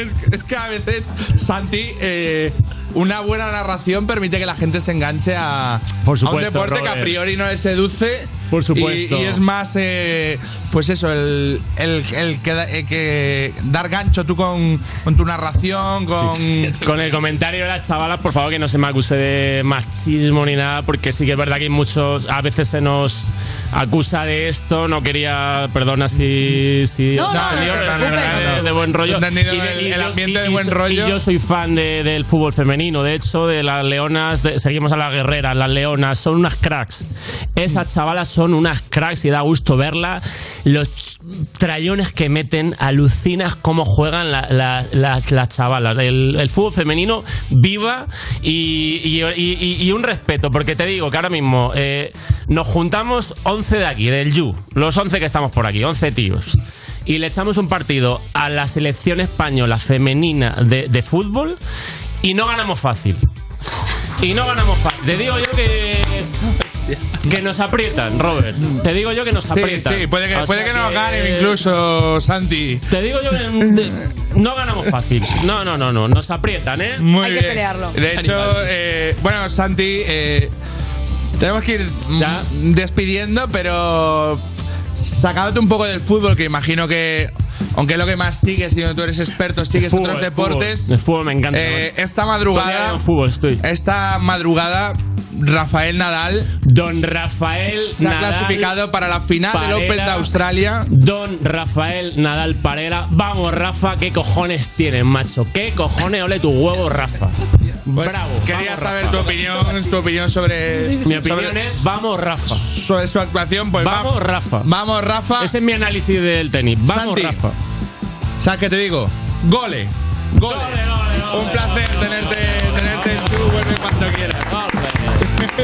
es, que- es que a veces, Santi, eh, una buena narración permite que la gente se enganche a, Por a supuesto, un deporte que Robert. a priori no le seduce. Por supuesto. Y, y es más, eh, pues eso, el, el- el que, da- eh, que dar gancho tú con, con tu narración, con... Con el comentario de las chavalas, por favor, que no se me acuse de machismo ni nada, porque sí que es verdad que hay muchos. A veces se nos acusa de esto. No quería. Perdona si. si No, os he no, entendido, no, pero no, es no, verdad no, de- no. De buen rollo. He entendido el- el yo- ambiente de buen so- rollo. Y yo soy fan de- del fútbol femenino. De hecho, de las leonas. de- seguimos a las guerreras, las leonas. Son unas cracks. Esas chavalas son unas cracks y da gusto verlas. Los trayones que meten, alucinas cómo juegan la- la- las- las chavalas. El, el fútbol femenino viva y, y- y- y- y un respeto. Porque te digo que ahora mismo eh, nos juntamos 11 de aquí, del Yu. Los 11 que estamos por aquí, 11 tíos y le echamos un partido a la selección española femenina de, de fútbol y no ganamos fácil. Y no ganamos fácil. Te digo yo que. Que nos aprietan, Robert. Te digo yo que nos Sí, aprietan. sí, puede que, O puede sea que nos que- ganen incluso, Santi. Te digo yo que mm, no ganamos fácil. No, no, no, no. Nos aprietan, ¿eh? Muy bien. De hecho, eh, bueno, Santi, eh, tenemos que ir mm, despidiendo, pero sacándote un poco del fútbol, que imagino que, aunque es lo que más sigues, si no tú eres experto, sigues fútbol, otros el fútbol. deportes. El fútbol me encanta. Eh, Robert. Todo esta el día madrugada, en fútbol estoy. esta madrugada, Rafael Nadal. Don Rafael se ha Nadal clasificado para la final del Open de Parera. Australia. Don Rafael Nadal Parera. Vamos, Rafa, ¿qué cojones tienes, macho? ¿Qué cojones ole tu huevo, Rafa? Pues, Bravo. Quería vamos, saber Rafa. tu opinión, tu opinión sobre. Mi opinión sobre- es, vamos, Rafa. Sobre su actuación, pues Vamos, va- Rafa. Vamos, Rafa. Ese es mi análisis del tenis. Vamos, Santi. Rafa. ¿Sabes qué te digo? Gole. Gole. Un placer tenerte, tenerte en tu vuelve cuando quieras.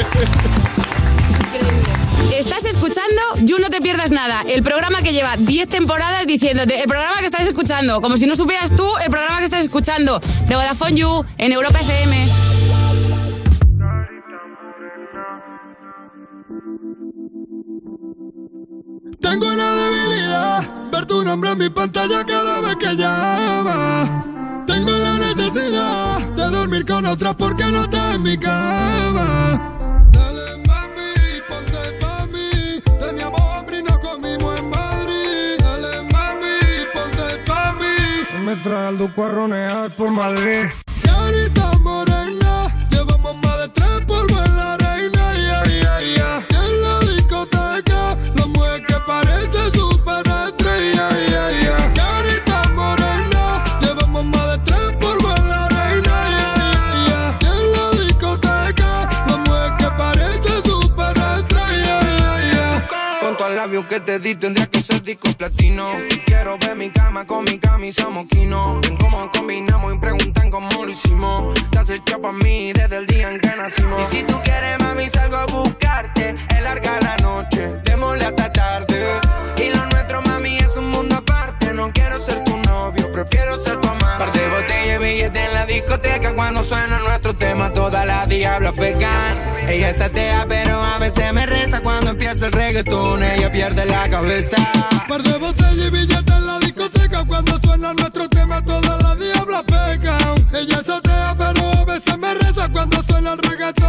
Estás escuchando You No Te Pierdas Nada, el programa que lleva 10 temporadas diciéndote, el programa que estás escuchando, como si no supieras tú el programa que estás escuchando, de Vodafone You en Europa FM. Tengo una debilidad, ver tu nombre en mi pantalla cada vez que llama. Tengo la necesidad de dormir con otra porque no estás en mi cama. Dale mami, ponte pa' mí, teníamos hambre y nos comimos en Madrid. Dale mami, ponte pa' mí. Me trae el duco a ronear por Madrid. Señorita morena, llevamos más de tres polvos en la arena. Ya, ya, ya. Y en la discoteca, la mujer que parece superestrella. Ya, ya. Señorita morena, llevamos más de tres polvos en la arena. Ya, ya, ya. Y en la discoteca, la mujer que parece superestrella. Ya, ya. Con todos los labios que te di tendría que ser disco platino. Quiero ver mi cama con mi camisa moquino. Ven cómo combinamos y preguntan cómo lo hicimos. Te acerqué pa' mí desde el día en que nacimos. Y si tú quieres, mami, salgo a buscarte. Es larga la noche, démosle hasta tarde. Y lo nuestro, mami, es un mundo aparte. No quiero ser tu novio, prefiero ser tu amante. Par de botellas y billetes en la discoteca. Cuando suena nuestro tema, todas las diablas pegan. Ella es atea, pero a veces me reza cuando empieza el reggaetón. Ella pierde la cabeza. Par de botellas y billetes en la discoteca. Cuando suena nuestro tema, todas las diablas pegan. Ella es atea, pero a veces me reza cuando suena el reggaetón.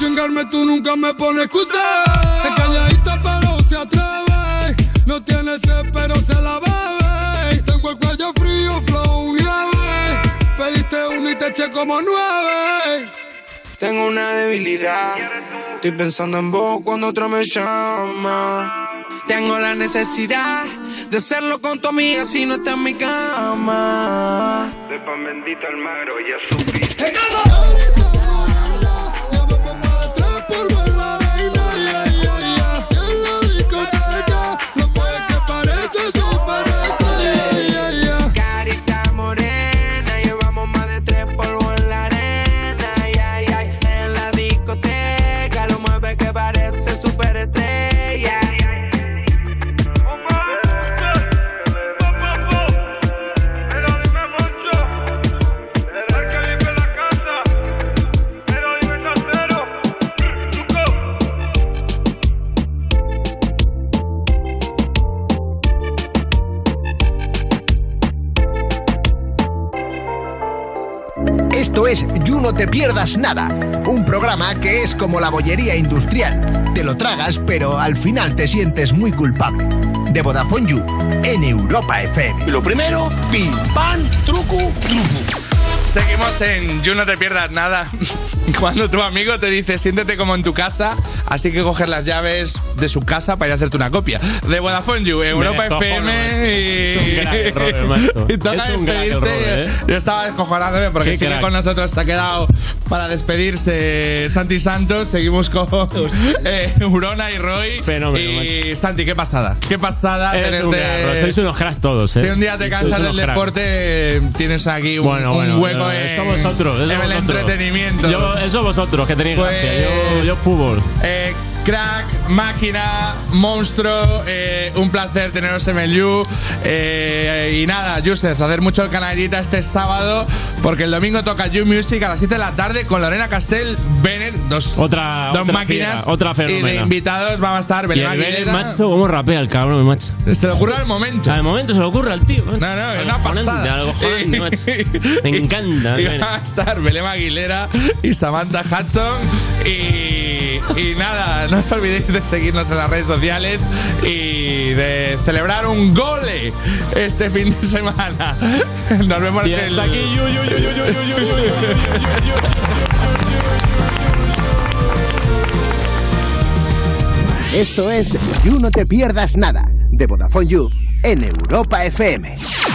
vengarme tú nunca me pones excusa. Es calladita pero se atreve. No tiene sed pero se la bebe. Tengo el cuello frío, flow nieve. Pediste uno y te eché como nueve. Tengo una debilidad. Estoy pensando en vos cuando otra me llama. Tengo la necesidad de serlo con tu amiga si no está en mi cama. De pan bendito al magro y a su por ver la vaina, ya, ya, ya. En la discoteca, los mueves que parecen superestrellas, ya, ya, ya. Carita morena, llevamos más de tres polvos en la arena. Ay, ay, ay. En la discoteca, lo mueve que parece superestrella. Esto es You No Te Pierdas Nada, un programa que es como la bollería industrial. Te lo tragas, pero al final te sientes muy culpable. De Vodafone You, en Europa FM. Lo primero, pim, pan, truco, truco. Seguimos en You No Te Pierdas Nada. Cuando tu amigo te dice siéntete como en tu casa, así que coger las llaves de su casa para ir a hacerte una copia. De Vodafone You, Europa Me descojono, FM y. macho. Es un crack el Robert, macho. y toca Es un crack el despedirse. Robert, ¿eh? Yo estaba descojonándome porque Qué sigue crack. con nosotros, se ha quedado para despedirse Santi Santos. Seguimos con eh, Urona y Roy. y Santi, qué pasada. Qué pasada Eres un tenerte- crack, sois unos cracks todos, ¿eh? Si un día te Sois cansas unos del cracks. deporte, tienes aquí un, Bueno, bueno, un eh, hueco no, en, esto vosotros, eso en el vosotros. entretenimiento. Yo- eso vosotros, que tenéis Pues- gracia. Yo, yo fútbol. Eh, crack, máquina, monstruo, eh, un placer teneros en el You. Eh, y nada, users, hacer mucho el canalita este sábado, porque el domingo toca You Music a las 7 de la tarde con Lorena Castell, Bennett, dos, Otra, dos otra máquinas. fiera, otra y de fenómeno. invitados vamos a estar Y Belén el Belén, Aguilera. macho, cómo rapea el cabrón, macho. Se le ocurre al momento. Al momento se le ocurre al tío. No, no, es una pasada. Eh, Algojonante, macho. Me encanta. Y Belén. va a estar Belén Aguilera y Samantha Hudson. Y, y nada, no os olvidéis de seguirnos en las redes sociales y de celebrar un gole este fin de semana. Nos vemos Y hasta aquí, Esto es You No Te Pierdas Nada, de Vodafone You, en Europa FM.